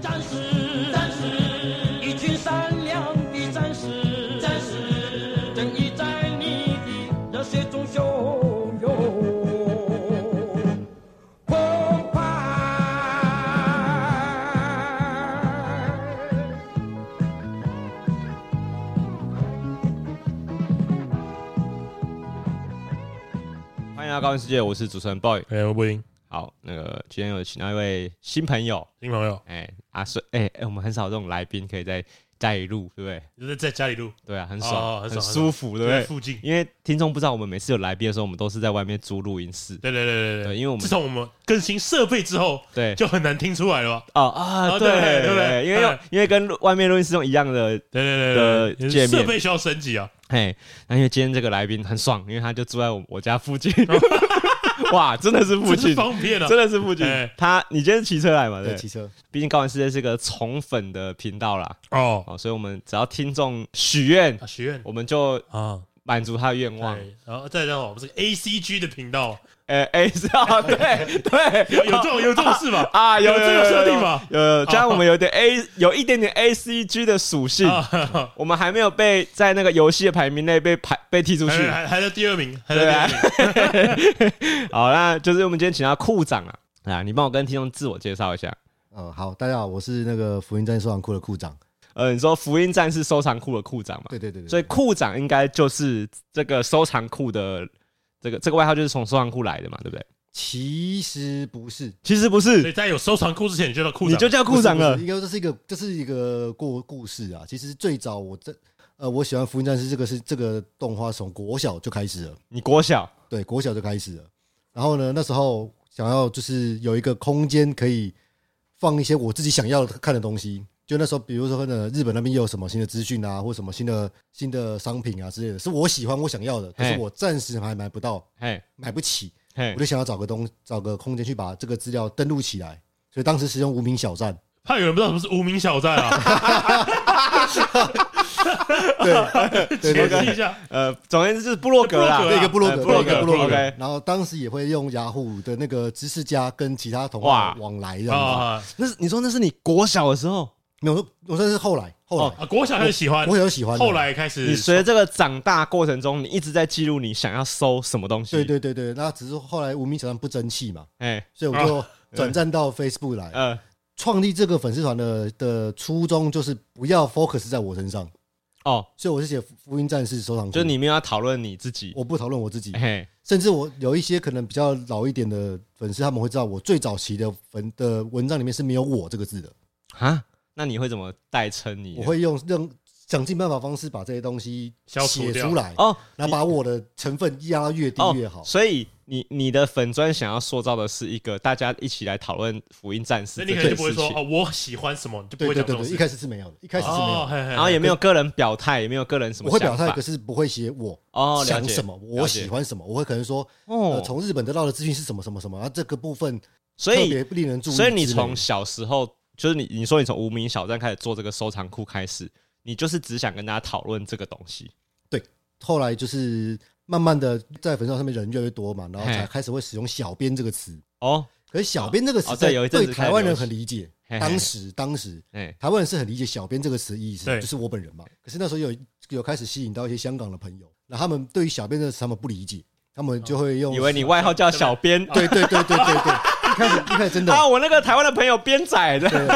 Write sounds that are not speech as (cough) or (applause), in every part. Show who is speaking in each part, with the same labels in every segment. Speaker 1: 战士，战士，一群善良的战士，战士，正义在你的热血中汹涌澎湃。
Speaker 2: 欢迎来到高玩世界，我是主持人 boy。
Speaker 3: 哎、我不赢，
Speaker 2: 好，那个今天有请到一位新朋友，
Speaker 3: 新朋友，
Speaker 2: 哎、阿顺，哎、哎、我们很少有这种来宾可以在家里录，对不对？
Speaker 3: 你是在家里录，
Speaker 2: 对啊，很爽，
Speaker 3: 哦很
Speaker 2: 很
Speaker 3: 爽
Speaker 2: 舒服，对
Speaker 3: 在
Speaker 2: 不对？
Speaker 3: 附近。
Speaker 2: 因为听众不知道，我们每次有来宾的时候，我们都是在外面租录音室。
Speaker 3: 对对对对
Speaker 2: 对因为我们
Speaker 3: 自从我们更新设备之后，
Speaker 2: 对，
Speaker 3: 就很难听出来了吧？
Speaker 2: 哦啊，
Speaker 3: 哦
Speaker 2: 对
Speaker 3: 对对嗯不对
Speaker 2: 因为用
Speaker 3: 对
Speaker 2: 因为跟录外面录音室用一样的，
Speaker 3: 对对对
Speaker 2: 的
Speaker 3: 对
Speaker 2: 界面
Speaker 3: 对，设备需要升级啊！
Speaker 2: 嘿，那因为今天这个来宾很爽，因为他就住在我我家附
Speaker 3: (laughs)
Speaker 2: 近，哇，真的是附
Speaker 3: 真是
Speaker 2: 近。
Speaker 3: 方便啊
Speaker 2: 真！的是附近
Speaker 3: 哎，
Speaker 2: 他你今天骑车来嘛？对
Speaker 4: 对，，骑车
Speaker 2: 毕竟高玩世界是个宠粉的频道啦，
Speaker 3: 哦，
Speaker 2: 哦，所以我们只要听众许愿，
Speaker 3: 啊，学院
Speaker 2: 我们就
Speaker 3: 啊，
Speaker 2: 满足他的愿望。
Speaker 3: 对，然后再让我们是 A C G 的频道，
Speaker 2: 哎哎， (laughs) 是啊，对对，
Speaker 3: 有有这种有这种事吧？
Speaker 2: 啊，有
Speaker 3: 有这个设定吗？啊
Speaker 2: 有有，有这样我们有点 A，有一点点 A C G 的属性，
Speaker 3: 啊，还
Speaker 2: 我们还没有被在那个游戏的排名内被排被踢出去。
Speaker 3: 还还在第二名，还在
Speaker 2: 对
Speaker 3: 第
Speaker 2: 啊
Speaker 3: 二名。，哎
Speaker 2: (laughs) 好，那就是我们今天请到库长啊，啊，你帮我跟听众自我介绍一下。
Speaker 4: 嗯，好，大家好，我是那个福音战士收藏库的库长。
Speaker 2: 呃，你说福音战士收藏库的库长嘛？
Speaker 4: 对对对对，
Speaker 2: 所以库长应该就是这个收藏库的这个这个外号，就是从收藏库来的嘛，对不对？
Speaker 4: 其实不是，
Speaker 2: 其实不
Speaker 3: 所
Speaker 2: 是，
Speaker 3: 以在有收藏库之前，你就叫库
Speaker 2: 你
Speaker 3: 长
Speaker 2: 就叫库长
Speaker 4: 不是
Speaker 2: 了
Speaker 4: 不是。应该这是一个这是一个过故事啊。其实最早我这呃，我喜欢福音战士这个是这个动画从国小就开始了，
Speaker 2: 你国小
Speaker 4: 对，国小就开始了。然后呢，那时候想要就是有一个空间可以放一些我自己想要看的东西。就那时候，比如说呢，日本那边有什么新的资讯啊，或什么新的新的商品啊之类的，是我喜欢我想要的，可
Speaker 2: 嘿
Speaker 4: 是我暂时还买不到，
Speaker 2: 嘿，
Speaker 4: 买不起。
Speaker 2: 嘿
Speaker 4: 我，就想要找个东找个空间去把这个资料登录起来，所以当时使用无名小站。
Speaker 3: 怕有人不知道什么是无名小站啊，
Speaker 4: 对，对
Speaker 3: 解释
Speaker 4: 对对，
Speaker 3: 一下。
Speaker 2: 呃，总而言之就是部落格啦，
Speaker 3: 部落格
Speaker 4: 对一个部落
Speaker 2: 哎
Speaker 4: 格，
Speaker 2: 部落
Speaker 4: 对一
Speaker 2: 格
Speaker 4: 个部落格
Speaker 2: OK。
Speaker 4: 然后当时也会用雅虎的那个知识家跟其他同
Speaker 2: 哇
Speaker 4: 行往来这样子。
Speaker 3: 啊
Speaker 2: 那是你说那是你国小的时候，
Speaker 4: 没有，我算是后来，
Speaker 2: 哦
Speaker 4: 后来
Speaker 3: 啊！国小开始喜欢，
Speaker 4: 我有喜欢的。啊
Speaker 3: 后来开始
Speaker 2: 你随着这个长大过程中，你一直在记录你想要搜什么东西。
Speaker 4: 对，对对对，那只是后来无名小站不争气嘛，
Speaker 2: 哎，
Speaker 4: 所以我就转战到 Facebook 来。
Speaker 2: 呃，
Speaker 4: 创立这个粉丝团的的初衷就是不要 focus 在我身上，
Speaker 2: 哦，
Speaker 4: 所以我是写福音战士收藏库。
Speaker 2: 就是你没有要讨论你自己，
Speaker 4: 我不讨论我自己，
Speaker 2: 嘿，
Speaker 4: 甚至我有一些可能比较老一点的粉丝，他们会知道我最早期的文的文章里面是没有“我”这个字的，
Speaker 2: 啊，那你会怎么代称你？
Speaker 4: 我会用用想尽办法方式把这些东西
Speaker 3: 消除
Speaker 4: 写
Speaker 3: 掉
Speaker 4: 出来，
Speaker 2: 哦
Speaker 4: 然后把我的成分压到越低
Speaker 2: 哦
Speaker 4: 越好。
Speaker 2: 所以你你的粉砖想要塑造的是一个大家一起来讨论福音战士
Speaker 3: 所以
Speaker 2: 这
Speaker 3: 你可
Speaker 2: 件
Speaker 3: 能就不会
Speaker 2: 事
Speaker 3: 说哦，
Speaker 2: 情，
Speaker 3: 我喜欢什么，你就不
Speaker 4: 对
Speaker 3: 会
Speaker 4: 对
Speaker 3: 讲这
Speaker 4: 对
Speaker 3: 种
Speaker 4: 对，
Speaker 3: 事。
Speaker 4: 一开始是没有的，一开始是没有
Speaker 3: 哦，
Speaker 4: 的。
Speaker 3: 嘿嘿嘿
Speaker 2: 然后也没有个人表态，也没有个 Oh 人什么
Speaker 4: 我会表态，
Speaker 2: 想法
Speaker 4: 可是不会写我
Speaker 2: 哦，了
Speaker 4: 想
Speaker 2: 解
Speaker 4: 什么，
Speaker 2: 了
Speaker 4: 我
Speaker 2: 解
Speaker 4: 喜欢什么，我会可能说，呃，
Speaker 2: 哦，
Speaker 4: 从日本得到的资讯是什么什么什么，啊，这个部分
Speaker 2: 所
Speaker 4: 特
Speaker 2: 以
Speaker 4: 别令人注意之
Speaker 2: 所
Speaker 4: 类的。
Speaker 2: 以你从小时候就是你你说你从无名小站开始做这个收藏库开始，你就是只想跟大家讨论这个东西。
Speaker 4: 后来就是慢慢的在粉丝团上面人越来越多嘛，然后
Speaker 2: 嘿
Speaker 4: 才开始会使用“小编”这个词。
Speaker 2: 哦，
Speaker 4: 可是“小编”这个词
Speaker 2: 哦对
Speaker 4: 在
Speaker 2: 有一阵子
Speaker 4: 对台湾人很理解，
Speaker 2: 嘿嘿
Speaker 4: 当时当时
Speaker 2: 哎
Speaker 4: 台湾人是很理解“小编”这个词意思，
Speaker 3: 对
Speaker 4: 就是我本人嘛。可是那时候有有开始吸引到一些香港的朋友，然后他们对于“小编”这个词他们不理解，他们就会用
Speaker 2: 哦以为你外号叫小编，
Speaker 4: (laughs) 对对对对对对，一开始一开始真的，
Speaker 2: 啊，我那个台湾的朋友编仔
Speaker 4: (laughs)
Speaker 2: 的，
Speaker 4: 对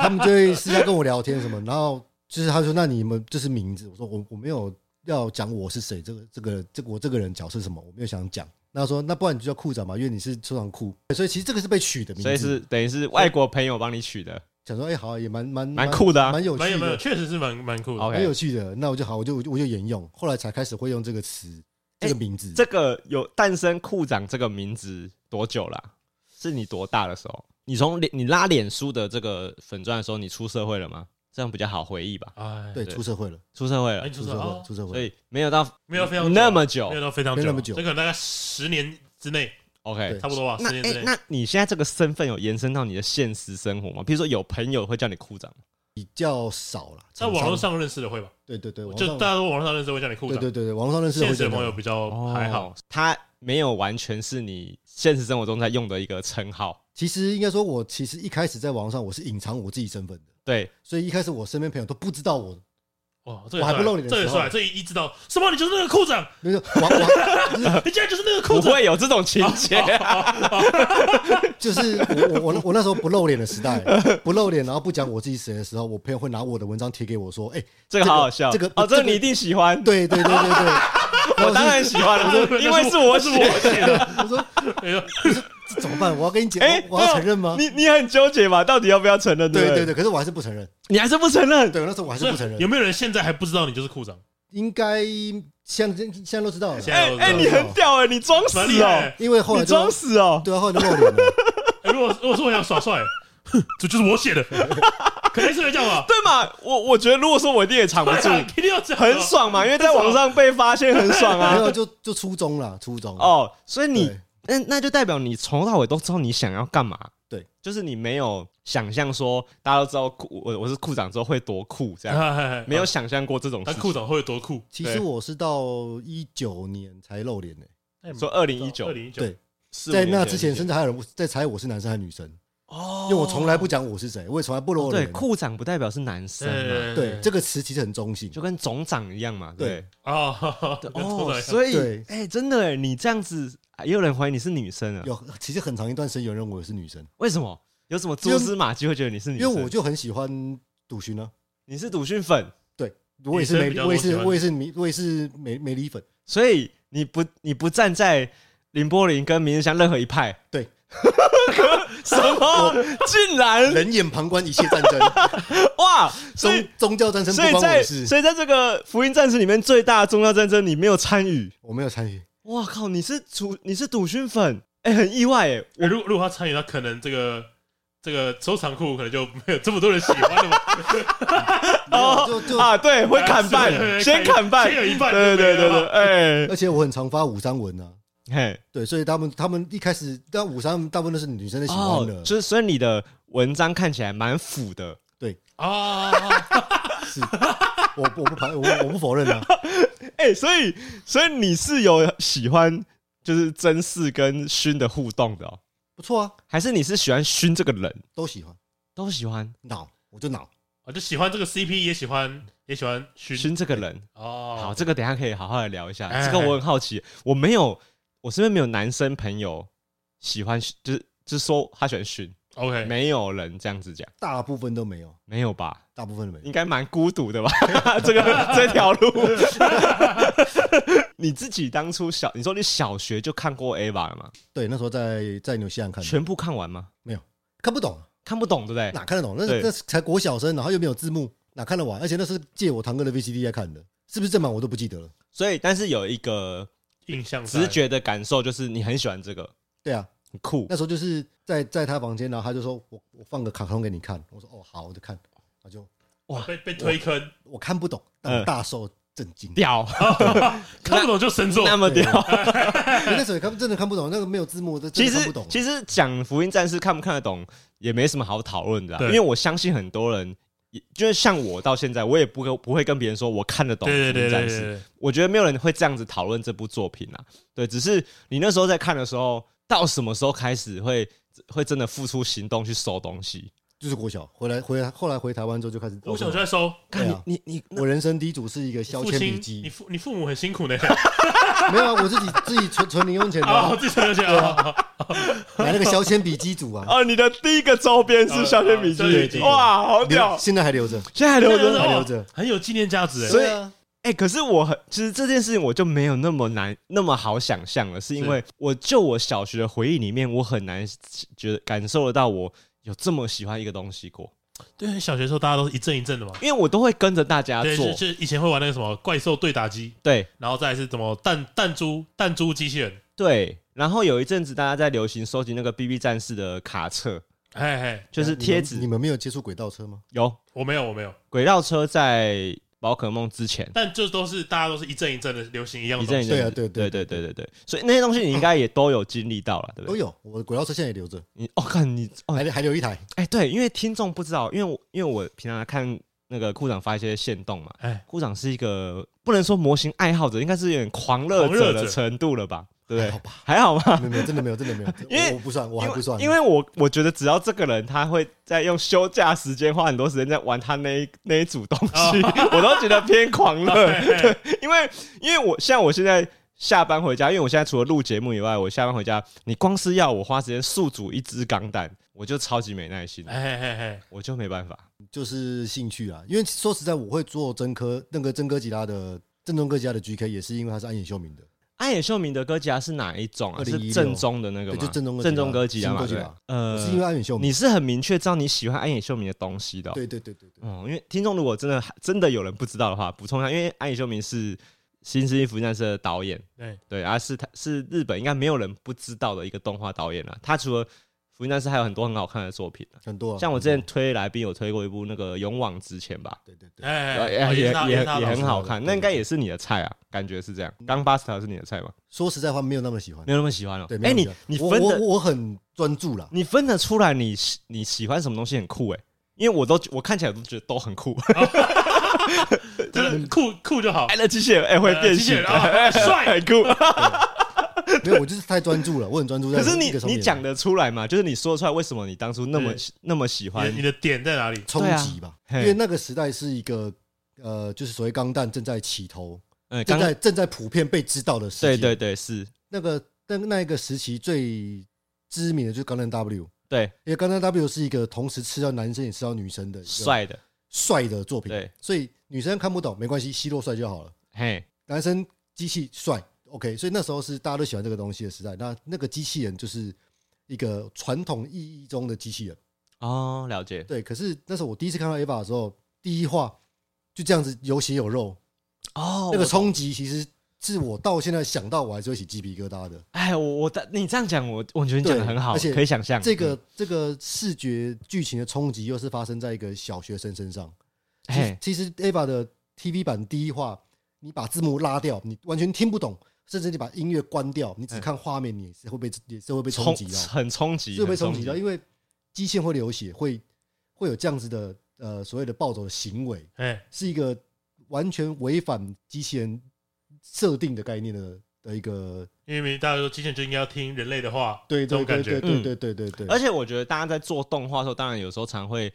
Speaker 4: 他们就会私下跟我聊天什么，然后就是他说那你们就是名字，我说我我没有要讲我是谁，这个这个这个我这个人角色什么，我没有想讲。那他说那不然你就叫库长吧，因为你是收藏库，所以其实这个是被取的名字，
Speaker 2: 所以是等于是外国朋友帮你取的。
Speaker 4: 想说哎、好啊、也蛮蛮
Speaker 2: 蛮酷的啊
Speaker 4: 蛮有
Speaker 3: 蛮有
Speaker 4: 趣
Speaker 3: 没有，
Speaker 4: 的，
Speaker 3: 确实是蛮蛮酷的。
Speaker 2: OK
Speaker 4: 蛮有趣的。那我就好，我就我就我就沿用，后来才开始会用这个词
Speaker 3: 哎
Speaker 4: 这个名字。
Speaker 2: 这个有诞生库长这个名字多久了啊、是你多大的时候？你从脸你拉脸书的这个粉钻的时候，你出社会了吗？这样比较好回忆吧。
Speaker 3: 哎，
Speaker 4: 对，
Speaker 2: 对
Speaker 4: 出社会了，
Speaker 2: 出社会
Speaker 3: 哎
Speaker 2: 了，
Speaker 3: 你
Speaker 4: 出
Speaker 3: 说
Speaker 4: 社
Speaker 3: 哦
Speaker 4: 会，出社
Speaker 2: 所
Speaker 4: 会。
Speaker 2: 以没有到
Speaker 3: 没有非常久
Speaker 2: 那么久
Speaker 3: 没有。到非常
Speaker 4: 没有那么久
Speaker 3: 这可能大概十年之内，
Speaker 2: OK，
Speaker 3: 差不多吧，
Speaker 2: 那
Speaker 3: 十年
Speaker 2: 哎、
Speaker 3: 之内。
Speaker 2: 那你现在这个身份有延伸到你的现实生活吗？比如说有朋友会叫你库长，
Speaker 4: 比较少了，
Speaker 3: 在网络上认识的会吧，
Speaker 4: 对对对，网
Speaker 3: 就
Speaker 4: 上
Speaker 3: 大家都网络上认识会叫你库
Speaker 4: 对
Speaker 3: 长，
Speaker 4: 对对对，网络上认识
Speaker 3: 现
Speaker 4: 会
Speaker 3: 实
Speaker 4: 这
Speaker 3: 的
Speaker 4: 样
Speaker 3: 哦朋友比较还好。
Speaker 2: 他没有完全是你现实生活中在用的一个称号。
Speaker 4: 其实应该说，我其实一开始在网上我是隐藏我自己身份的，
Speaker 2: 对，
Speaker 4: 所以一开始我身边朋友都不知道我，
Speaker 3: 哇，哦这个
Speaker 4: 我还不
Speaker 3: 帅
Speaker 4: 露脸的
Speaker 3: 这个
Speaker 4: 时候
Speaker 3: 帅，这一知道什么？你就是那个库
Speaker 4: (laughs)
Speaker 3: 长，
Speaker 4: 那个我我
Speaker 3: 你竟然就是那个
Speaker 2: 不
Speaker 3: 库长，
Speaker 2: 会有这种情节、
Speaker 4: (laughs) 就是我我我那我那时候不露脸的时
Speaker 3: (laughs)
Speaker 4: 代，不露脸然后不讲我自己是谁的时候，我朋友会拿我的文章贴给我说，哎、
Speaker 2: 这个好好笑。
Speaker 4: 这个
Speaker 2: 哦，这个你一
Speaker 4: 个
Speaker 2: 定喜欢，
Speaker 4: 对对对对对，
Speaker 3: (laughs)
Speaker 2: (laughs) 我当然喜欢
Speaker 4: (laughs)
Speaker 3: 那
Speaker 2: 了，因为是我
Speaker 3: 是
Speaker 2: 写
Speaker 3: 我。写的。
Speaker 4: 我说
Speaker 3: 哎呦
Speaker 4: 这怎么办？我要跟你讲，
Speaker 2: 哎、
Speaker 4: 我我要承认吗？
Speaker 2: 你你很纠结嘛？到底要不要承认？
Speaker 4: 对
Speaker 2: 不
Speaker 4: 对对，可是我还是不承认。
Speaker 2: 你还是不承认。
Speaker 4: 对，那时候我还是不承认
Speaker 3: 有。没有人现在还不知道你就是库长？
Speaker 4: 应该现在现在都知道了，
Speaker 3: 现
Speaker 2: 哎
Speaker 3: 在都知
Speaker 2: 哎、
Speaker 3: 道
Speaker 2: 你很屌哎、你装死
Speaker 3: 蛮厉
Speaker 2: 哦、
Speaker 3: 害的。
Speaker 4: 因为啊后来
Speaker 2: 你
Speaker 4: 就
Speaker 2: 装死哦、
Speaker 4: 对啊，后来就露
Speaker 2: (laughs)
Speaker 4: 脸了。
Speaker 3: 哎如果如果说我想耍帅， (laughs) 哼这就是我写的， (laughs) 肯定是会这
Speaker 2: (laughs)
Speaker 3: 样吧？
Speaker 2: 对嘛？我我觉得如果说我一定也藏不住
Speaker 3: 对，啊一定要这样，
Speaker 2: 很。爽嘛，因为在网上被发现很爽
Speaker 4: 没
Speaker 2: 啊。
Speaker 4: 有，就就初中啦，初中。
Speaker 2: 哦，所以你
Speaker 4: 对，
Speaker 2: 那那就代表你从头到尾都知道你想要干嘛。
Speaker 4: 对，
Speaker 2: 就是你没有想象说大家都知道酷，我我是库长之后会多酷
Speaker 3: 啊
Speaker 2: 这
Speaker 4: 啊
Speaker 2: 样，哎没有，想象过这种事
Speaker 3: 哦但
Speaker 2: 情。
Speaker 3: 库长会有多酷？
Speaker 4: 其实我是到一九年才露脸的，
Speaker 2: 说二零一九
Speaker 3: 二，零一九，
Speaker 4: 对，
Speaker 2: 四五
Speaker 4: 在
Speaker 2: 年
Speaker 4: 那之前甚
Speaker 2: 的
Speaker 4: 至还有人在猜我是男生还是女生，
Speaker 2: 哦
Speaker 4: 因为我从来不讲我是谁，我也从来不露
Speaker 2: 对
Speaker 4: 脸。
Speaker 2: 库长不代表是男生嘛，
Speaker 4: 对，这个词其实很中性。
Speaker 2: 就跟总长一样嘛，对
Speaker 3: (laughs) 啊，
Speaker 2: 不对
Speaker 3: 跟库长一
Speaker 2: 哦，
Speaker 3: 样
Speaker 2: 所以
Speaker 4: 对
Speaker 2: 哎，真的哎，你这样子啊也有人怀疑你是女生啊？
Speaker 4: 有，其实很长一段时间有人认为我是女生，
Speaker 2: 为什么？有什么蛛丝马迹会觉得你是女
Speaker 4: 因
Speaker 2: 生？
Speaker 4: 为我就很喜欢赌勋啊，
Speaker 2: 你是鲁迅粉，
Speaker 4: 我也是
Speaker 3: 女生比
Speaker 4: 美，
Speaker 3: 较
Speaker 4: 我也
Speaker 3: 喜
Speaker 4: 是
Speaker 3: 欢
Speaker 4: 我也是美，我也是美美丽粉。
Speaker 2: 所以你不你不站在林柏林跟明日香任何一派，
Speaker 4: (laughs) 对，
Speaker 2: 什么竟然
Speaker 4: 冷眼旁观一切战争，
Speaker 2: 哇！所以
Speaker 4: 宗宗教战争
Speaker 2: 所以
Speaker 4: 不关我
Speaker 2: 在
Speaker 4: 的事，
Speaker 2: 所以在这个福音战士里面最大的宗教战争，你没有参与。
Speaker 4: 我没有参与。
Speaker 2: 哇靠！你是主你是赌勋粉，哎、很意外哎、
Speaker 3: 哎如果如果他参与，他可能这个这个收藏库可能就没有这么多人喜欢
Speaker 2: (laughs)
Speaker 3: 了吧？
Speaker 4: 没有就就，
Speaker 2: 啊， (laughs) 对，会砍
Speaker 3: 对
Speaker 2: 半，先砍半，
Speaker 3: 先有一半就
Speaker 2: 对
Speaker 3: 没
Speaker 2: 对
Speaker 3: 了
Speaker 2: 对对，哎、
Speaker 4: (laughs) 而且我很常发五三文啊，
Speaker 2: 嘿，
Speaker 4: 对，所以他们他们一开始，但五三大部分都是女生在喜欢
Speaker 2: 哦
Speaker 4: 的，，
Speaker 2: 就是所以你的文章看起来蛮腐的，
Speaker 3: 啊，
Speaker 4: 是，我我不排我我不否认啊，
Speaker 2: (laughs) 哎、所以所以你是有喜欢就是真嗣跟勋的互动的哦，
Speaker 4: 不错啊，
Speaker 2: 还是你是喜欢勋这个人？
Speaker 4: 都喜欢，
Speaker 2: 都喜欢
Speaker 4: 脑我就脑，
Speaker 3: 哦我就喜欢这个 CP，也喜欢也喜欢勋
Speaker 2: 勋这个人。
Speaker 3: 哦。
Speaker 2: 好，这个等一下可以好好来聊一下。
Speaker 3: 哎
Speaker 2: 这个我很好奇，我没有，我身边没有男生朋友喜欢，就是就是说他喜欢勋，
Speaker 3: OK，
Speaker 2: 没有人这样子讲，
Speaker 4: 大部分都没有，
Speaker 2: 没有吧？
Speaker 4: 大部分都没有，
Speaker 2: 应该蛮孤独的吧？ (laughs) 这个这条路， (laughs) 你自己当初小，你说你小学就看过 AVA 了吗？
Speaker 4: 对，那时候在在纽西兰看的，
Speaker 2: 全部看完吗？
Speaker 4: 看不懂，啊
Speaker 2: 看不懂，对不对？
Speaker 4: 哪看得懂？那
Speaker 2: 对
Speaker 4: 那才国小生，然后又没有字幕，哪看得完？而且那是借我堂哥的 VCD 在看的，是不是正版我都不记得了，
Speaker 2: 所以，但是有一个
Speaker 3: 印象在
Speaker 2: 直觉的感受就是你很喜欢这个，
Speaker 4: 对啊，
Speaker 2: 很酷。
Speaker 4: 那时候就是在在他房间，然后他就说我我放个卡通给你看，我说哦好，我就看，我就
Speaker 3: 被被推坑，
Speaker 4: 我看不懂，但
Speaker 2: 嗯
Speaker 4: 我大受震
Speaker 2: (laughs)
Speaker 4: 惊。
Speaker 2: 屌，
Speaker 3: 看不懂就神作
Speaker 2: 那么
Speaker 4: 对
Speaker 2: 屌！
Speaker 4: 对那时候也看不真的看不懂，那个没有字幕，真的
Speaker 2: 其
Speaker 4: 看
Speaker 2: 实
Speaker 4: 不懂。
Speaker 2: 其实讲福音战士看不看得懂也没什么好讨论的啊，
Speaker 3: 对
Speaker 2: 因为我相信很多人，也就是像我到现在，我也不跟不会跟别人说我看得懂福
Speaker 3: 对对
Speaker 2: 音
Speaker 3: 对
Speaker 2: 战
Speaker 3: 对
Speaker 2: 士。
Speaker 3: 对，
Speaker 2: 我觉得没有人会这样子讨论这部作品啊。对，只是你那时候在看的时候，到什么时候开始会会真的付出行动去收东西？
Speaker 4: 就是国小回来回来，后来回台湾之后就开始。
Speaker 3: 我小就在收。
Speaker 4: 对啊
Speaker 2: 你你你
Speaker 4: 我人生第一组是一个消
Speaker 3: 父
Speaker 4: 遣笔
Speaker 3: 亲，你
Speaker 4: 记，
Speaker 3: 父你父母很辛苦
Speaker 2: (laughs)
Speaker 3: 呢。
Speaker 4: 没有啊，我自己 (laughs) 自己存存零用钱的
Speaker 3: 啊，
Speaker 4: 啊
Speaker 3: 我，自己想起来了。哦
Speaker 4: 买那个消遣笔记组
Speaker 3: (laughs)
Speaker 4: 啊，
Speaker 2: 哦，你的第一个周边是小天笔
Speaker 3: 呃呃小天笔
Speaker 2: 记，
Speaker 3: 记
Speaker 2: 哇，好屌
Speaker 4: 留！现在还留着。
Speaker 2: 现在还 (laughs) 留
Speaker 3: 真的
Speaker 2: 着。
Speaker 4: 还
Speaker 3: 哦
Speaker 4: 留着
Speaker 3: 很有纪念价值哎。
Speaker 2: 所以
Speaker 4: 对啊
Speaker 2: 哎、可是我很，其实这件事情我就没有那么难，那么好想象了，是因为我就我小学的回忆里面，我很难觉得感受得到我有这么喜欢一个东西过，
Speaker 3: 对，小学时候大家都是一阵一阵的嘛。
Speaker 2: 因为我都会跟着大家
Speaker 3: 对，
Speaker 2: 做
Speaker 3: 就，就是以前会玩那个什么怪兽对打机，
Speaker 2: 对
Speaker 3: 然后再来是什么弹弹珠弹珠机器人，
Speaker 2: 对。然后有一阵子大家在流行收集那个 BB 战士的卡册，
Speaker 3: 嘿嘿，
Speaker 2: 就是贴纸
Speaker 4: 啊你们你们没有接触轨道车吗？
Speaker 2: 有
Speaker 3: 我没有我没有，
Speaker 2: 轨道车在宝可梦之前。
Speaker 3: 但就都是大家都是一阵一阵的流行一样
Speaker 2: 一
Speaker 3: 的东
Speaker 2: 阵一
Speaker 3: 西，
Speaker 2: 阵
Speaker 4: 哦对啊
Speaker 2: 的，
Speaker 4: 对
Speaker 2: 对
Speaker 4: 对
Speaker 2: 对对对对，所以那些东西你应该也都有经历到了，对不
Speaker 4: 都
Speaker 2: 对？
Speaker 4: 哦有，我的轨道车现在也留着，
Speaker 2: 你哦，看你哦，
Speaker 4: 还还留一台。
Speaker 2: 哎、对，因为听众不知道，因为我因为我平常看那个库长发一些线动嘛，
Speaker 3: 哎
Speaker 2: 库长是一个不能说模型爱好者，应该是有点狂热
Speaker 3: 狂
Speaker 2: 者
Speaker 3: 热
Speaker 2: 的
Speaker 3: 者
Speaker 2: 程度了吧？对不
Speaker 4: 还好
Speaker 2: 对？
Speaker 4: 吧？
Speaker 2: 还好吗？
Speaker 4: 没有没有，真的没有，真的没有，
Speaker 2: (laughs) 因为
Speaker 4: 我我不算，我还
Speaker 2: 因为
Speaker 4: 不算，
Speaker 2: 因为我我觉得只要这个人他会在用休假时间花很多时间在玩他那一那一组东
Speaker 4: (laughs)
Speaker 2: 西，我都觉得偏狂热。对，因为因为我像我现在下班回家，因为我现在除了录节目以外，我下班回家，你光是要我花时间速煮一只钢蛋，我就超级没耐心，
Speaker 3: 哎嘿嘿，
Speaker 2: 我就没办法。
Speaker 4: 就是兴趣啊。因为说实在，我会做真科那个真哥吉拉的正宗哥吉拉的 GK，也是因为他是安野秀明的，
Speaker 2: 安野秀明的歌吉拉是哪一种啊？
Speaker 4: 2016
Speaker 2: 是正宗的那个吗？
Speaker 4: 对就正宗歌吉拉
Speaker 2: 正宗歌吉拉嘛。
Speaker 4: 新歌吉拉
Speaker 2: 对不对呃，
Speaker 4: 我是因为安野秀明。
Speaker 2: 你是很明确知道你喜欢安野秀明的东西的哦、
Speaker 4: 对对对对对，
Speaker 2: 哦，因为听众如果真的真的有人不知道的话，补充一下，因为安野秀明是《新世纪福音战士》的导演，
Speaker 3: 对
Speaker 2: 对，啊是他是日本应该没有人不知道的一个动画导演了。他除了《福音战士》，还有很多很好看的作品啊、
Speaker 4: 很多啊，
Speaker 2: 像我之前推来宾有推过一部那个《勇往直前》吧，
Speaker 4: 对对对，
Speaker 3: 哎
Speaker 2: 呃
Speaker 3: 哎
Speaker 2: 也
Speaker 3: 哎，
Speaker 2: 也
Speaker 3: 哦
Speaker 2: 也
Speaker 3: 是他
Speaker 2: 也
Speaker 3: 老师
Speaker 2: 很好看，
Speaker 4: 对
Speaker 2: 那应该也是你的菜啊，感觉是这样。刚 Buster 是你的菜吗？
Speaker 4: 说实在话，没有那么喜欢。
Speaker 2: 没有那么喜欢哦
Speaker 4: 对，。
Speaker 2: 哎、
Speaker 4: 没有那么
Speaker 2: 你
Speaker 4: 喜欢
Speaker 2: 你
Speaker 4: 我
Speaker 2: 分的
Speaker 4: 我我很专
Speaker 2: (laughs)
Speaker 4: 注啦，
Speaker 2: 你分得出来你喜你喜欢什么东西很酷哎、因为我都我看起来我都觉得都很酷， (laughs)
Speaker 3: 真的酷酷就好
Speaker 2: 爱，乐机器人哎、嗯会变
Speaker 3: 机器
Speaker 2: 形
Speaker 3: 人，
Speaker 2: (laughs)
Speaker 3: 啊，帅，
Speaker 2: 很酷。
Speaker 4: 没有，我就是太专注了，我很专注在
Speaker 2: 可
Speaker 4: 一个
Speaker 2: 是
Speaker 4: 上
Speaker 2: 你
Speaker 4: 面。
Speaker 2: 你讲得出来嘛？就是你说出来，为什么你当初那么
Speaker 3: 对
Speaker 2: 喜那么喜欢
Speaker 3: 你？你的点在哪里？
Speaker 4: 冲
Speaker 2: 对啊
Speaker 4: 击吧，因
Speaker 2: 嘿
Speaker 4: 为那个时代是一个呃，就是所谓钢弹正在起头，
Speaker 2: 嗯，
Speaker 4: 正
Speaker 2: 刚
Speaker 4: 在正在普遍被知道的时
Speaker 2: 对
Speaker 4: 期。
Speaker 2: 对对是，
Speaker 4: 那个那那一个时期最知名的就是钢弹 W，
Speaker 2: 对
Speaker 4: 因为钢弹 W 是一个同时吃到男生也吃到女生的一个
Speaker 2: 帅的，
Speaker 4: 帅的作品，
Speaker 2: 对，
Speaker 4: 所以女生看不懂没关系，希洛帅就好了，
Speaker 2: 嘿，
Speaker 4: 男生机器帅 OK，所以那时候是大家都喜欢这个东西的时代。那那个机器人就是一个传统意义中的机器人，
Speaker 2: 哦，了解
Speaker 4: 对。可是那时候我第一次看到 Ava 的时候，第一话就这样子有血有肉，
Speaker 2: 哦
Speaker 4: 那个冲击其实是我到现在想到我还是会起鸡皮疙瘩的。
Speaker 2: 哎，我我的你这样讲，我我觉得你讲的
Speaker 4: 对
Speaker 2: 很好，
Speaker 4: 而且
Speaker 2: 可以想象嗯
Speaker 4: 这个这个视觉剧情的冲击又是发生在一个小学生身上。
Speaker 2: 嗯
Speaker 4: 其实
Speaker 2: 嘿，
Speaker 4: 其实 Ava 的 TV 版第一话，你把字幕拉掉，你完全听不懂，甚至你把音乐关掉，你只看画面，你也是会被也是会被冲
Speaker 2: 冲
Speaker 4: 击到，
Speaker 2: 很冲击，
Speaker 4: 是会被
Speaker 2: 很
Speaker 4: 冲击到，因为基线会流血，会会有这样子的呃所谓的暴走的行为，
Speaker 3: 哎，
Speaker 4: 是一个完全违反机器人设定的概念的的一个
Speaker 3: 因为大家说机器人就应该要听人类的话，
Speaker 4: 对
Speaker 3: 这
Speaker 4: 对
Speaker 3: 种
Speaker 4: 对
Speaker 3: 感觉
Speaker 4: 对对对对对对，
Speaker 2: 而且我觉得大家在做动画的时候，当然有时候常会，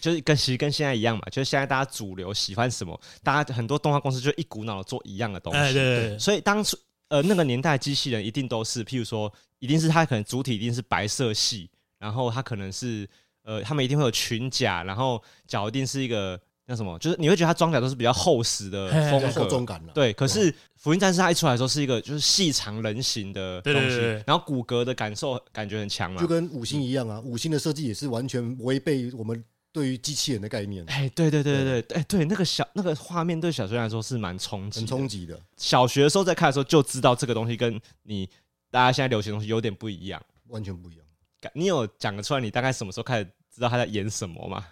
Speaker 2: 就是跟其实跟现在一样嘛，就是现在大家主流喜欢什么，大家很多动画公司就一股脑的做一样的东西。
Speaker 3: 哎，对对对，
Speaker 2: 所以当初呃那个年代，机器人一定都是，譬如说，一定是它可能主体一定是白色系，然后它可能是呃，他们一定会有裙甲，然后脚一定是一个那什么，就是你会觉得它装甲都是比较厚实的
Speaker 3: 嘿
Speaker 2: 风
Speaker 4: 比较受
Speaker 2: 格
Speaker 4: 重。感了。
Speaker 2: 对，可是福音战士它一出来的时候是一个就是细长人形的东
Speaker 3: 对
Speaker 2: 西，
Speaker 3: 对对对
Speaker 2: 然后骨骼的感受感觉很强嘛
Speaker 4: 就。跟五星一样啊，五星的设计也是完全违背我们对于机器人的概念，
Speaker 2: 哎，对对对对对，哎对，那个小那个画面对小学生来说是蛮冲击
Speaker 4: 很
Speaker 2: 的，
Speaker 4: 冲击的。
Speaker 2: 小学的时候在看的时候就知道这个东西跟你大家现在流行的东西有点不一样。
Speaker 4: 完全不一样。
Speaker 2: 感你有讲得出来你大概什么时候开始知道他在演什么吗？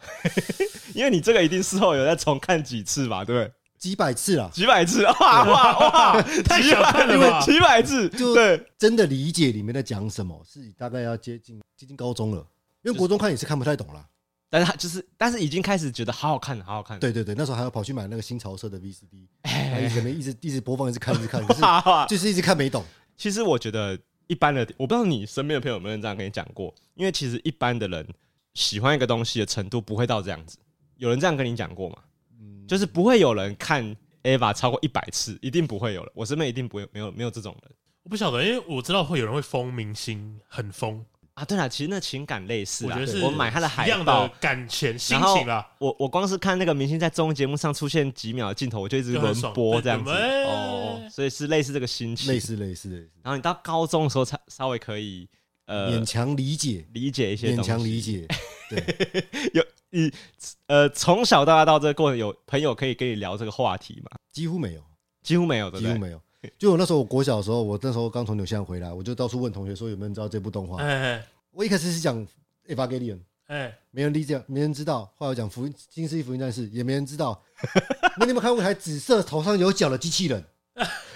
Speaker 2: (laughs) 因为你这个一定事后有再重看几次吧，对不对？
Speaker 4: 几百次啦，
Speaker 2: 几百次，哇哇哇，
Speaker 3: 啊 (laughs) 太
Speaker 2: 几
Speaker 3: 想
Speaker 2: 百
Speaker 3: 看了吧
Speaker 2: 几百次，
Speaker 4: 就
Speaker 2: 对，
Speaker 4: 真的理解里面在讲什么，是大概要接近接近高中了，因为国中看也是看不太懂啦。
Speaker 2: 但是他就是，但是已经开始觉得好好看了，好好看了，
Speaker 4: 对对对，那时候还要跑去买那个新潮社的 VCD，然
Speaker 2: 哎
Speaker 4: 后一直在那边一直一直播放，一直看，一直
Speaker 2: (laughs)
Speaker 4: 看，可是
Speaker 2: 哈哈，
Speaker 4: 就是一直看没懂。
Speaker 2: 其实我觉得一般的，我不知道你身边的朋友有没有人这样跟你讲过，因为其实一般的人喜欢一个东西的程度不会到这样子。有人这样跟你讲过吗？
Speaker 4: 嗯，
Speaker 2: 就是不会有人看 Ava 超过一百次，一定不会有人。我身边一定不会没有没有这种人
Speaker 3: 我不晓得，因为我知道会有人会封明星，很疯，
Speaker 2: 啊。对了，其实那情感类似
Speaker 3: 我
Speaker 2: 啊
Speaker 3: 觉得是，
Speaker 2: 我买他的海
Speaker 3: 一样的
Speaker 2: 报。
Speaker 3: 感情心
Speaker 2: 然后
Speaker 3: 情啊啦，
Speaker 2: 我我光是看那个明星在综艺节目上出现几秒的镜头，我就一直
Speaker 3: 就很
Speaker 2: 轮
Speaker 3: 爽
Speaker 2: 播
Speaker 3: 对
Speaker 2: 这样子
Speaker 3: 对对
Speaker 2: 哦，所以是类似这个心情。
Speaker 4: 类似类似类似，
Speaker 2: 然后你到高中的时候才稍微可以呃
Speaker 4: 勉强理解，
Speaker 2: 理解一些
Speaker 4: 勉
Speaker 2: 东西，
Speaker 4: 强理解。
Speaker 2: 呃，从小到大到这个过程，有朋友可以跟你聊这个话题嘛？
Speaker 4: 几乎没有，
Speaker 2: 几乎没有， (laughs) 对
Speaker 4: 几
Speaker 2: 不
Speaker 4: 乎
Speaker 2: 对？
Speaker 4: 没有。就我那时候，我国小的时候，我那时候刚从纽西兰回来，我就到处问同学说有没有人知道这部动画。
Speaker 3: 哎
Speaker 4: 我一开始是讲《Evangelion》，
Speaker 3: 哎，
Speaker 4: 没人理解，没人知道。后来我讲福音新世纪福音战士，也没人知
Speaker 3: (laughs)
Speaker 4: 道。那你们看过一台紫色头上有角的机器人？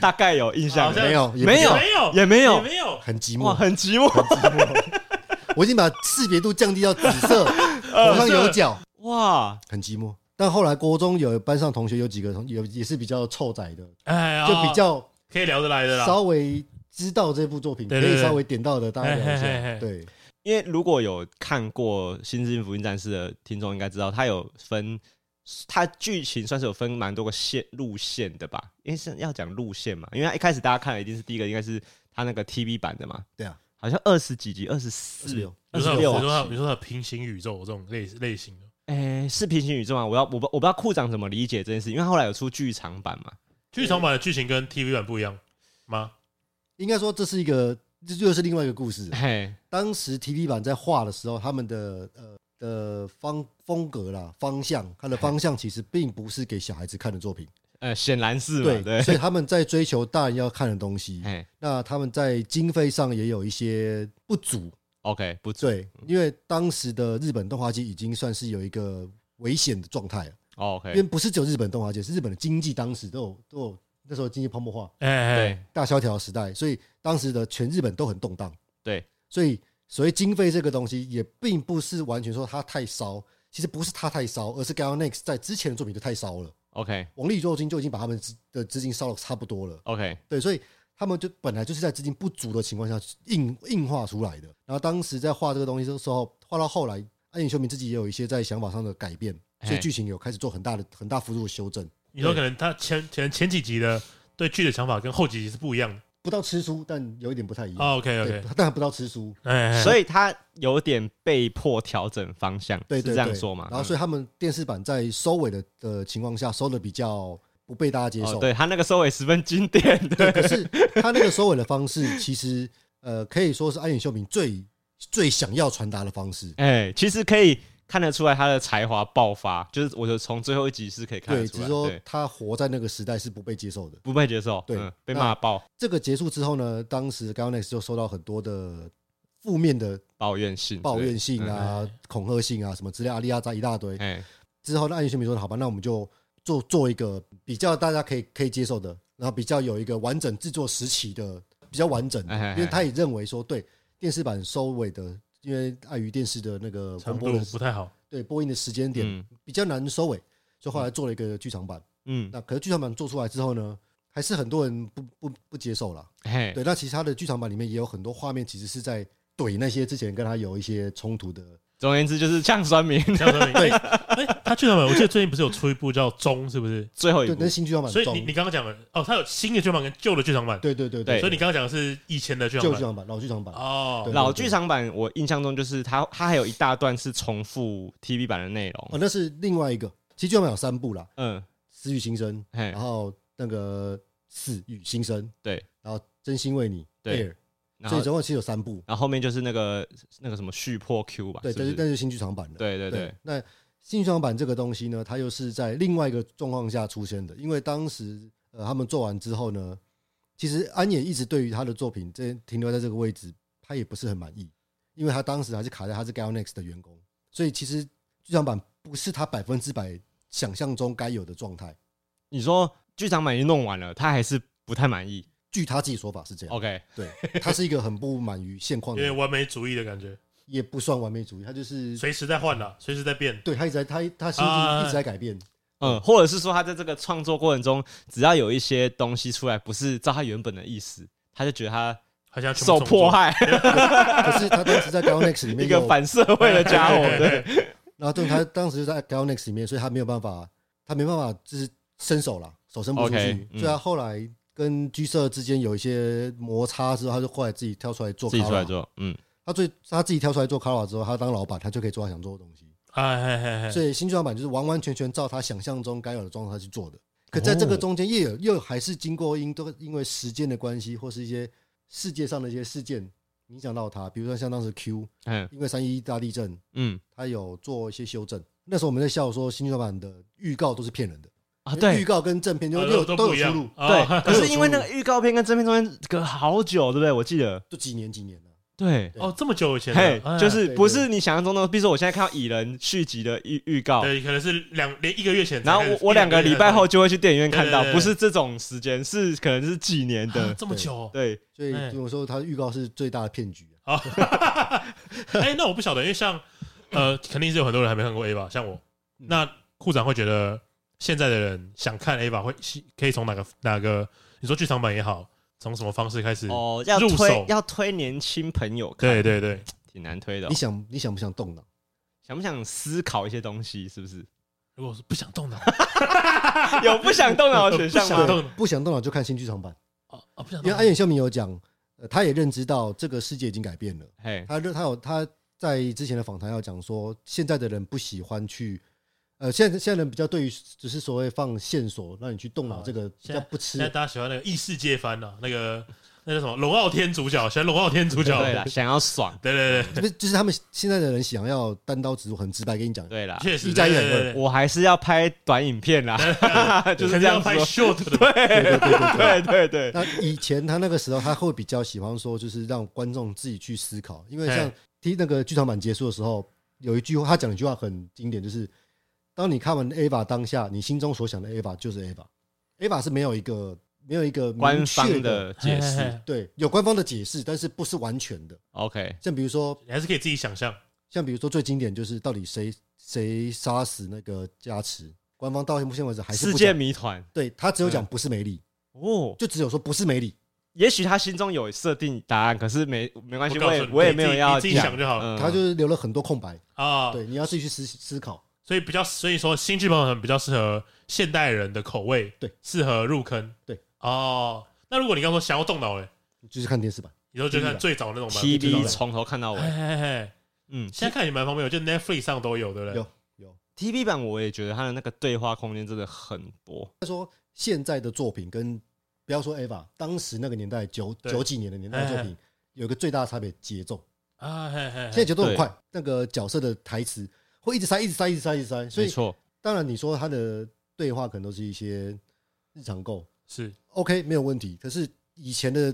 Speaker 2: 大概有印象
Speaker 3: 好，像
Speaker 4: 没有，也
Speaker 2: 没有
Speaker 3: 没有
Speaker 2: 哦也没有
Speaker 3: 也没有，
Speaker 4: 很寂
Speaker 2: 哇，
Speaker 4: 寞，
Speaker 2: 很寂寞，
Speaker 4: (laughs) 我已经把识别度降低到紫色头上有
Speaker 3: 哦
Speaker 4: 角，
Speaker 2: 哇，
Speaker 4: 很寂寞。但后来国中有班上同学有几个同有也是比较臭仔的，
Speaker 3: 哎，
Speaker 4: 就比
Speaker 3: 哦
Speaker 4: 较
Speaker 3: 可以聊得来的啦，
Speaker 4: 稍微知道这部作品，可
Speaker 3: 对对
Speaker 4: 以
Speaker 3: 对
Speaker 4: 稍微点到的，大家聊一
Speaker 3: 嘿嘿嘿
Speaker 4: 下。
Speaker 3: 嘿
Speaker 4: 对，
Speaker 2: 因为如果有看过《新世纪福音战士》的听众应该知道，它有分，它剧情算是有分蛮多个线路线的吧？因为是要讲路线嘛，因为它一开始大家看的一定是第一个，应该是它那个 TV 版的嘛。
Speaker 4: 对啊，
Speaker 2: 好像二十几集，二十四
Speaker 4: 26、
Speaker 3: 你
Speaker 2: 二
Speaker 3: 说
Speaker 2: 十
Speaker 3: 他
Speaker 2: 六
Speaker 3: 你说他
Speaker 2: 啊
Speaker 3: 你。说他平行宇宙这种类类型的
Speaker 2: 哎，是平行宇宙啊！我要我不我不知道库长怎么理解这件事，因为他后来有出剧场版嘛。
Speaker 3: 剧场版的剧情跟 TV 版不一样吗？
Speaker 4: 应该说这是一个，这又是另外一个故事。
Speaker 2: (laughs) 嘿，
Speaker 4: 当时 TV 版在画的时候，他们的呃的方风格啦、方向，它的方向其实并不是给小孩子看的作品，
Speaker 2: 呃，显然 (laughs) 是嘛，
Speaker 4: 对，
Speaker 2: 对，
Speaker 4: 所以他们在追求大人要看的东西。
Speaker 2: 哎
Speaker 4: 那他们在经费上也有一些不足，
Speaker 2: ，OK，不错
Speaker 4: 对，因为当时的日本动画机已经算是有一个危险的状态了，
Speaker 2: 哦
Speaker 4: 因为
Speaker 2: ，OK，
Speaker 4: 不是只有日本动画界，是日本的经济当时都有都有那时候经济泡沫化、
Speaker 3: 哎哎，
Speaker 2: 对
Speaker 3: 哎，
Speaker 4: 大萧条的时代，所以当时的全日本都很动荡。
Speaker 2: 对，
Speaker 4: 所以所谓经费这个东西，也并不是完全说它太烧，其实不是它太烧，而是 Gainax 在之前的作品就太烧了，
Speaker 2: ，OK，OK，
Speaker 4: 王力周金就已经把他们资的资金烧的差不多了。对，所以他们就本来就是在资金不足的情况下硬硬画出来的。然后当时在画这个东西的时候，画到后来，安野秀明自己也有一些在想法上的改变，所以
Speaker 2: 嘿
Speaker 4: 剧情有开始做很大的很大幅度的修正。
Speaker 3: 你说可能他前前前几集的对剧的想法跟后几集是不一样的。
Speaker 4: 不到吃书，但有一点不太一样。
Speaker 3: 哦 OK
Speaker 4: 对
Speaker 3: OK，，
Speaker 4: 但不到吃书，
Speaker 3: 哎，哎
Speaker 2: 所以他有点被迫调整方向，
Speaker 4: 对
Speaker 2: 是这
Speaker 4: 对对
Speaker 2: 样说嘛？
Speaker 4: 然后
Speaker 2: 嗯
Speaker 4: 所以他们电视版在收尾的的情况下，收的比较不被大家接
Speaker 2: 哦
Speaker 4: 受。，
Speaker 2: 对他那个收尾十分经典，
Speaker 4: (laughs)
Speaker 2: 对，
Speaker 4: 可是他那个收尾的方式，其实呃可以说是安野秀明最最想要传达的方式。
Speaker 2: 哎，其实可以看得出来他的才华爆发，就是我就从最后一集是可以看
Speaker 4: 对，
Speaker 2: 得出
Speaker 4: 只
Speaker 2: 来，
Speaker 4: 是说
Speaker 2: 对，
Speaker 4: 他活在那个时代是不被接受的。
Speaker 2: 不被接受，
Speaker 4: 对
Speaker 2: 嗯被
Speaker 4: 那
Speaker 2: 骂爆，
Speaker 4: 这个结束之后呢，当时 g a n e x 就收到很多的负面的
Speaker 2: 抱怨性，
Speaker 4: 抱怨信，
Speaker 2: 嗯
Speaker 4: 啊、恐吓信啊什么之类，阿利亚扎一大堆。
Speaker 2: 哎，
Speaker 4: 之后，那安野秀明说：“好吧，那我们就做做一个比较大家可以可以接受的，然后比较有一个完整制作时期的比较完整的
Speaker 2: 哎哎哎，
Speaker 4: 因为他也认为说，对电视版收尾的，因为碍于电视的那个
Speaker 3: 长
Speaker 4: 广播
Speaker 3: 度
Speaker 4: 的
Speaker 3: 不太好。
Speaker 4: 对播音的时间点
Speaker 2: 嗯
Speaker 4: 比较难收尾，所以后来做了一个剧场版。
Speaker 2: 嗯，
Speaker 4: 那可是剧场版做出来之后呢，还是很多人不不不接受啦。
Speaker 2: 嘿，
Speaker 4: 对，那其实他的剧场版里面也有很多画面，其实是在怼那些之前跟他有一些冲突的。
Speaker 2: 总而言之就是呛酸民
Speaker 3: 这样说明
Speaker 2: (laughs)
Speaker 3: 哎，哎他剧场版我记得最近不是有出一部叫《钟》，是不是？
Speaker 2: 最后一
Speaker 4: 对，
Speaker 2: 部
Speaker 4: 那，新剧场版
Speaker 3: 所以
Speaker 4: 中
Speaker 3: 你你刚刚讲的哦，他有新的剧场版跟旧的剧场版，
Speaker 4: 对对对
Speaker 2: 对
Speaker 3: 所以你刚刚讲的是以前的剧场
Speaker 4: 旧剧
Speaker 3: 版
Speaker 4: 场版、老剧场版，
Speaker 3: 哦
Speaker 4: 对
Speaker 2: 老剧场版我印象中就是它它还有一大段是重复 TV 版的内
Speaker 4: 哦，
Speaker 2: 容，
Speaker 4: 那是另外一个。其实剧场版有三部啦，
Speaker 2: 嗯，
Speaker 4: 《私欲新生》，
Speaker 2: 嘿
Speaker 4: 然，后那个《死与新生》，
Speaker 2: 对，
Speaker 4: 然后《真心为你》，
Speaker 2: 对
Speaker 4: Air，
Speaker 2: 然
Speaker 4: 所
Speaker 2: 后
Speaker 4: 以总共其实有三部。
Speaker 2: 然后后面就是那个那个什么续破 Q 吧，
Speaker 4: 对，
Speaker 2: 啊是不
Speaker 4: 但是
Speaker 2: 是
Speaker 4: 但是新剧场版的，
Speaker 2: 对对对，
Speaker 4: 那新剧场版这个东西呢，它又是在另外一个状况下出现的，因为当时呃他们做完之后呢，其实安野一直对于他的作品这停留在这个位置，他也不是很满意，因为他当时还是卡在他是 Galnex 的员工，所以其实剧场版不是他百分之百想象中该有的状态。
Speaker 2: 你说剧场版已经弄完了，他还是不太满意。
Speaker 4: 据他自己说法是这样，
Speaker 2: OK，
Speaker 4: 对他是一个很不满于现况
Speaker 3: 有
Speaker 4: 的
Speaker 3: 点
Speaker 4: 人，
Speaker 3: 完美主义的感觉，
Speaker 4: 也不算完美主义，他就是
Speaker 3: 随时在换啦，随时在变。
Speaker 4: 对他一直在他他心
Speaker 3: 啊
Speaker 4: 里一直在改变，
Speaker 2: 嗯，或者是说他在这个创作过程中，只要有一些东西出来不是照他原本的意思，他就觉得他
Speaker 3: 好像全部
Speaker 2: 受
Speaker 3: 重
Speaker 2: 迫
Speaker 3: 做，
Speaker 2: 害，
Speaker 4: 可是他当时在 Galnex 里面
Speaker 2: 一个
Speaker 4: 有
Speaker 2: 反社会的家
Speaker 3: (laughs)
Speaker 2: 伙。对，
Speaker 4: 然后对他当时就在 Galnex 里面，所以他没有办法，他没办法就是伸手了，手伸不出去
Speaker 2: OK，嗯
Speaker 4: 所以他后来跟居社之间有一些摩擦之后，他就后来自己跳出来做
Speaker 2: 自己出来
Speaker 4: Kawa
Speaker 2: 做，嗯，
Speaker 4: 他最他自己跳出来做 Kara 之后，他当老板，他就可以做他想做的东西。
Speaker 3: 哎嘿嘿嘿，
Speaker 4: 所以新剧场版就是完完全全照他想象中该有的状态去做
Speaker 3: 哦
Speaker 4: 的。可在这个中间，又有又还是经过因都因为时间的关系，或是一些世界上的一些事件影响到他，比如说像当时 Q，
Speaker 2: 嗯
Speaker 4: 因为三一一大地震，
Speaker 2: 嗯
Speaker 4: 他有做一些修正。那时候我们在笑说，新剧场版的预告都是骗人的
Speaker 2: 啊，
Speaker 4: 哎预
Speaker 2: 对
Speaker 4: 告跟正片就
Speaker 3: 啊
Speaker 4: 有
Speaker 3: 都
Speaker 4: 都
Speaker 3: 不一
Speaker 4: 有
Speaker 3: 样
Speaker 4: 出入，
Speaker 2: 对。
Speaker 3: 哦
Speaker 2: 可是因为那个预告片跟正片中间隔好久，对不对？我记得，
Speaker 4: 就几年几年了。
Speaker 2: 对，
Speaker 3: 哦，这么久以前
Speaker 2: 嘿
Speaker 3: 的，，哎
Speaker 2: 就是
Speaker 4: 对
Speaker 2: 不是你想象中的，比如说我现在看到蚁人续集的预预告
Speaker 3: 哎。对，可能是两连一个月前才
Speaker 2: 然后
Speaker 3: 开始，
Speaker 2: 我我两个礼拜后就会去电影院看到
Speaker 3: 对对，对
Speaker 2: 不是这种时间，是可能是几年
Speaker 3: 啊
Speaker 2: 的，
Speaker 3: 这么久哦，
Speaker 2: 对，
Speaker 4: 所以
Speaker 3: 哎
Speaker 4: 有时候他预告是最大的骗局啊。
Speaker 3: (laughs) 哎、那我不晓得，因为像呃，肯定是有很多人还没看过 A 吧，像我。
Speaker 2: 嗯
Speaker 3: 那库长会觉得现在的人想看 A 吧，会可以从哪个哪个？你说剧场版也好，从什么方式开始？
Speaker 2: 哦，要
Speaker 3: 入
Speaker 2: 推
Speaker 3: 手
Speaker 2: 要推年轻朋友看，
Speaker 3: 对对对，
Speaker 2: 挺难推的哦、
Speaker 4: 你想你想不想动脑？
Speaker 2: 想不想思考一些东西？是不
Speaker 3: (laughs)
Speaker 2: 是
Speaker 3: 如果是不想动脑，呃
Speaker 2: 有不想动脑的选项
Speaker 3: 不想
Speaker 2: 吗？
Speaker 3: 动脑
Speaker 4: 不想动脑就看新剧场版，
Speaker 3: 啊啊，不想
Speaker 4: 因
Speaker 3: 动
Speaker 4: 为
Speaker 3: 脑
Speaker 4: 安，野秀明有讲，呃，他也认知到这个世界已经改变了。
Speaker 2: 嘿，
Speaker 4: 他认他有他在之前的访谈要讲说，现在的人不喜欢去，呃，现在现在人比较对于只是所谓放线索让你去动脑
Speaker 3: 哦
Speaker 4: 这个比
Speaker 3: 现
Speaker 4: 较
Speaker 3: 在
Speaker 4: 不吃
Speaker 3: 现在。大家喜欢那个异世界番啊，那个那叫什么龙傲天主角，喜欢龙傲天主角，
Speaker 2: 对啦，想要爽，
Speaker 3: 对对对，
Speaker 4: 这不是就是他们现在的人想要单刀直入，很直白跟
Speaker 3: (laughs)
Speaker 4: 你讲，
Speaker 2: 对啦，
Speaker 3: 确实，
Speaker 4: 一加一
Speaker 3: 对
Speaker 4: 等于
Speaker 3: 对对对
Speaker 2: 我还是要拍短影片
Speaker 3: (laughs)
Speaker 2: 啦，就是这样
Speaker 3: 可
Speaker 2: 子
Speaker 3: 能要拍
Speaker 2: 说。
Speaker 3: short 的，对
Speaker 4: 对对对对
Speaker 2: 对
Speaker 4: 对。
Speaker 2: 对对，
Speaker 4: 那以前他那个时候，他会比较喜欢说，就是让观众自己去思考，因为像
Speaker 3: 哎
Speaker 4: 听那个剧场版结束的时候，有一句话，他讲一句话很经典，就是当你看完 Ava 当下，你心中所想的 Ava 就是 Ava，Ava 是没有一个没有一个明
Speaker 2: 官
Speaker 4: 确
Speaker 2: 方
Speaker 4: 的
Speaker 2: 的解
Speaker 3: 嘿嘿
Speaker 2: 释
Speaker 3: 嘿
Speaker 4: 对，有官方的解释，但是不是完全的。
Speaker 2: ，OK，
Speaker 4: 像比如说，
Speaker 3: 你还是可以自己想象，
Speaker 4: 像比如说最经典就是到底谁谁杀死那个加持，官方到目前为止还是
Speaker 2: 世
Speaker 4: 不
Speaker 2: 界
Speaker 4: 讲，
Speaker 2: 谜团
Speaker 4: 对他只有讲不是梅里，
Speaker 2: 哦。
Speaker 4: 就只有说不是梅里，
Speaker 2: 也许他心中有设定答案，可是没没关系，
Speaker 3: 我告
Speaker 2: 我
Speaker 3: 诉
Speaker 2: 也
Speaker 3: 你
Speaker 2: 我也
Speaker 3: 你
Speaker 2: 没
Speaker 3: 自
Speaker 2: 有
Speaker 3: 己
Speaker 2: 要
Speaker 3: 你自己
Speaker 2: 讲
Speaker 3: 想就好了
Speaker 2: 嗯
Speaker 4: 他就是留了很多空白。
Speaker 3: 啊，
Speaker 4: 对，你要自己去思思考。
Speaker 3: 所以比较，所以说新剧本很比较适合现代人的口味，
Speaker 4: 对，
Speaker 3: 适合入坑，
Speaker 4: 对，
Speaker 3: 哦。那如果你刚说想要动脑，哎，
Speaker 4: 就是看电视版。
Speaker 3: 你就就看最早那种版哎本最早
Speaker 2: TV
Speaker 3: 的
Speaker 2: 从头看到
Speaker 3: 嘿
Speaker 2: 尾，
Speaker 3: 嘿嘿，
Speaker 2: 嗯
Speaker 3: 现在看也蛮方便，我觉得 Netflix 上都有，对不对？
Speaker 4: 有有，
Speaker 2: ，TV 版我也觉得他的那个对话空间真的很多，
Speaker 4: 他说现在的作品跟不要说 Ava，当时那个年代九
Speaker 3: 对
Speaker 4: 九几年的年代的作品，有一个最大的差别节奏。
Speaker 3: 啊，嘿嘿，
Speaker 4: 现在
Speaker 3: 嘿
Speaker 4: 节奏很快，那个角色的台词会一直塞，一直塞，一直塞，一直塞。所
Speaker 2: 没
Speaker 4: 以
Speaker 2: 错，
Speaker 4: 当然你说他的对话可能都是一些日常购
Speaker 3: 是
Speaker 4: ，OK 没有问题。可是以前的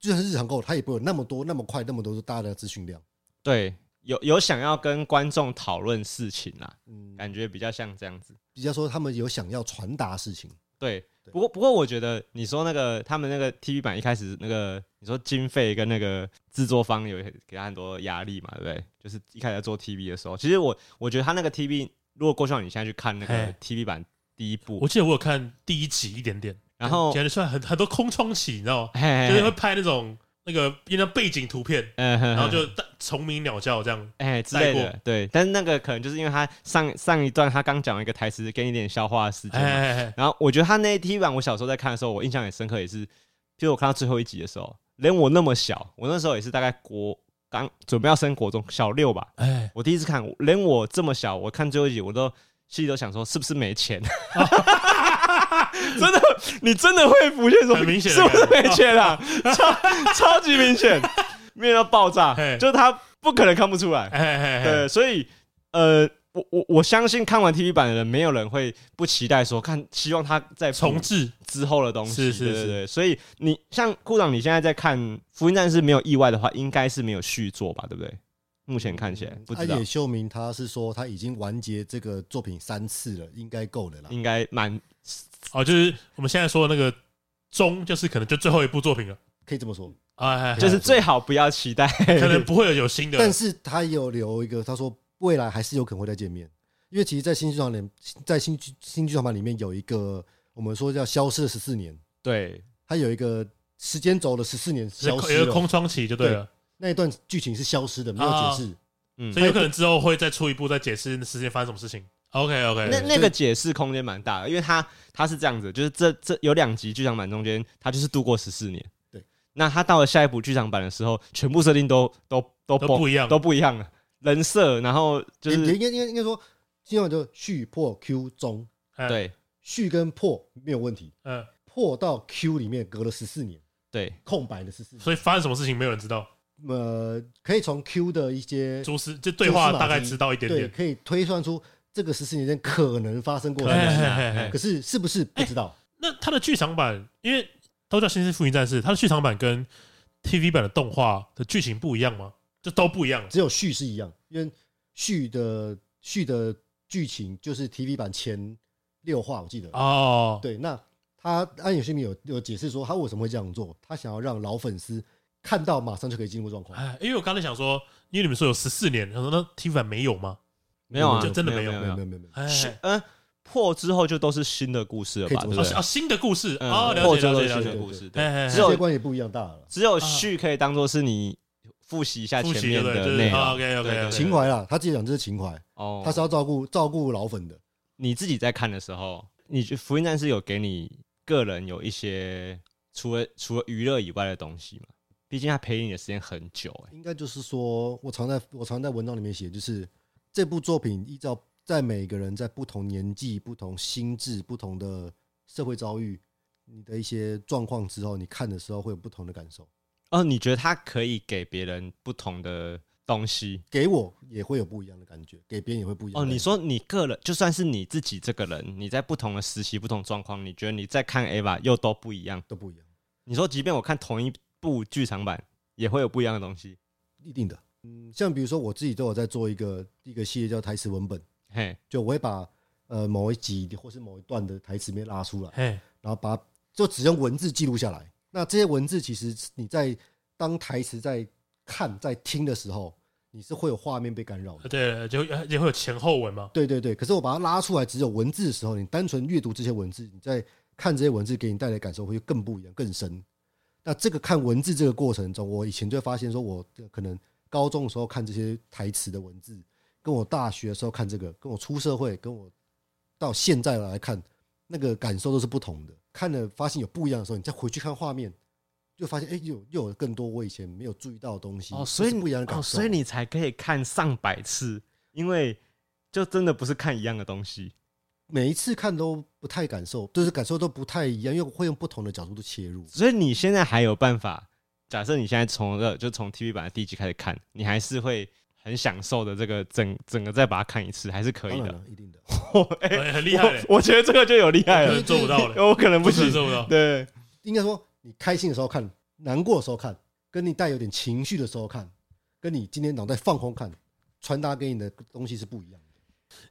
Speaker 4: 就算是日常购，他也不会有那么多、那么快、那么多大的资讯量。
Speaker 2: 对，有有想要跟观众讨论事情啦，
Speaker 4: 嗯，
Speaker 2: 感觉比较像这样子。
Speaker 4: 比较说他们有想要传达的事情，
Speaker 2: 对，
Speaker 4: 对
Speaker 2: 不过不过我觉得你说那个他们那个 TV 版一开始那个你说经费跟那个制作方有给他很多压力嘛，对不对？就是一开始在做 TV 的时候，其实我我觉得他那个 TV，如果郭校你现在去看那个
Speaker 3: 嘿
Speaker 2: TV 版第一部
Speaker 3: 我，记得我有看第一集一点点，
Speaker 2: 然后
Speaker 3: 感觉出来很很多空窗期，你知道吗？
Speaker 2: 嘿嘿嘿
Speaker 3: 就是会拍那种那个变成背景图片，
Speaker 2: 嗯，然
Speaker 3: 然后就大虫鸣鸟叫这样。
Speaker 2: 哎、之类
Speaker 3: 带
Speaker 2: 的，对，但是那个可能就是因为他上上一段他刚讲了一个台词，给你一点消化的时间
Speaker 3: 哎
Speaker 2: 嘛。
Speaker 3: 哎，哎
Speaker 2: 然后我觉得他那一 T 版，我小时候在看的时候，我印象很深刻，也是，就是我看到最后一集的时候，连我那么小，我那时候也是大概国刚准备要升国中，小六吧，
Speaker 3: 哎，
Speaker 2: 我第一次看，连我这么小，我看最后一集，我都心里都想说，是不是没钱？ (laughs) 真的，你真的会浮现说，
Speaker 3: 很明显
Speaker 2: 是
Speaker 3: 的
Speaker 2: 不是
Speaker 3: 感觉哦
Speaker 2: 没钱啊？
Speaker 3: (laughs)
Speaker 2: 超超级明显，面到爆炸
Speaker 3: 嘿，
Speaker 2: 就是他不可能看不出来。
Speaker 3: 哎哎哎
Speaker 2: 对，所以呃，我我我相信看完 TV 版的人，没有人会不期待说看，希望他在
Speaker 3: 重置
Speaker 2: 之后的东西，
Speaker 3: 是是
Speaker 2: 对对
Speaker 3: 是
Speaker 2: 对。所以你像库长，你现在在看《福音战士》，没有意外的话，应该是没有续作吧，对不对？目前看起
Speaker 3: 嗯
Speaker 2: 来不知
Speaker 4: 安
Speaker 2: 道
Speaker 3: 啊
Speaker 4: 野，嗯啊秀明他是说他已经完结这个作品三次了，应该够了啦。
Speaker 2: 应该蛮
Speaker 3: 哦，就是我们现在说的那个中，就是可能就最后一部作品了。
Speaker 4: 可以这么说。
Speaker 3: 哎，哎哎
Speaker 2: 就是最好不要期待，
Speaker 3: 可能不会有有新的，
Speaker 4: 但是他也有留一个，他说未来还是有可能会再见面，因为其实，在新剧场里，在新剧新剧场版里面有一个我们说叫消失的十四年，
Speaker 2: 对，
Speaker 4: 它有一个时间轴的十四年
Speaker 3: 是
Speaker 4: 消
Speaker 3: 有
Speaker 4: 失
Speaker 3: 一个
Speaker 4: 了，
Speaker 3: 空啊窗期就对了，
Speaker 4: 那一段剧情是消失的，没有解释。
Speaker 2: 嗯
Speaker 3: 所。以有可能之后会再出一部，再解释事件发生什么事情。OK
Speaker 2: (laughs) 那
Speaker 3: OK，
Speaker 2: 那个解释空间蛮大的，因为他他是这样子，就是这这有两集剧场版中间，他就是度过十四年。
Speaker 4: 对，
Speaker 2: 那他到了下一部剧场版的时候，全部设定都都都
Speaker 3: 都
Speaker 2: 崩
Speaker 3: 不一样
Speaker 2: 都不一样了，人设，然后就
Speaker 4: 也也
Speaker 2: 是
Speaker 4: 应该应该应该说，新剧场就续破 Q 中，
Speaker 3: 哎，
Speaker 2: 对
Speaker 4: 续跟破没有问题，
Speaker 3: 嗯，
Speaker 4: 破到 Q 里面隔了十四年，
Speaker 2: 对
Speaker 4: 空白的十四年。
Speaker 3: 所以发生什么事情没有人知道，
Speaker 4: 呃，可以从 Q 的一些
Speaker 3: 蛛丝这对话
Speaker 4: 蛛丝马迹
Speaker 3: 大概知道一点
Speaker 4: 对，
Speaker 3: 点。
Speaker 4: 可以推算出这个十四年间可能发生过
Speaker 3: 哎
Speaker 4: 什么
Speaker 3: 哎
Speaker 4: 事。
Speaker 3: 哎哎哎
Speaker 4: 可是是不是不知道？
Speaker 3: 那它的剧场版，因为都叫《新世福音战士》，它的剧场版跟 TV 版的动画的剧情不一样吗？就都不一样。
Speaker 4: 只有续是一样，因为续的续的剧情就是 TV 版前六话，我记得。
Speaker 3: 哦，
Speaker 4: 对，那他安野秀明有有解释说他为什么会这样做，他想要让老粉丝看到马上就可以进入状况。
Speaker 3: 哎，因为我刚才想说，因为你们说有十四年，想说那 TV 版没有吗？
Speaker 2: 没有啊，
Speaker 3: 就真的
Speaker 2: 没
Speaker 3: 没有
Speaker 2: 没有
Speaker 4: 没有没有没有，
Speaker 3: 哎，
Speaker 2: 是嗯。破之后就都是新的故事了
Speaker 4: 可以
Speaker 2: 吧？
Speaker 4: 这
Speaker 2: 对不
Speaker 4: 么说
Speaker 2: 对
Speaker 3: 哦是？哦，新的故事
Speaker 2: 嗯
Speaker 3: 哦，了
Speaker 2: 破
Speaker 3: 解
Speaker 2: 之后
Speaker 3: 了
Speaker 2: 都
Speaker 3: 解
Speaker 2: 是
Speaker 3: 了
Speaker 2: 新的
Speaker 3: 解
Speaker 4: 对
Speaker 2: 故事，对，
Speaker 3: 哎，
Speaker 4: 世
Speaker 2: 只有
Speaker 4: 界观也不一样大了，
Speaker 2: 只有序可以当做是你复习一下
Speaker 3: 复
Speaker 2: 前
Speaker 3: 习
Speaker 2: 面
Speaker 3: 对哦
Speaker 2: 的
Speaker 3: 就是
Speaker 2: 内容。
Speaker 3: OK
Speaker 2: 对
Speaker 3: OK
Speaker 2: 对
Speaker 4: 情怀啦，他自己讲这是情怀，
Speaker 2: 哦
Speaker 4: 他是要照顾照顾老粉的。
Speaker 2: 你自己在看的时候，你觉得《福音战士》有给你个人有一些除了除了娱乐以外的东西吗？毕竟他陪你的时间很久、欸，
Speaker 4: 应该就是说，我常在我常在文章里面写，就是这部作品依照在每个人在不同年纪、不同心智、不同的社会遭遇，你的一些状况之后，你看的时候会有不同的感受。
Speaker 2: 哦，你觉得他可以给别人不同的东西？
Speaker 4: 给我也会有不一样的感觉，给别人也会不一
Speaker 2: 哦，
Speaker 4: 样的感觉。
Speaker 2: 你说你个人，就算是你自己这个人，你在不同的时期、不同状况，你觉得你在看 Ava 又都不一样。
Speaker 4: 都不一样，
Speaker 2: 你说，即便我看同一部剧场版，也会有不一样的东西。
Speaker 4: 一定的。嗯，像比如说我自己都有在做一个一个系列叫台词文本，
Speaker 2: 嘿，
Speaker 4: 就我会把呃某一集或是某一段的台词面拉出来，
Speaker 3: 哎，
Speaker 4: 然后把就只用文字记录下来。那这些文字其实你在当台词在看在听的时候，你是会有画面被干扰的。
Speaker 3: 对，就也会有前后文
Speaker 2: 啊
Speaker 3: 嘛，
Speaker 4: 对对对，可是我把它拉出来，只有文字的时候，你单纯阅读这些文字，你在看这些文字给你带来的感受会更不一样、更深。那这个看文字这个过程中，我以前就会发现说，我可能高中的时候看这些台词的文字，跟我大学的时候看这个，跟我出社会，跟我到现在来看，那个感受都是不同的。看了发现有不一样的时候，你再回去看画面，就发现哎、诶又又有更多我以前没有注意到的东西，这是不一样的感
Speaker 2: 哦，
Speaker 4: 受。
Speaker 2: 所以你才可以看上百次，因为就真的不是看一样的东西。
Speaker 4: 每一次看都不太感受，就是感受都不太一样，因为会用不同的角度去切入。
Speaker 2: 所以你现在还有办法？假设你现在从呃，就从 TV 版的第一集开始看，你还是会很享受的。这个整整个再把它看一次，还是可以
Speaker 4: 当然
Speaker 2: 的。
Speaker 4: 了，一定的。
Speaker 2: (laughs) 哎
Speaker 3: 哎很厉害嘞，
Speaker 2: 我我觉得这个就有厉害
Speaker 3: 可
Speaker 2: 了
Speaker 3: 能，做不到嘞，
Speaker 2: 我可能不
Speaker 3: 真
Speaker 2: 行
Speaker 3: 的。做不到，
Speaker 2: 对，
Speaker 4: 应该说，你开心的时候看，难过的时候看，跟你带有点情绪的时候看，跟你今天脑袋放空看，传达给你的东西是不一样的。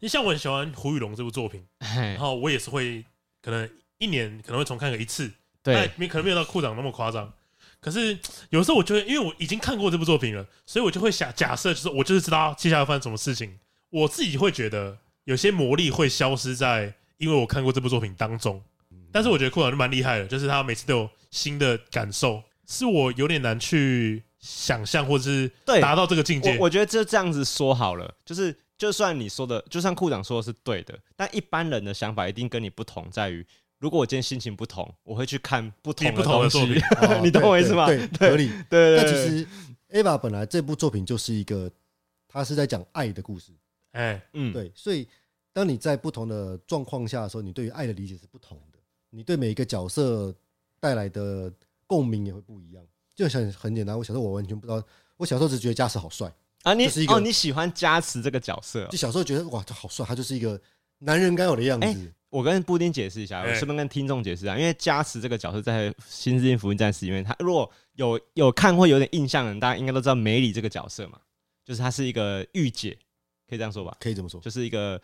Speaker 3: 你像我很喜欢胡宇龙这部作品，
Speaker 2: 哎
Speaker 3: 然后我也是会可能一年可能会重看个一次，
Speaker 2: 对，
Speaker 3: 你可能没有到库长那么夸张。可是有时候我就会，因为我已经看过这部作品了，所以我就会想假设，就是我就是知道接下来会发生什么事情。我自己会觉得有些魔力会消失在因为我看过这部作品当中。
Speaker 2: 嗯
Speaker 3: 但是我觉得库长就蛮厉害的，就是他每次都有新的感受，是我有点难去想象或者是
Speaker 2: 对
Speaker 3: 达到这个境界
Speaker 2: 我。我觉得就这样子说好了，就是就算你说的，就算库长说的是对的，但一般人的想法一定跟你不同，在于如果我今天心情不同，我会去看不同
Speaker 3: 不
Speaker 2: 的
Speaker 3: 同
Speaker 2: 东
Speaker 3: 的作品
Speaker 2: 西。你懂我意思吗
Speaker 4: 对，对合理。
Speaker 2: (laughs) 对对
Speaker 4: 那其
Speaker 2: 对，
Speaker 4: 实 Ava 本来这部作品就是一个，它是在讲爱的故事。
Speaker 3: 哎，
Speaker 2: 嗯，
Speaker 4: 对，所以当你在不同的状况下的时候，你对于爱的理解是不同的，你对每一个角色带来的共鸣也会不一样。就很很简单，我小时候我完全不知道，我小时候只觉得加斯好帅，
Speaker 2: 啊，你
Speaker 4: 就是一个
Speaker 2: 哦，你喜欢加持这个角色哦
Speaker 4: 就。小时候觉得哇，他好帅，他就是一个男人该有的样子。
Speaker 2: 哎我跟布丁解释一下，我
Speaker 3: 哎
Speaker 2: 顺便跟听众解释啊，因为加持这个角色在《新世界福音战士》里面，他如果有有看或有点印象的人，大家应该都知道梅里这个角色嘛，就是她是一个御姐，可以这样说吧？
Speaker 4: 可以这么说，
Speaker 2: 就是一个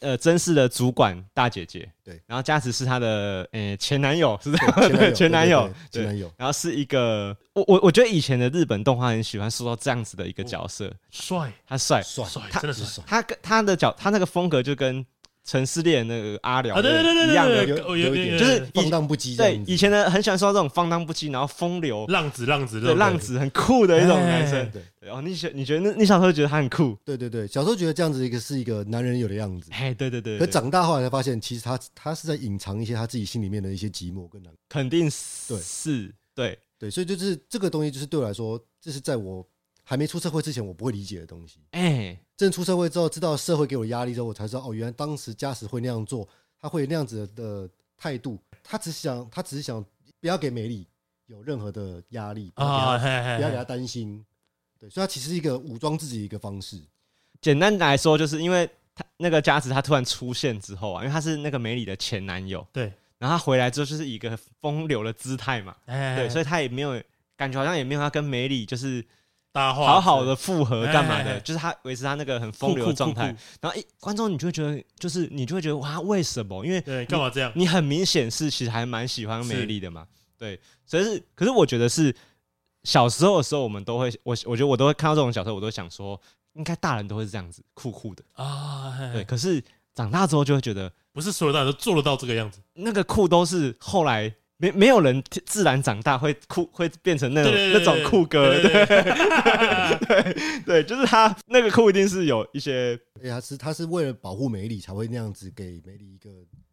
Speaker 2: 呃真实的主管大姐姐，
Speaker 4: 对
Speaker 2: 然后佳慈是她的呃前男友，是这样，
Speaker 4: 对
Speaker 2: (laughs) 前男友，
Speaker 4: 前
Speaker 2: 对。
Speaker 4: 男友，
Speaker 2: 然后是一个，我我我觉得以前的日本动画很喜欢塑造这样子的一个角色，
Speaker 3: 帅
Speaker 2: 他帅，
Speaker 4: 帅
Speaker 3: 帅，
Speaker 2: 他
Speaker 3: 真的
Speaker 4: 是
Speaker 3: 是
Speaker 4: 帅，
Speaker 2: 他跟他的角，他那个风格就跟《城市猎人》那个阿
Speaker 3: 帅
Speaker 2: 辽
Speaker 3: 啊！对对对
Speaker 2: 一样
Speaker 3: 对对
Speaker 2: 的，
Speaker 3: 对，
Speaker 4: 有
Speaker 3: 我有
Speaker 4: 有一点
Speaker 3: 点
Speaker 2: 就是以
Speaker 4: 放荡不羁这
Speaker 2: 对
Speaker 4: 样子。
Speaker 2: 以前的很喜欢说这种放荡不羁，然后风流，
Speaker 3: 浪子浪子
Speaker 2: 对浪子很酷的一种男生
Speaker 3: 哎。
Speaker 4: 对
Speaker 2: 然后你觉你觉得那你小时候觉得他很酷，
Speaker 4: 对对对，小时候觉得这样子一个是一个男人有的样子，
Speaker 2: 哎，对对对，
Speaker 4: 可
Speaker 2: 对对
Speaker 4: 长大后来才发现，其实他他是在隐藏一些他自己心里面的一些寂寞跟难过
Speaker 2: 肯定
Speaker 4: 对
Speaker 2: 是，对，
Speaker 4: 对，所以就是这个东西，就是对我来说，这是在我还没出社会之前我不会理解的东西。
Speaker 2: 哎，
Speaker 4: 真出社会之后，知道社会给我压力之后，我才知道哦，原来当时嘉实会那样做，他会有那样子的的态度。他只想，他只是想不要给美丽有任何的压力不要
Speaker 3: 啊！
Speaker 4: 给
Speaker 3: 嘿
Speaker 4: 她
Speaker 3: 嘿
Speaker 4: 不要给
Speaker 3: 嘿
Speaker 4: 他担心。对，所以他其实是一个武装自己的一个方式。
Speaker 2: 简单来说，就是因为他那个佳子他突然出现之后啊，因为他是那个美里的前男友，
Speaker 3: 对，
Speaker 2: 然后他回来之后就是一个风流的姿态嘛，
Speaker 3: 哎，
Speaker 2: 对，所以
Speaker 3: 以
Speaker 2: 他也没有感觉好像也没有要跟美里就是
Speaker 3: 搭话
Speaker 2: 好好的复合干嘛
Speaker 3: 哎哎
Speaker 2: 的，
Speaker 3: 哎
Speaker 2: 就是他维持他那个很风流的状态
Speaker 3: 酷酷。
Speaker 2: 然后一观众你就会觉得，就是你就会觉得哇，为什么？因为
Speaker 3: 对，干嘛这样？
Speaker 2: 你很明显是其实还蛮喜欢美丽的嘛，对，所以是，可是我觉得是小时候的时候，我们都会，我我觉得我都会看到这种小时候，我都想说，应该大人都会是这样子，酷酷的，
Speaker 3: 啊，嘿
Speaker 2: 对，可是，长大之后就会觉得
Speaker 3: 不是所有人都做得到这个样子。
Speaker 2: 那个酷都是后来没没有人自然长大会酷会变成那种
Speaker 3: 对
Speaker 2: 那种酷哥，对
Speaker 3: 对对
Speaker 2: (laughs)
Speaker 3: (laughs)
Speaker 2: 对，就是他那个酷一定是有一些
Speaker 4: 而且他是他是为了保护梅里才会那样子给梅里一个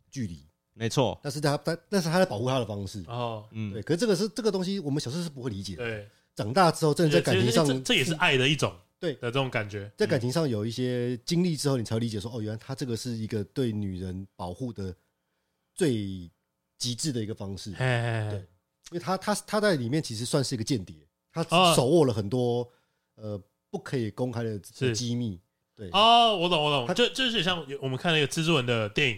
Speaker 4: 距离，
Speaker 2: 没错，
Speaker 4: 但是他他但是他在保护他的方式，
Speaker 3: 哦，
Speaker 2: 嗯
Speaker 4: 对，，可是这个是这个东西我们小时候是不会理解的，
Speaker 3: 对，
Speaker 4: 长大之后真的在感情上嗯
Speaker 3: 这，这也是嗯爱的一种，
Speaker 4: 对
Speaker 3: 的这种感觉，
Speaker 4: 在感情上有一些经历之后，你才会理解说，哦，原来他这个是一个对女人保护的最极致的一个方式，因
Speaker 3: 嘿嗯嘿嘿
Speaker 4: 对为他他他在里面其实算是一个间谍，他
Speaker 3: 哦
Speaker 4: 手握了很多呃不可以公开的呃
Speaker 3: 是
Speaker 4: 机密，对，
Speaker 3: 哦，我懂，我
Speaker 4: 他
Speaker 3: 懂，就就是像我们看那个蜘蛛人的电影，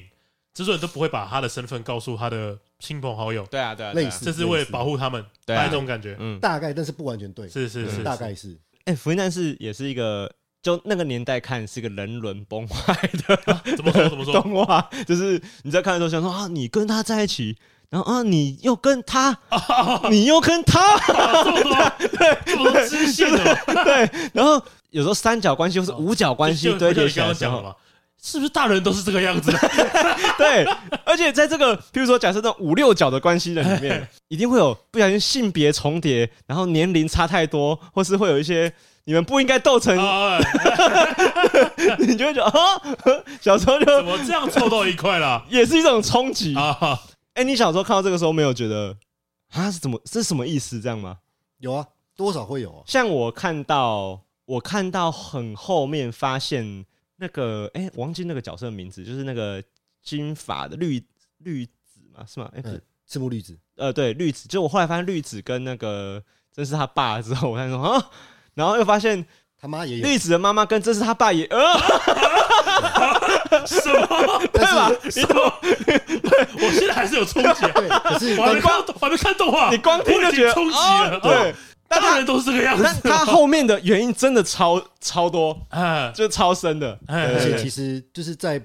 Speaker 3: 蜘蛛人都不会把他的身份告诉他的亲朋好
Speaker 4: 嗯
Speaker 3: 友，
Speaker 2: 对啊，对啊，
Speaker 4: 类似
Speaker 3: 这是为了保护他们，
Speaker 2: 对啊
Speaker 3: 那种感觉，
Speaker 2: 嗯，
Speaker 4: 大概但是不完全对，
Speaker 3: 是是
Speaker 4: 对
Speaker 3: 是，
Speaker 4: 大
Speaker 3: 是
Speaker 4: 概是
Speaker 2: 哎，福音战士也是一个。就那个年代看是一个人伦崩坏的
Speaker 3: 怎么哦说怎么说
Speaker 2: (laughs) 动画，就是你在看的时候想说啊，你跟他在一起，然后啊，你又跟
Speaker 3: (laughs)
Speaker 2: 他，你又跟他， (laughs)
Speaker 3: 这么多支线的嘛，
Speaker 2: 对，然后有时候三角关系或是五角关系
Speaker 3: 就
Speaker 2: 堆
Speaker 3: 就
Speaker 2: 叠
Speaker 3: 你
Speaker 2: 起来
Speaker 3: 刚刚
Speaker 2: 的时
Speaker 3: 讲
Speaker 2: 候
Speaker 3: 的，嘛，是不是大人都是这个
Speaker 2: (laughs)
Speaker 3: 样子？
Speaker 2: 对，而且在这个，譬如说，假设那种五六角的关系的里面，一定会有不小心性别重叠，然后年龄差太多，或是会有一些你们不应该斗成，
Speaker 3: 啊，
Speaker 2: (laughs) 你就会觉得啊， (laughs) 呵小时候
Speaker 3: 怎
Speaker 2: 就
Speaker 3: 么这样凑到一块
Speaker 2: (laughs)
Speaker 3: 了？
Speaker 2: 也是一种冲击。哎、
Speaker 3: 啊，
Speaker 2: 你小时候看到这个时候没有觉得啊是怎么这是什么意思这样吗？
Speaker 4: 有啊，多少会有啊，
Speaker 2: 像我看到我看到很后面发现那个哎、我忘记那个角色的名字，就是那个金发的绿绿子嘛是吗？哎、不是
Speaker 4: 嗯，赤木绿子，
Speaker 2: 呃，对，绿子，就我后来发现绿子跟那个真是他爸之后，我才说啊，然后又发现
Speaker 4: 他妈也有，
Speaker 2: 绿子的妈妈跟真是他爸也，呃，
Speaker 3: 什 (laughs) 么？
Speaker 2: 对吧？
Speaker 3: 什么？我现在还是有冲击，啊
Speaker 4: 对，可是
Speaker 3: (laughs) 我还没看到，我还没看动画，
Speaker 2: 你光听就觉
Speaker 3: (laughs) 我已经
Speaker 2: 得
Speaker 3: 冲击
Speaker 2: 啊
Speaker 3: 了。
Speaker 2: 对
Speaker 3: 哦，，
Speaker 2: 但
Speaker 3: 大
Speaker 2: 他
Speaker 3: 人都是这个样
Speaker 2: 但
Speaker 3: 子。
Speaker 2: 他后面的原因真的超超多，
Speaker 3: 啊，
Speaker 2: 就超深的，
Speaker 3: 哎
Speaker 4: 而
Speaker 2: 对
Speaker 4: 且其实就是在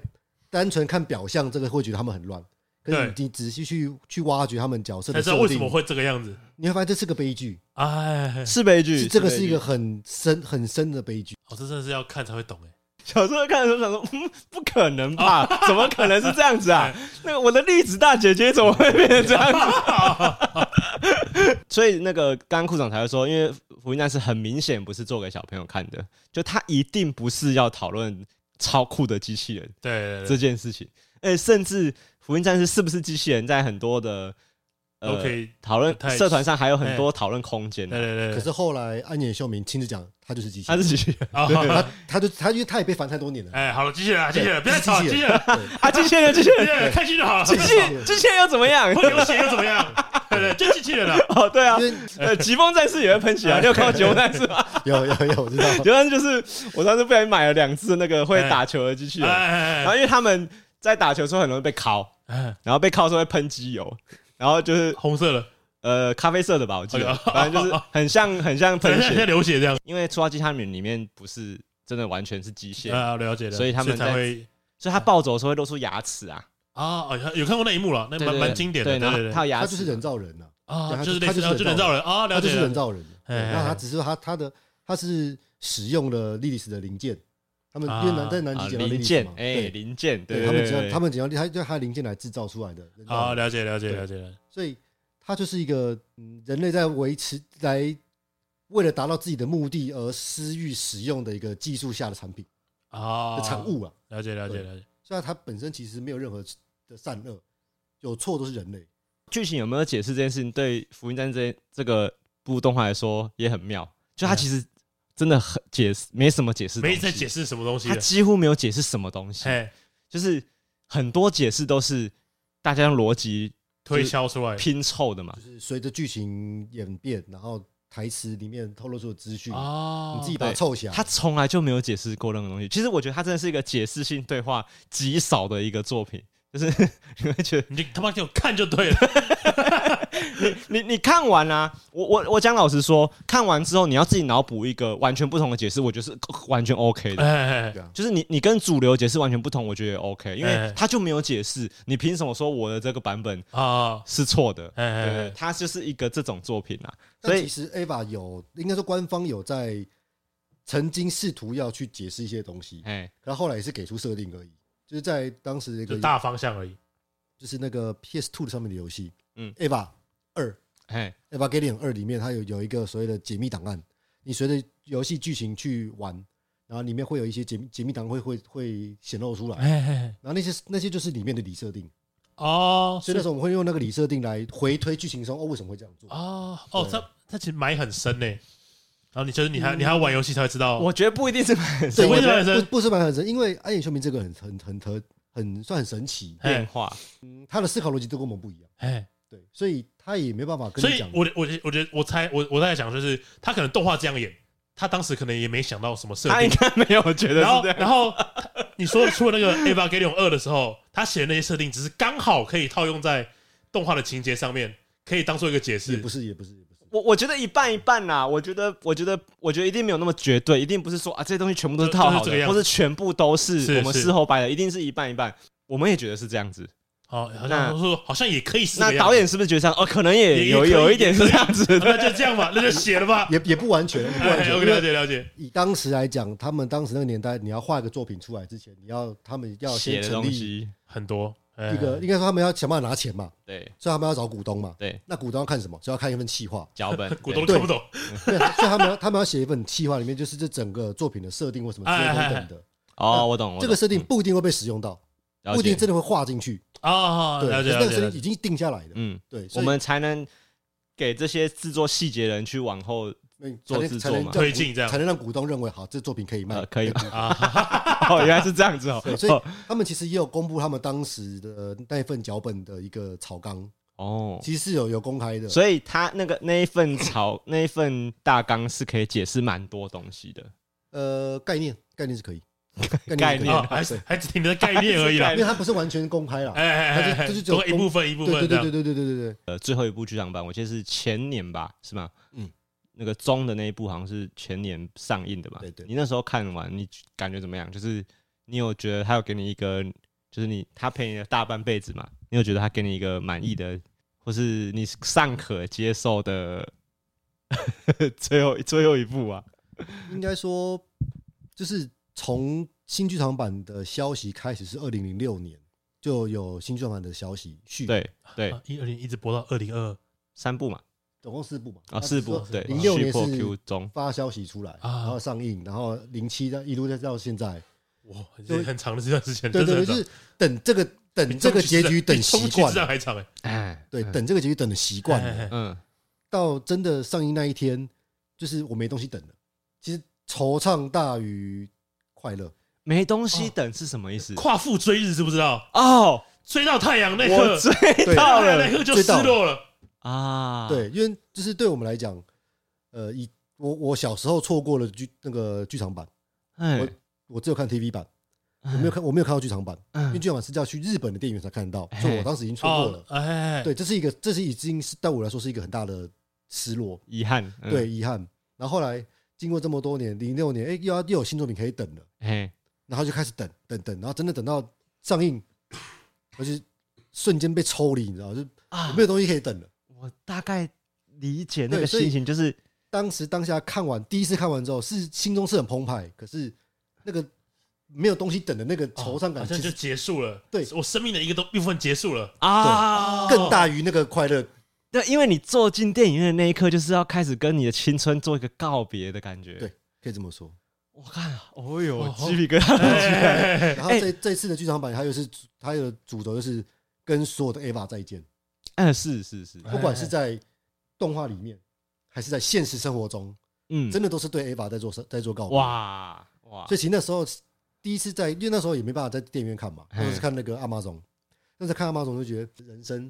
Speaker 4: 单纯看表象，这个会觉得他们很乱。可是你仔细去去挖掘他们角色
Speaker 3: 才
Speaker 4: 的
Speaker 3: 知道
Speaker 4: 设
Speaker 3: 为什
Speaker 4: 定
Speaker 3: 么，会这个样子。
Speaker 4: 你会发现这是个悲剧，
Speaker 3: 哎，
Speaker 2: 是悲剧
Speaker 4: 是，这个
Speaker 2: 悲
Speaker 4: 是一
Speaker 2: 剧
Speaker 4: 个很深很深的悲剧。
Speaker 3: 哦我这真的是要看才会懂哎。
Speaker 2: 小时候看的时候想说，嗯，不可能吧？怎么可能是这样子 (laughs) 啊？那个我的栗子大姐姐怎么会变成这样子？ (laughs) 所以那个刚刚库长才会说，因为福音战士很明显不是做给小朋友看的，就他一定不是要讨论超酷的机器人
Speaker 3: 对对
Speaker 2: 这
Speaker 3: 对，
Speaker 2: 件事情，而且甚至福音战士是不是机器人，在很多的呃
Speaker 3: 都可以
Speaker 2: 讨论哎
Speaker 3: 不太
Speaker 2: 社团上还有很多讨论空间
Speaker 3: 对
Speaker 2: 的，
Speaker 3: 对对。
Speaker 4: 可是后来安野秀明亲自讲，他就是机器
Speaker 2: 他
Speaker 4: 人，
Speaker 2: 是机器人
Speaker 3: 啊，
Speaker 4: 他他就他因为他也被烦太多年了，
Speaker 3: (laughs) 哎，好了，继续了，继续了，
Speaker 4: 对
Speaker 3: 不要再吵，
Speaker 4: 机
Speaker 3: 继
Speaker 4: 器
Speaker 3: 续
Speaker 4: 人
Speaker 3: 了，
Speaker 2: 啊，机器人，机器
Speaker 3: 继
Speaker 2: 人，
Speaker 3: 续了，开心就好了。
Speaker 2: 机器机器人又怎么样
Speaker 3: 不？流血又怎么样？对对，就机器人了。
Speaker 2: (laughs) 哦，对啊
Speaker 4: 因，为 (laughs)
Speaker 2: 呃，疾风战士也会喷血啊！你有看过疾风战士吗？
Speaker 4: 有有有，我知道，
Speaker 2: 疾风战士就是我上次不小心买了两只那个会打球的机器
Speaker 3: 哎
Speaker 2: 人，
Speaker 3: 哎
Speaker 2: 然后
Speaker 3: 哎
Speaker 2: 因为他们在打球的时候很容易被敲，
Speaker 3: 哎，
Speaker 2: 然后被敲的时候会喷机油，然后就是
Speaker 3: 红色了，
Speaker 2: 呃咖啡色的吧，我记得，
Speaker 3: OK
Speaker 2: 反正就是很像很像
Speaker 3: 等
Speaker 2: 喷
Speaker 3: 一下在
Speaker 2: 血，
Speaker 3: 流血这样。
Speaker 2: 因为出发机他们里面不是真的完全是机械，
Speaker 3: 啊，了解了，
Speaker 2: 所以他们
Speaker 3: 才
Speaker 2: 在
Speaker 3: 会
Speaker 2: 所以他暴走的时候会露出牙齿啊，
Speaker 3: 啊，哦有有看过那一幕了，那
Speaker 2: 对
Speaker 3: 蛮
Speaker 2: 对
Speaker 3: 蛮
Speaker 2: 对
Speaker 3: 经典的，
Speaker 2: 对，
Speaker 3: 对
Speaker 2: 然
Speaker 3: 对
Speaker 2: 后他
Speaker 3: 对。
Speaker 2: 有牙
Speaker 4: 他就是
Speaker 2: 齿
Speaker 4: 人，造人啊，对
Speaker 3: 啊，
Speaker 4: 他
Speaker 3: 就是类
Speaker 4: 他
Speaker 3: 似
Speaker 4: 就是
Speaker 3: 啊就人造人啊，
Speaker 4: 他
Speaker 3: 了
Speaker 4: 就
Speaker 3: 解
Speaker 4: 是人
Speaker 3: 了。
Speaker 4: 造人，对
Speaker 3: 哎哎哎
Speaker 4: 然后他只是他他的他是使用了莉莉丝的零件，他们
Speaker 3: 啊
Speaker 4: 因为南在南
Speaker 2: 啊
Speaker 4: 极捡到莉
Speaker 2: 零
Speaker 4: 莉丝
Speaker 2: 件
Speaker 4: 嘛，，
Speaker 2: 哎，
Speaker 4: 对，
Speaker 2: 零件，对
Speaker 4: 对他
Speaker 2: 对
Speaker 4: 们只
Speaker 2: 对
Speaker 4: 要
Speaker 2: 对
Speaker 4: 他们只要他就他零件来制造出来的，人造人
Speaker 3: 啊，了解了解
Speaker 4: 对
Speaker 3: 了解了。
Speaker 4: 所以它就是一个嗯人类在维持来为了达到自己的目的而私欲使用的一个技术下的产品
Speaker 3: 啊，
Speaker 4: 的产物啊。
Speaker 3: 了解了解
Speaker 4: 对
Speaker 3: 了解。
Speaker 4: 虽然它本身其实没有任何的善恶，有错都是人类。
Speaker 2: 剧情有没有解释这件事情，对《福音战士》这这个部动画来说也很妙。就它
Speaker 3: 嗯
Speaker 2: 其实真的很解释，没什么解释，
Speaker 3: 没在解，释什么东西
Speaker 2: 它
Speaker 3: 的，
Speaker 2: 几乎没有解释什么东西，
Speaker 3: 哎，
Speaker 2: 就是很多解释都是大家用逻辑
Speaker 3: 推敲出来
Speaker 2: 拼凑的嘛
Speaker 4: 就。是随着剧情演变，然后台词里面透露出的资讯，
Speaker 3: 啊
Speaker 4: 你自己把它
Speaker 2: 对
Speaker 4: 凑起来。
Speaker 2: 他从来就没有解释过任何东西。其实我觉得他真的是一个解释性对话极少的一个作品，就是 (laughs) 你会觉得
Speaker 3: 你就他妈给我看就对了。
Speaker 2: 你你看完啦、我我我讲老实说，看完之后你要自己脑补一个完全不同的解释，我觉得是完全 OK 的。
Speaker 3: 哎，哎
Speaker 4: 对啊
Speaker 2: 就是你你跟主流解释完全不同，我觉得也 OK，因
Speaker 3: 哎
Speaker 2: 为他就没有解释，你凭什么说我的这个版本
Speaker 3: 哎啊，
Speaker 2: 是错的？
Speaker 3: 哎哎
Speaker 2: 对
Speaker 3: 哎，
Speaker 2: 它就是一个这种作品啊，所
Speaker 4: 但其
Speaker 2: 以
Speaker 4: 实 AVA 有，应该说官方有在曾经试图要去解释一些东西，
Speaker 2: 哎，
Speaker 4: 然后后来也是给出设定而已，就是在当时的一
Speaker 3: 就
Speaker 4: 个
Speaker 3: 大方向而已。
Speaker 4: 就是那个 PS Two 上面的游戏，
Speaker 2: 嗯
Speaker 4: 嗯，Ava 二
Speaker 2: 哎，
Speaker 4: Ava g a l i o n 二里面，它有有一个所谓的解密档案，你随着游戏剧情去玩，然后里面会有一些解密解密档案会会会显露出来，
Speaker 3: 哎哎哎
Speaker 4: 然后那些那些就是里面的里设定，
Speaker 3: 哦，
Speaker 4: 所以那时候我们会用那个里设定来回推剧情中哦为什么会这样做，
Speaker 3: 哦哦，
Speaker 4: 对嗯
Speaker 3: 他他其实埋很深呢。然后你就是你还你还要玩游戏才会知道，
Speaker 2: 我觉得不一定是本
Speaker 3: 对
Speaker 2: 身
Speaker 3: 我也
Speaker 2: 的
Speaker 3: 觉得很
Speaker 4: 不
Speaker 3: 深
Speaker 4: 不是蛮很神，因为暗影秀明这个很很很特很算很神奇，
Speaker 3: 哎
Speaker 2: 变化，
Speaker 4: 嗯他的思考逻辑都跟我们不一样，
Speaker 3: 哎，
Speaker 4: 对，所以他也没办法跟
Speaker 3: 所
Speaker 4: 你
Speaker 3: 以
Speaker 4: 讲，
Speaker 3: 我的我觉我觉得我猜我我在想就是他可能动画这样演，他当时可能也没想到什么设
Speaker 2: 他应
Speaker 3: 定。
Speaker 2: 该没有觉得
Speaker 3: 然
Speaker 2: 是
Speaker 3: 后
Speaker 2: 这样。
Speaker 3: 然后他你说出了那个 Evangelion 二的时候，他写的那些设定只是刚好可以套用在动画的情节上面，可以当做一个解
Speaker 4: 也
Speaker 3: 释
Speaker 4: 不。是也不是也不是，
Speaker 2: 我我觉得一半一半啦，我觉得我觉得我觉得一定没有那么绝对，一定不是说啊这些东西全部都是套好
Speaker 3: 就就是这个
Speaker 2: 的，
Speaker 3: 样子
Speaker 2: 或是全部都
Speaker 3: 是
Speaker 2: 是我们
Speaker 3: 是
Speaker 2: 事后摆的，一定是一半一半。我们也觉得是这样子，
Speaker 3: 哦，好
Speaker 2: 那
Speaker 3: 像说好像也可以是这
Speaker 2: 那
Speaker 3: 个样
Speaker 2: 导
Speaker 3: 子，
Speaker 2: 演是不是觉得这样？哦，可能也
Speaker 3: 也
Speaker 2: 有
Speaker 3: 也可以
Speaker 2: 有一点是这样子的，
Speaker 3: 那就这样吧，那就写
Speaker 2: (laughs)
Speaker 3: 了吧。
Speaker 4: (laughs) 也也不完全，也不完
Speaker 3: 哎
Speaker 4: 全，
Speaker 3: ，OK，
Speaker 4: 因为
Speaker 3: 了解了解。
Speaker 4: 以当时来讲，他们当时那个年代，你要画一个作品出来之前，你要他们要
Speaker 2: 写
Speaker 4: 先
Speaker 2: 的
Speaker 4: 成
Speaker 2: 东
Speaker 4: 立
Speaker 2: 西，
Speaker 3: 很多哎
Speaker 4: 一个，应该说他们要想办法拿钱嘛，
Speaker 2: 对
Speaker 4: 所以他们要找股东嘛。
Speaker 2: 对，，
Speaker 4: 那股东要看什么？就要看一份企划 (laughs)
Speaker 2: 脚本
Speaker 3: (laughs) 股东
Speaker 2: 对
Speaker 3: 看不懂，
Speaker 4: 对，所以他们要他们要写一份企划，里面就是这整个作品的设定或什么之类
Speaker 3: 哎哎哎
Speaker 4: 等等的。
Speaker 2: 哦，我懂，我懂
Speaker 4: 这个设定不一定会被使用到，
Speaker 2: 嗯
Speaker 4: 不一定
Speaker 2: 了解
Speaker 4: 真的会画进去。
Speaker 3: 啊，
Speaker 4: 对，
Speaker 3: 了
Speaker 4: 可
Speaker 3: 解
Speaker 4: 是
Speaker 3: 了
Speaker 4: 那
Speaker 3: 解
Speaker 4: 个
Speaker 3: 了
Speaker 4: 是
Speaker 3: 解
Speaker 4: 已经定下来的。
Speaker 2: 嗯，
Speaker 4: 对，所
Speaker 2: 我
Speaker 4: 以
Speaker 2: 们才能给这些制作细节人去往后
Speaker 4: 嗯
Speaker 2: 做
Speaker 4: 才能
Speaker 2: 制
Speaker 4: 才
Speaker 2: 作
Speaker 4: 能
Speaker 2: 嘛
Speaker 4: 让
Speaker 3: 推进这样
Speaker 4: 才能让股东认为好，这作品可以卖
Speaker 2: 呃，可以吗？
Speaker 4: (laughs)
Speaker 3: 啊，
Speaker 2: 哦，原来是这样子哦
Speaker 4: 对，所以他们其实也有公布他们当时的呃那一份脚本的一个草纲，
Speaker 2: 哦，
Speaker 4: 其实是有有公开的。
Speaker 2: 所以他那个那一份草那一份大纲是可以解释蛮多东西的，
Speaker 4: 呃，概念概念是可以，概
Speaker 2: 概
Speaker 4: 念是可以
Speaker 2: 念
Speaker 3: 啊，还是还只停留在概念而已啦
Speaker 2: (laughs)
Speaker 4: 因。为它不是完全公开啦。
Speaker 3: 哎哎哎哎，一部分一部
Speaker 4: 对
Speaker 3: 分这
Speaker 4: 对对
Speaker 3: 样
Speaker 4: 对对对对对对，
Speaker 2: 呃，最后一部剧场版我记得是前年吧，是吗？
Speaker 4: 嗯，
Speaker 2: 那个中的那一部好像是前年上映的嘛。
Speaker 4: 对对
Speaker 2: 你那时候看完，你感觉怎么样？就是你有觉得他有给你一个，就是你他陪你了大半辈子嘛，你有觉得他给你一个满意的，或是你尚可接受的 (laughs) 最后最后一部啊？
Speaker 4: 嗯应该说就是从新剧场版的消息开始是二零零六年就有新剧场版的消息续，，
Speaker 2: 对对
Speaker 3: 啊，一二零一直播到二零二
Speaker 2: 三部嘛，
Speaker 4: 总共四部嘛，
Speaker 2: 啊四部，对，哎
Speaker 4: 零六
Speaker 2: 续
Speaker 4: 年
Speaker 2: 破
Speaker 4: 是
Speaker 2: Q 中，
Speaker 4: 发消息出来，
Speaker 3: 啊
Speaker 4: 然后上映，然后零七到一路再到现在，
Speaker 3: 哇，这很长的这段时间，
Speaker 4: 对
Speaker 3: 真的
Speaker 4: 对，
Speaker 3: 很
Speaker 4: 就
Speaker 3: 长
Speaker 4: 是等这个等这个结局等习
Speaker 3: 比终极
Speaker 4: 惯
Speaker 3: 之，战还长哎，
Speaker 2: 哎，
Speaker 4: 对，
Speaker 2: 嗯
Speaker 4: 等这个结局等的习惯了
Speaker 3: 哎哎哎
Speaker 2: 嗯，
Speaker 4: 到真的上映那一天，就是我没东西等了。其实惆怅大于快乐，
Speaker 2: 没东
Speaker 4: 哦
Speaker 2: 西等是什么意思？
Speaker 3: 夸父追日知不知道？
Speaker 2: 哦，
Speaker 3: 追到太阳那
Speaker 2: (laughs) 我
Speaker 3: 刻，
Speaker 2: 追
Speaker 4: 对
Speaker 2: 到
Speaker 3: 太阳那
Speaker 2: 了
Speaker 3: 刻就失落了。
Speaker 2: 啊！，
Speaker 4: 对，因为就是对我们来讲，呃，以我我小时候错过了剧那个剧场版，
Speaker 2: 哎，
Speaker 4: 我只有看 TV 版，我没有看我没有看到剧场版，
Speaker 2: 嗯
Speaker 4: 因为剧场版是要去日本的电影院才看得到，所以我当时已经错过
Speaker 3: 哦
Speaker 4: 了，。
Speaker 3: 哎哎，哎
Speaker 4: 对，这是一个这是已经是对我来说是一个很大的失落，
Speaker 2: 遗憾，嗯，
Speaker 4: 对，遗憾。然后后来经过这么多年，零六年，哎，又要又有新作品可以等了。
Speaker 2: 哎，
Speaker 4: 然后就开始等等等，然后真的等到上映，我就瞬间被抽离，你知道吗，就
Speaker 2: 啊
Speaker 4: 没，有东西可以等了。
Speaker 2: 我大概理解那个
Speaker 4: 对所以
Speaker 2: 心情，就是
Speaker 4: 当时当下看完第一次看完之后，是心中是很澎湃，可是那个没有东西等的那个惆怅
Speaker 3: 哦好
Speaker 4: 感，
Speaker 3: 像
Speaker 4: 其
Speaker 3: 就
Speaker 4: 实
Speaker 3: 结束了。
Speaker 4: 对
Speaker 3: 我生命的一个都部分结束
Speaker 2: (laughs)
Speaker 3: 了。
Speaker 2: 啊，
Speaker 3: 哦
Speaker 4: 更大于那个快乐。
Speaker 2: 对，因为你坐进电影院的那一刻，就是要开始跟你的青春做一个告别的感觉。
Speaker 4: 对，，可以这么说。
Speaker 2: 我看，哦呦，
Speaker 3: 哦
Speaker 2: 鸡皮疙瘩
Speaker 3: 哎
Speaker 2: 起 (laughs) 来。
Speaker 3: 哎哎哎
Speaker 4: 然后这这次的剧场版，它又是它有主轴就是跟所有的 AVA 再见，
Speaker 2: 嗯，是是是，
Speaker 4: 不管是
Speaker 3: 哎
Speaker 4: 在动画里面还是在现实生活中，
Speaker 2: 嗯，
Speaker 4: 真的都是对 AVA 在做在做告别。
Speaker 2: 哇哇
Speaker 4: 所，以其实那时候第一次在，因为那时候也没办法在电影院看嘛，
Speaker 2: 嗯
Speaker 4: 那时候是看那个阿玛总，那时候看阿玛总就觉得
Speaker 2: (laughs)
Speaker 4: 人
Speaker 2: (laughs)
Speaker 4: 生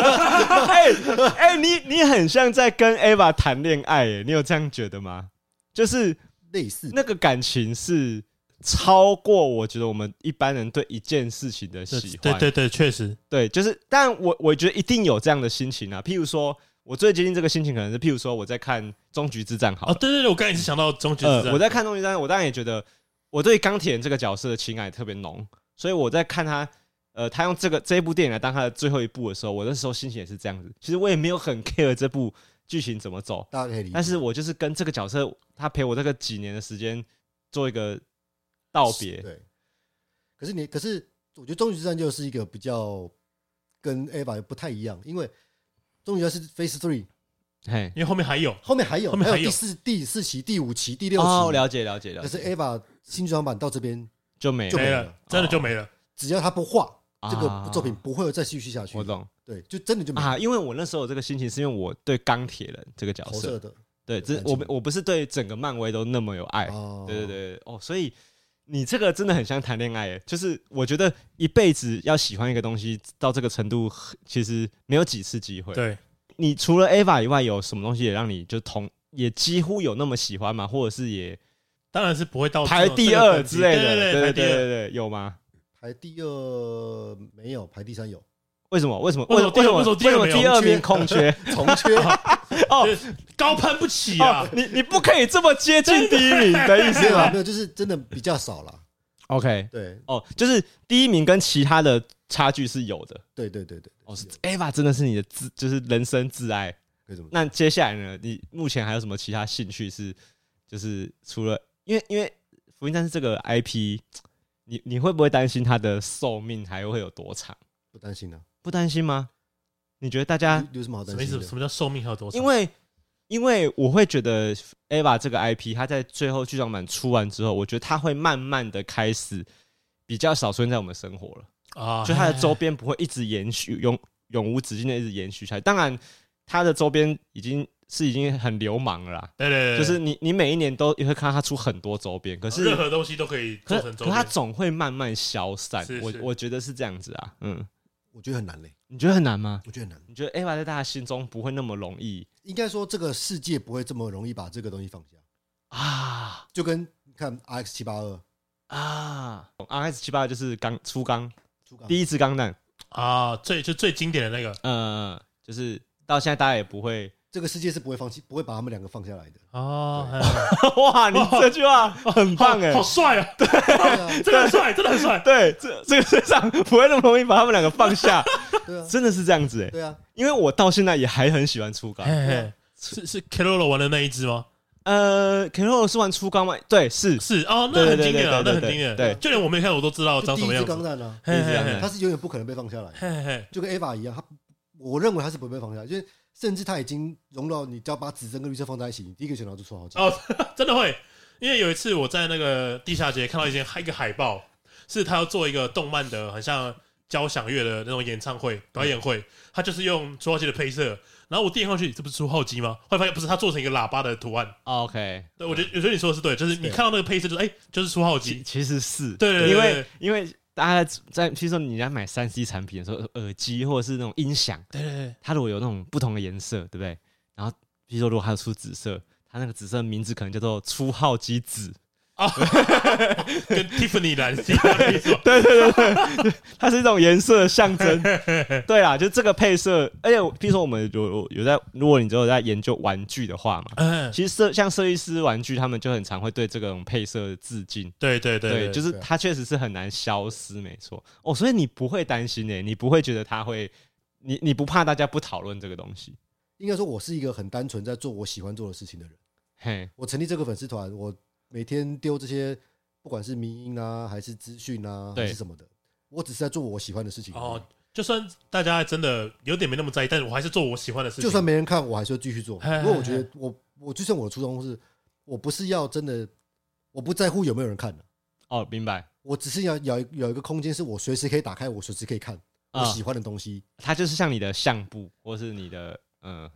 Speaker 2: 哎哎，你你很像在跟 Ava 谈恋爱，哎，你有这样觉得吗？就是
Speaker 4: 类似，
Speaker 2: 那个感情是超过我觉得我们一般人对一件事情的喜
Speaker 3: 对
Speaker 2: 欢。
Speaker 3: 对对，确实
Speaker 2: 对，就是，但我我觉得一定有这样的心情啊。譬如说，我最接近这个心情，可能是譬如说我在看《终局之战》好
Speaker 3: 哦，
Speaker 2: 了，
Speaker 3: 对对对，我刚才也是想到终极之
Speaker 2: 呃，
Speaker 3: 战，
Speaker 2: 我在看《终局之战》，我当然也觉得我对钢铁人这个角色的情感也特别浓，所以我在看他，呃，他用这个这一部电影来当他的最后一部的时候，我那时候心情也是这样子。其实我也没有很 care 这部剧情怎么走，
Speaker 4: 大家可以理解。
Speaker 2: 但是我就是跟这个角色，他陪我这个几年的时间做一个道别。
Speaker 4: 对，可是你，可是我觉得《终极之战》就是一个比较跟 Ava 不太一样，因为《终极之战》是 Phase Three，
Speaker 2: 嘿，
Speaker 3: 因为后面还有
Speaker 4: 后面还有
Speaker 3: 后面还有
Speaker 4: 有第四、第四期、第五期、第六期，
Speaker 2: 哦，了解了解了
Speaker 4: 可是
Speaker 2: 解，
Speaker 4: Ava 新剧场版到这边，
Speaker 2: 就没
Speaker 4: 就
Speaker 2: 了
Speaker 3: 没
Speaker 4: 没
Speaker 3: 了
Speaker 4: 了，
Speaker 3: 真的就没了。
Speaker 4: 只要他不画，这
Speaker 2: 啊
Speaker 4: 个作品嗯不会再继续下去
Speaker 2: 我。懂
Speaker 4: 对，就真的就没
Speaker 2: 啊，因为我那时候有这个心情是因为我对钢铁人这个角
Speaker 4: 投射
Speaker 2: 色，
Speaker 4: 的
Speaker 2: 对，这
Speaker 4: 感
Speaker 2: 我
Speaker 4: 情
Speaker 2: 我不是对整个漫威都那么有爱，
Speaker 4: 哦，
Speaker 2: 哎对对对对，哦，所以你这个真的很像谈恋爱耶，就是我觉得一辈子要喜欢一个东西到这个程度，其实没有几次机会。
Speaker 3: 对，
Speaker 2: 你除了 Ava 以外，有什么东西也让你就同也几乎有那么喜欢吗？或者是也
Speaker 3: 当然是不会到
Speaker 2: 排第二之类的？对
Speaker 3: 对
Speaker 2: 对
Speaker 3: 排第二。
Speaker 2: 对对，有吗？
Speaker 4: 排第二没有，排第
Speaker 3: (laughs)
Speaker 4: 三有
Speaker 2: 为什么？为什么？
Speaker 3: 为什么
Speaker 2: 为什么？
Speaker 3: 为
Speaker 2: 为
Speaker 3: 什
Speaker 2: 什
Speaker 3: 么
Speaker 2: 么
Speaker 3: 第二没有
Speaker 2: 第二名空缺？
Speaker 4: 重
Speaker 3: (laughs)
Speaker 4: 缺，
Speaker 2: 哦
Speaker 3: 就是高攀不起
Speaker 2: 哦
Speaker 3: 啊，！
Speaker 2: 你你不可以这么接近第一名的意
Speaker 4: 没
Speaker 2: 思
Speaker 4: 有
Speaker 2: 吗
Speaker 4: 啊没有，就是真的比较少啦。
Speaker 2: ？OK，
Speaker 4: 对
Speaker 2: 哦，就是第一名跟其他的差距是有的。
Speaker 4: 对对对对，
Speaker 2: 哦
Speaker 4: 是有
Speaker 2: ，Ava 真的是你的挚，就是人生挚爱。
Speaker 4: 可以这么说
Speaker 2: 那接下来呢？你目前还有什么其他兴趣是，就是除了因为因为福音战士这个 IP，你你会不会担心它的寿命还会有多长？
Speaker 4: 不担心啊，
Speaker 2: 不担心吗？你觉得大家
Speaker 4: 有有什么好
Speaker 3: 啊什
Speaker 4: 担
Speaker 3: 么意
Speaker 4: 心
Speaker 3: 思？
Speaker 4: 的
Speaker 3: 什？么叫寿命还有多长？
Speaker 2: 因为因为我会觉得 Ava 这个 IP，它在最后剧场版出完之后，我觉得它会慢慢的开始比较少出现在我们生活了。
Speaker 3: 啊，
Speaker 2: 就它的周边不会一直延续，永永无止境的一直延续下去。当然，它的周边已经是已经很流氓了啦，
Speaker 3: 对，对对对，
Speaker 2: 就是你你每一年都会看到它出很多周边，可是
Speaker 3: 任何东西都可以
Speaker 2: 可
Speaker 3: 做
Speaker 2: 是
Speaker 3: 成周
Speaker 2: 可它
Speaker 3: 边。
Speaker 2: 总会慢慢消散
Speaker 3: 是。
Speaker 2: 我
Speaker 3: 是
Speaker 2: 我觉得是这样子啊，嗯，
Speaker 4: 我觉得很难嘞，
Speaker 2: 你觉得很难吗？
Speaker 4: 我觉得很难。
Speaker 2: 你觉得哎 Ava 在大家心中不会那么容易
Speaker 4: 应该说这个世界不会这么容易把这个东西放下，
Speaker 2: 啊
Speaker 4: 就跟你看 RX 七八二
Speaker 2: 啊？RS 七八就是钢粗钢
Speaker 4: 出港，
Speaker 2: 第一支钢弹，
Speaker 3: 啊，最就最经典的那个
Speaker 2: 嗯，就是到现在大家也不
Speaker 3: (laughs)
Speaker 2: 会。
Speaker 4: 这个世界是不会放弃，不会把他们两个放下来的。
Speaker 3: 哦，
Speaker 2: 哇，你这句话很棒哎、
Speaker 3: 哎好帅啊！
Speaker 4: 对啊，
Speaker 3: 真的很帅，真的很帅。
Speaker 2: 对，这这个身上不会那么容易把他们两个放
Speaker 3: (laughs)
Speaker 2: 下，
Speaker 4: 对啊，
Speaker 2: 真的是这样子哎、
Speaker 4: 对啊，
Speaker 2: 因为我到现在也还很喜欢初钢，
Speaker 3: 嘿嘿是是 k i r o l 玩的那一只吗？
Speaker 2: 呃 k e r o 是玩初钢吗？对，是
Speaker 3: 是哦，那很经典啊，那
Speaker 2: 对对对对
Speaker 3: 很
Speaker 2: 对
Speaker 3: 经典。
Speaker 2: 对
Speaker 3: 就连我没看我都知道
Speaker 4: 就
Speaker 3: 哦长
Speaker 4: 第
Speaker 3: 什
Speaker 4: 一
Speaker 3: 么样
Speaker 4: 支
Speaker 3: 子嗯
Speaker 4: 钢。弹啊，
Speaker 3: 嘿嘿
Speaker 2: 第一支钢
Speaker 3: 嘿
Speaker 2: 弹
Speaker 4: 它是永远不可能被放下来的，
Speaker 3: 嘿嘿，
Speaker 4: 就跟 Ava 一样，他我认为他是不会被放下来，就是甚至他已经融到你只要把紫色跟绿色放在一起，你第一个选到就出好几。
Speaker 3: 哦真的会。因为有一次我在那个地下街看到一件一个海报，是他要做一个动漫的，很像交响乐的那种演唱会表演会，他就是用朱浩基的配色。然后我点上去，这不是朱浩基吗？后来发现不是，他做成一个喇叭的图案。
Speaker 2: OK，
Speaker 3: 对，我觉得我觉得你说的是对，就是你
Speaker 4: 对
Speaker 3: 看到那个配色，就是哎、就是朱浩
Speaker 2: 其
Speaker 3: 基。
Speaker 2: 其实是
Speaker 3: 对对对
Speaker 2: 因
Speaker 3: 对
Speaker 2: 为因为大家在譬如说你在买三 C 产品的时候，耳机或者是那种音响，
Speaker 3: 对对对，
Speaker 2: 它如果有那种不同的颜色，对不对？然后譬如说如果它有出紫色，它那个紫色的名字可能叫做初号机紫，
Speaker 3: 跟 Tiffany 蓝是一样的意思吧
Speaker 2: 对对对对，它是一种颜色的象
Speaker 3: (laughs)
Speaker 2: 征。对啦，就这个配色，而且我譬如说我们有有有在，如果你只有在研究玩具的话嘛，
Speaker 3: 嗯，
Speaker 2: 其实设像设计师玩具，他们就很常会对这种配色致敬。
Speaker 3: 对对对
Speaker 2: 对，就是
Speaker 4: 对
Speaker 2: 它确实是很难消失，没错。哦，所以你不会担心诶、欸你不会觉得它会，你你不怕大家不讨论这个东西？
Speaker 4: 应该说，我是一个很单纯在做我喜欢做的事情的人。
Speaker 2: 嘿，
Speaker 4: 我成立这个粉丝团，我每天丢这些，不管是迷音啊，还是资讯啊，
Speaker 2: 对
Speaker 4: 还是什么的，我只是在做我喜欢的事情。
Speaker 3: 哦，，就算大家真的有点没那么在意，但是我还是做我喜欢的事情。
Speaker 4: 就算没人看，我还是会继续做。
Speaker 3: 嘿嘿嘿
Speaker 4: 因为我觉得我，我就算我的初衷是，我不是要真的，我不在乎有没有人看的，
Speaker 2: 哦，明白。
Speaker 4: 我只是要有一有一个空间，是我随时可以打开，我随时可以看我
Speaker 2: 啊
Speaker 4: 喜欢的东西，
Speaker 2: 它就是像你的相簿，或是你的嗯、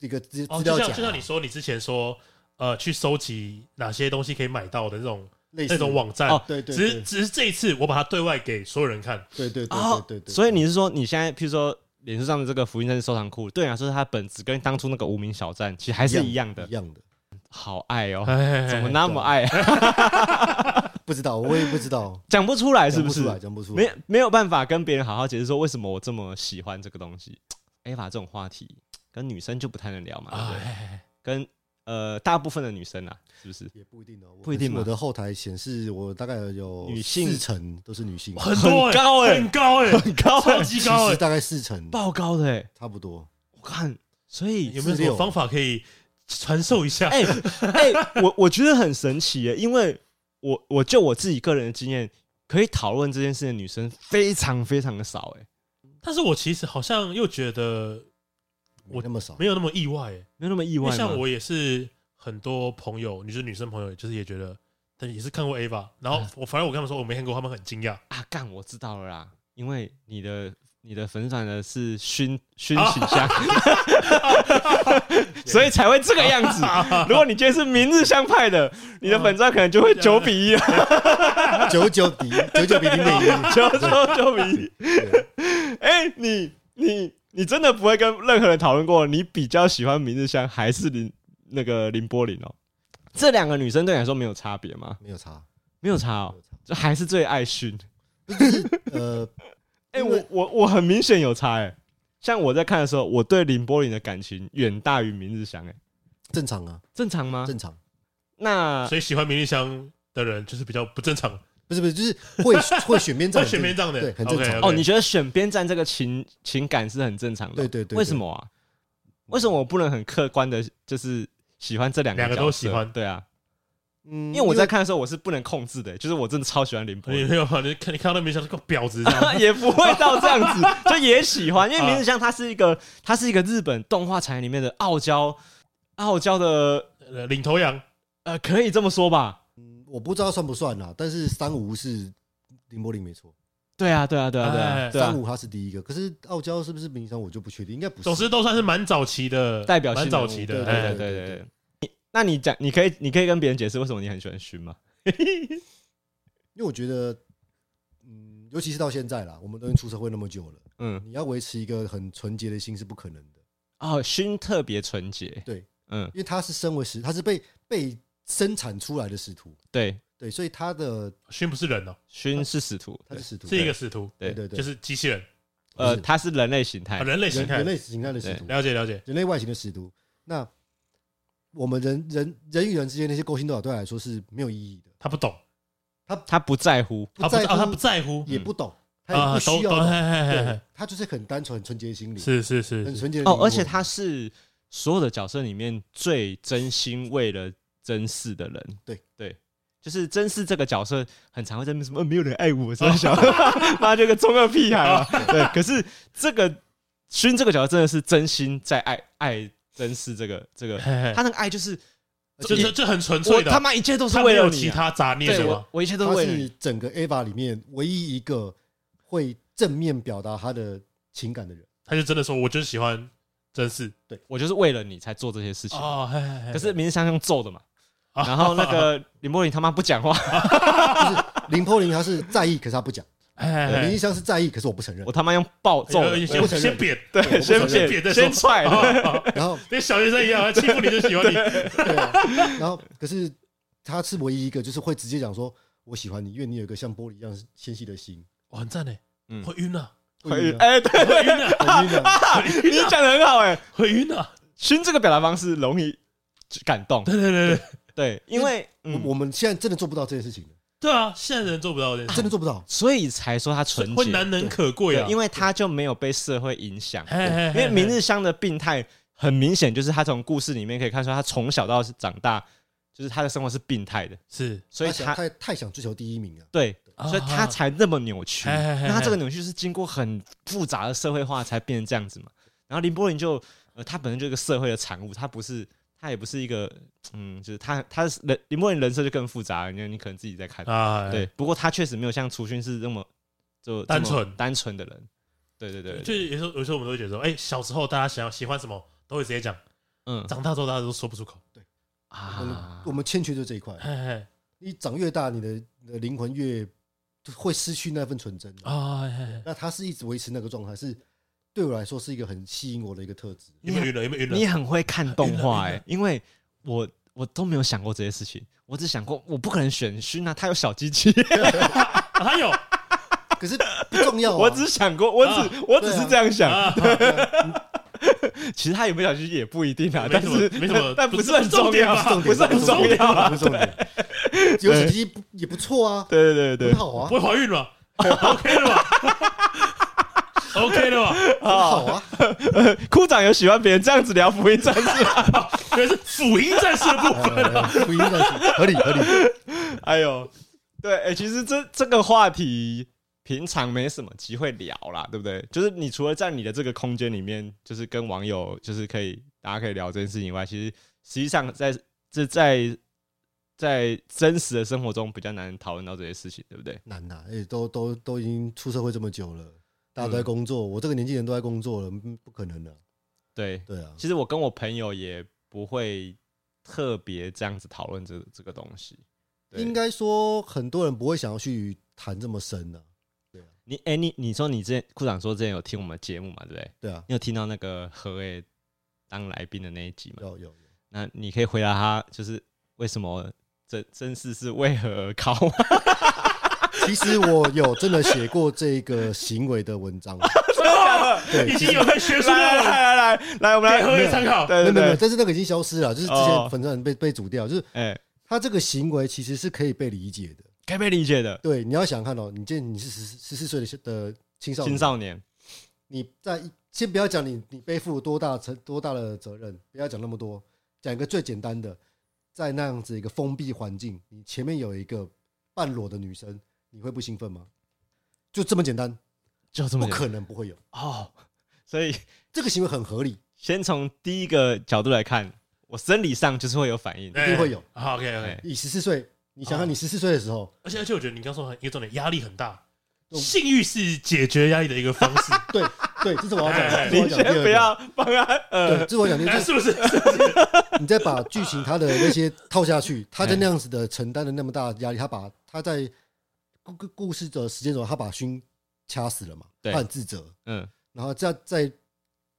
Speaker 4: 一个资
Speaker 3: 哦，
Speaker 4: 资
Speaker 3: 就
Speaker 4: 料
Speaker 3: 像
Speaker 4: 夹，啊
Speaker 3: 就像你说，你之前说呃，去收集哪些东西可以买到的那种
Speaker 4: 类似
Speaker 3: 那种，网站，
Speaker 2: 哦
Speaker 4: 对对
Speaker 3: 只啊
Speaker 4: 对
Speaker 3: 是只是这一次我把它对外给所有人看，
Speaker 4: 对对对
Speaker 2: 哦
Speaker 4: 对对对，
Speaker 2: 所以你是说，你现在譬如说，脸书上的这个福音战士收藏库，对你来说，它本质跟当初那个无名小站其实还是一样的
Speaker 4: 一，样的，
Speaker 2: 好爱
Speaker 4: (laughs)
Speaker 2: 哦，怎
Speaker 3: 怎
Speaker 2: 么那么爱，，
Speaker 4: 不知道我也不知道
Speaker 2: 讲不出来是
Speaker 4: 讲
Speaker 2: 不
Speaker 4: 不
Speaker 2: 是
Speaker 4: 出？来，讲不出来，
Speaker 2: 没没有办法跟别人好好解释说为什么我这么喜欢这个东西。A 法这种话题跟女生就不太能聊嘛，对不对
Speaker 3: 哎？嗯
Speaker 2: 跟呃大部分的女生啊，是不是？
Speaker 4: 也不一定哦，我
Speaker 2: 不一定吗
Speaker 4: 我的后台显示我大概有
Speaker 2: 女性
Speaker 4: 四成都是女性，
Speaker 3: 很多
Speaker 2: 很高
Speaker 3: 哎，
Speaker 2: 哎
Speaker 3: 很高哎，
Speaker 2: 很高
Speaker 3: 超
Speaker 2: 欸，
Speaker 3: 级
Speaker 4: 其
Speaker 3: 高
Speaker 4: 实 (laughs)
Speaker 3: 哎，
Speaker 4: 大概四成，
Speaker 2: 爆高的欸
Speaker 4: 差不多。
Speaker 2: 我看，所以
Speaker 3: 有没有什
Speaker 4: 四
Speaker 3: 么
Speaker 4: 六
Speaker 3: 方法可以传授一下？
Speaker 2: 哎哎、我我觉得很神奇耶，因为我我就我自己个人的经验，可以讨论这件事的女生非常非常的少、欸，哎，
Speaker 3: 但是我其实好像又觉得
Speaker 4: 我那么少，
Speaker 3: 没有那么意外、欸，
Speaker 2: 没有那么意
Speaker 3: 因
Speaker 2: 外吗。
Speaker 3: 为像我也是很多朋友，你是女生朋友，就是也觉得，但也是看过 A 吧。然后我反正我跟他们说我没看过，他们很惊讶。
Speaker 2: 啊，干，我知道了啦，因为你的你的粉转的是熏熏取向，所以才会这个样子。如果你今天是明日香派的，你的粉钻可能就会九比一了，
Speaker 4: 九九比九九比零点一，
Speaker 2: 九九九比一。
Speaker 4: 对
Speaker 2: 哎，你你你真的不会跟任何人讨论过，你比较喜欢明日香还是林那个林波林哦？这两个女生对你来说没有差别吗？
Speaker 4: 没有差。
Speaker 2: 没有差哦
Speaker 4: 没有，
Speaker 2: 就还是最爱熏。
Speaker 4: 呃，
Speaker 2: 哎、
Speaker 4: 因
Speaker 2: 我
Speaker 4: 为
Speaker 2: 我我很明显有差哎、像我在看的时候，我对林柏林的感情远大于明日香哎、
Speaker 4: 正常啊，
Speaker 2: 正常吗？
Speaker 4: 正常，
Speaker 2: 那
Speaker 3: 所以喜欢明日香的人就是比较不正常，
Speaker 4: 不是不是，就是会会选边站，
Speaker 3: 会选边站的，
Speaker 4: 对，很正
Speaker 3: OK，OK
Speaker 4: 常。
Speaker 2: 哦，你觉得选边站这个情情感是很正常的？
Speaker 4: 对对对对
Speaker 2: 为什么啊？为什么我不能很客观的，就是喜欢这两个
Speaker 3: 两个都
Speaker 2: 角色
Speaker 3: 喜欢
Speaker 2: 对啊，
Speaker 4: 嗯
Speaker 2: 因为我在看的时候我是不能控制的、就是我真的超喜欢林柏
Speaker 3: 你
Speaker 2: (laughs) 林，
Speaker 3: 没有啊？你看你看到明日香是个婊子
Speaker 2: (laughs)
Speaker 3: 这样，
Speaker 2: 也不会到这样子， (laughs) 就也喜欢，因为
Speaker 3: 啊
Speaker 2: 明日香她是一个，她是一个日本动画产业里面的傲娇，傲娇的，
Speaker 3: 呃领头羊
Speaker 2: 呃，可以这么说吧？
Speaker 4: 我不知道算不算啦，但是三无是林柏林没错，
Speaker 2: 对啊，对啊，对啊，对啊，
Speaker 3: 哎
Speaker 2: 对啊
Speaker 4: 三，无他是第一个，可是傲娇是不是明山我就不确定，应该不是。
Speaker 3: 总之都算是蛮早期的
Speaker 2: 代表性
Speaker 3: 蛮
Speaker 2: 人
Speaker 3: 早
Speaker 2: 物
Speaker 3: 期
Speaker 2: 对
Speaker 3: 的，
Speaker 2: 对对
Speaker 3: 哎
Speaker 2: 对对对。你那你讲，你可以，你可以跟别人解释为什么你很喜欢熏吗？
Speaker 4: 因为我觉得，嗯，尤其是到现在啦，我们都已经出社会那么久了，
Speaker 2: 嗯，
Speaker 4: 你要维持一个很纯洁的心是不可能的，
Speaker 2: 哦，熏特别纯洁，
Speaker 4: 对，
Speaker 2: 嗯，
Speaker 4: 因为他是身为使，他是被被生产出来的使徒，
Speaker 2: 对，
Speaker 4: 对，所以他的
Speaker 3: 勋不是人哦，
Speaker 2: 熏是使徒，
Speaker 4: 他是使徒，
Speaker 3: 是一个使徒，
Speaker 4: 对
Speaker 2: 对
Speaker 4: 对对，
Speaker 3: 就是机器人，
Speaker 2: 呃，
Speaker 4: 是
Speaker 2: 它是人类形态
Speaker 3: 啊，人类形
Speaker 4: 人
Speaker 3: 态
Speaker 4: 人，类形态的使徒，
Speaker 3: 了解了解，
Speaker 4: 人类外形的使徒。那我们人人人与人之间那些勾心斗角，对他来说是没有意义的，
Speaker 3: 他不懂，
Speaker 2: 它不在乎，
Speaker 3: 他
Speaker 4: 不
Speaker 3: 不
Speaker 4: 在
Speaker 3: 啊他
Speaker 4: 乎
Speaker 3: 不，在乎
Speaker 4: 也不懂，他也
Speaker 3: 啊
Speaker 4: 不，
Speaker 3: 懂
Speaker 4: 需要
Speaker 3: 懂，
Speaker 4: 懂，
Speaker 3: 嘿嘿嘿
Speaker 4: 对
Speaker 3: 嘿，
Speaker 4: 他就是很单纯、很纯洁的心灵，
Speaker 3: 是是是
Speaker 4: 很
Speaker 3: 是，
Speaker 4: 纯洁
Speaker 2: 哦
Speaker 4: 的灵，魂
Speaker 2: 而且它是所有的角色里面最真心为了真嗣的人，
Speaker 4: 对
Speaker 2: 对。就是真嗣这个角色，很常会在那边什么、呃没有人爱我，所以想 (laughs) 妈就个中二屁孩啊。对，可是这个勋这个角色真的是真心在爱爱真嗣这个这个
Speaker 3: 嘿嘿
Speaker 2: (laughs) 他那个爱就是
Speaker 3: 就就就很纯
Speaker 2: 我
Speaker 3: 粹的，
Speaker 2: 他妈一切都是
Speaker 3: 他
Speaker 2: 为
Speaker 3: 没有
Speaker 2: 了你
Speaker 3: 其
Speaker 2: 啊、
Speaker 3: 他杂念
Speaker 2: 对
Speaker 3: 什么
Speaker 2: 我，我一切都
Speaker 4: 他
Speaker 2: 是为了
Speaker 4: 是
Speaker 2: 你。
Speaker 4: 整个 AVA 里面唯一一个会正面表达他的情感的人。
Speaker 3: 他就真的说，我就是喜欢真嗣
Speaker 2: 我就是为了你才做这些事情。
Speaker 3: 哦，嘿嘿嘿
Speaker 2: 可是明日香用揍的嘛，
Speaker 3: 啊
Speaker 2: 然后那个林柏林他妈不 (laughs) 讲话，
Speaker 4: 林波林他是在意，可是他不讲；
Speaker 3: 嘿嘿
Speaker 4: 林一
Speaker 3: 嘿
Speaker 4: 香是在意，可是我不承认
Speaker 2: 我。他妈用暴揍的，
Speaker 3: 有
Speaker 4: 我
Speaker 3: 先
Speaker 4: 承认
Speaker 3: 先扁，
Speaker 2: 对，
Speaker 4: 我
Speaker 2: 先
Speaker 4: 不承
Speaker 3: 先
Speaker 4: 认
Speaker 3: 扁再
Speaker 2: 扁
Speaker 3: 说
Speaker 2: 先踹，
Speaker 3: 哦哦
Speaker 4: 然后
Speaker 3: 跟小学生一样，欺负你就喜欢你，
Speaker 4: 对啊，然后可是他是唯一一个就是会直接讲说我喜欢你，因为你有一个像玻璃一样纤细的心。
Speaker 3: 哇，很赞呢
Speaker 2: 嗯，
Speaker 3: 会晕啊，
Speaker 2: 会
Speaker 4: 晕
Speaker 2: 晕
Speaker 4: 啊
Speaker 2: 哎，对
Speaker 3: (laughs) 会
Speaker 2: 对，
Speaker 3: 晕啊，
Speaker 4: 很晕啊！
Speaker 2: 你讲的很好哎，
Speaker 3: 会晕啊，
Speaker 2: 勋这个表达方式容易感动，
Speaker 3: 对对对对，
Speaker 2: 对，因为 (laughs) 嗯
Speaker 4: 我我们现在真的做不到这件事情，
Speaker 3: 对啊，现在人做不到
Speaker 2: 嗯
Speaker 3: 这件
Speaker 4: 真
Speaker 3: 事
Speaker 4: 的，做不到。
Speaker 2: 所以才说他纯
Speaker 3: 会
Speaker 2: 洁，
Speaker 3: 难能可贵
Speaker 2: 对
Speaker 3: 啊，，
Speaker 2: 因
Speaker 3: 为
Speaker 2: 为他就没有被社会影响，
Speaker 3: 嘿嘿
Speaker 2: 因
Speaker 3: 嘿
Speaker 2: 为明日香的病态很明显，就是他从故事里面可以看出，他从小到长大，就是他的生活是病态的，
Speaker 3: 是，
Speaker 2: 所以
Speaker 4: 他想
Speaker 2: 他
Speaker 4: 太太想追求第一名了，
Speaker 2: 对，
Speaker 3: 啊
Speaker 2: 所以他才那么扭曲。
Speaker 3: 嘿嘿嘿
Speaker 2: 那他这个扭曲是经过很复杂的社会化才变成这样子嘛？然后林柏林就呃，他本身就是个社会的产物，他不是。他也不是一个，嗯，就是他，他是人林柏林人设就更复杂了，你你可能自己在看，
Speaker 3: 啊，
Speaker 2: 对。不过他确实没有像楚勋是那么就这么
Speaker 3: 单纯
Speaker 2: 单纯的人，对对对，
Speaker 3: 就
Speaker 2: 对
Speaker 3: 是有时候有时候我们都会觉得说，哎，小时候大家想要喜欢什么都会直接讲，
Speaker 2: 嗯
Speaker 3: 长大之后大家都说不出口，
Speaker 4: 我们
Speaker 2: 啊
Speaker 4: 我，们欠缺就这一块。
Speaker 3: 嘿嘿
Speaker 4: 你长越大，你的你的灵魂越会失去那份纯真。
Speaker 3: 啊，嘿嘿
Speaker 4: 那他是一直维持那个状态，是对我来说是一个很吸引我的一个特
Speaker 2: (laughs)
Speaker 4: 质。
Speaker 3: 有没有晕了？有没有晕了
Speaker 2: 你？很会看动
Speaker 3: (laughs)
Speaker 2: 画
Speaker 3: 晕了
Speaker 2: 哎、因为我我都没有想过这些事情，我只想过我不可能选勋啊，他有小鸡鸡，
Speaker 3: 啊他 (laughs) 有
Speaker 4: 可是不重要、啊，
Speaker 2: 我只想过，我只我只
Speaker 4: 对
Speaker 2: 是
Speaker 4: 啊
Speaker 2: 这样想，
Speaker 3: 啊。
Speaker 2: 其实他有没有小鸡鸡也不一定啊，
Speaker 3: 没
Speaker 2: 但
Speaker 3: 什么
Speaker 2: 是
Speaker 3: 没什么
Speaker 2: 但
Speaker 3: 不
Speaker 2: 不
Speaker 3: 是
Speaker 2: 是很
Speaker 3: 重
Speaker 2: 重
Speaker 3: 点
Speaker 2: 要
Speaker 3: 吧
Speaker 2: 啊，不是很重要啊
Speaker 4: 不，是重点。有手机也不错啊，
Speaker 2: 对对对对，
Speaker 4: 很好啊
Speaker 3: 不，会怀孕 (laughs) 吧哦？OK 了 (laughs) 吧？OK 了吧？
Speaker 4: 很好啊，
Speaker 2: 库长有喜欢别人这样子聊福音战士吗，
Speaker 4: 啊
Speaker 3: (laughs) 原来是辅音战士的部分。啊
Speaker 4: 不应该是合理合理。
Speaker 2: 哎呦，对，哎、其实这这个话题平常没什么机会聊啦，对不对？就是你除了在你的这个空间里面，就是跟网友，就是可以大家可以聊这件事情以外，其实实际上在这在在真实的生活中比较难讨论到这些事情，对不对？
Speaker 4: 难呐、哎，都都都已经出社会这么久了，大家都在工作，我这个年纪人都在工作了，嗯不可能的、
Speaker 2: 对，
Speaker 4: 对啊，
Speaker 2: 其实我跟我朋友也不会特别这样子讨论这这个东西。对
Speaker 4: 应该说很多人不会想要去谈这么深啊的、
Speaker 2: 你哎、你你说你之前库长说之前有听我们节目嘛，对不对？
Speaker 4: 对啊，
Speaker 2: 你有听到那个何诶当来宾的那一集吗？
Speaker 4: 有有有，
Speaker 2: 那你可以回答他，就是为什么这真是是为何而
Speaker 4: (laughs)
Speaker 2: 考？
Speaker 4: 其实我有真的写过这个行为的
Speaker 2: (laughs)
Speaker 4: 文章，啊对，
Speaker 3: 已经有在学术论
Speaker 2: 来来
Speaker 3: 文
Speaker 2: 来来来，我们
Speaker 3: 给
Speaker 2: 来
Speaker 3: 何以参考。
Speaker 2: 对
Speaker 4: 没
Speaker 2: 对
Speaker 4: 有没有没有，
Speaker 2: 对，
Speaker 4: 但是那个已经消失了，就是之
Speaker 2: 哦
Speaker 4: 前粉钻被被煮掉，就是
Speaker 2: 哎，
Speaker 4: 他这个行为其实是可以被理解的。
Speaker 2: 可以被理解的。
Speaker 4: 对，你要想看哦，你见你是十十四岁的的青少
Speaker 2: 青
Speaker 4: 年，
Speaker 2: 少年，
Speaker 4: 你在先不要讲你你背负多大责多大的责任，不要讲那么多，讲一个最简单的，在那样子一个封闭环境，你前面有一个半裸的女生，你会不兴奋吗？就这么简单，
Speaker 2: 就这么
Speaker 4: 不
Speaker 2: 简单
Speaker 4: 可能不会有
Speaker 2: 哦。所以
Speaker 4: 这个行为很合理，
Speaker 2: 先从第一个角度来看，我生理上就是会有反应。
Speaker 3: 一
Speaker 4: 定会有。
Speaker 3: 好，OK OK。
Speaker 2: 哎
Speaker 4: 你十四岁，你想
Speaker 3: 哦
Speaker 4: 想你十四岁的时候，
Speaker 3: 而且而且，我觉得你刚说很一个重点，压力很大。
Speaker 4: 嗯
Speaker 3: 性欲是解决压力的一个方式，
Speaker 4: 对对，这是我要讲
Speaker 2: (laughs) 哎
Speaker 4: 的，这是我
Speaker 2: 你
Speaker 4: 要讲的
Speaker 2: 先
Speaker 4: 第二
Speaker 2: 不
Speaker 4: 个。
Speaker 2: 要帮他，
Speaker 4: 对，
Speaker 2: 呃
Speaker 4: 这，是我讲的，就
Speaker 3: 哎，
Speaker 4: 是
Speaker 3: 是不是？
Speaker 4: 你再把剧情他的那些套下去，他在那样子的承担了那么大的压力，他把他在故故故事的时间轴，他把勋掐死了嘛，
Speaker 2: 对
Speaker 4: 他很自责，
Speaker 2: 嗯，
Speaker 4: 然后在在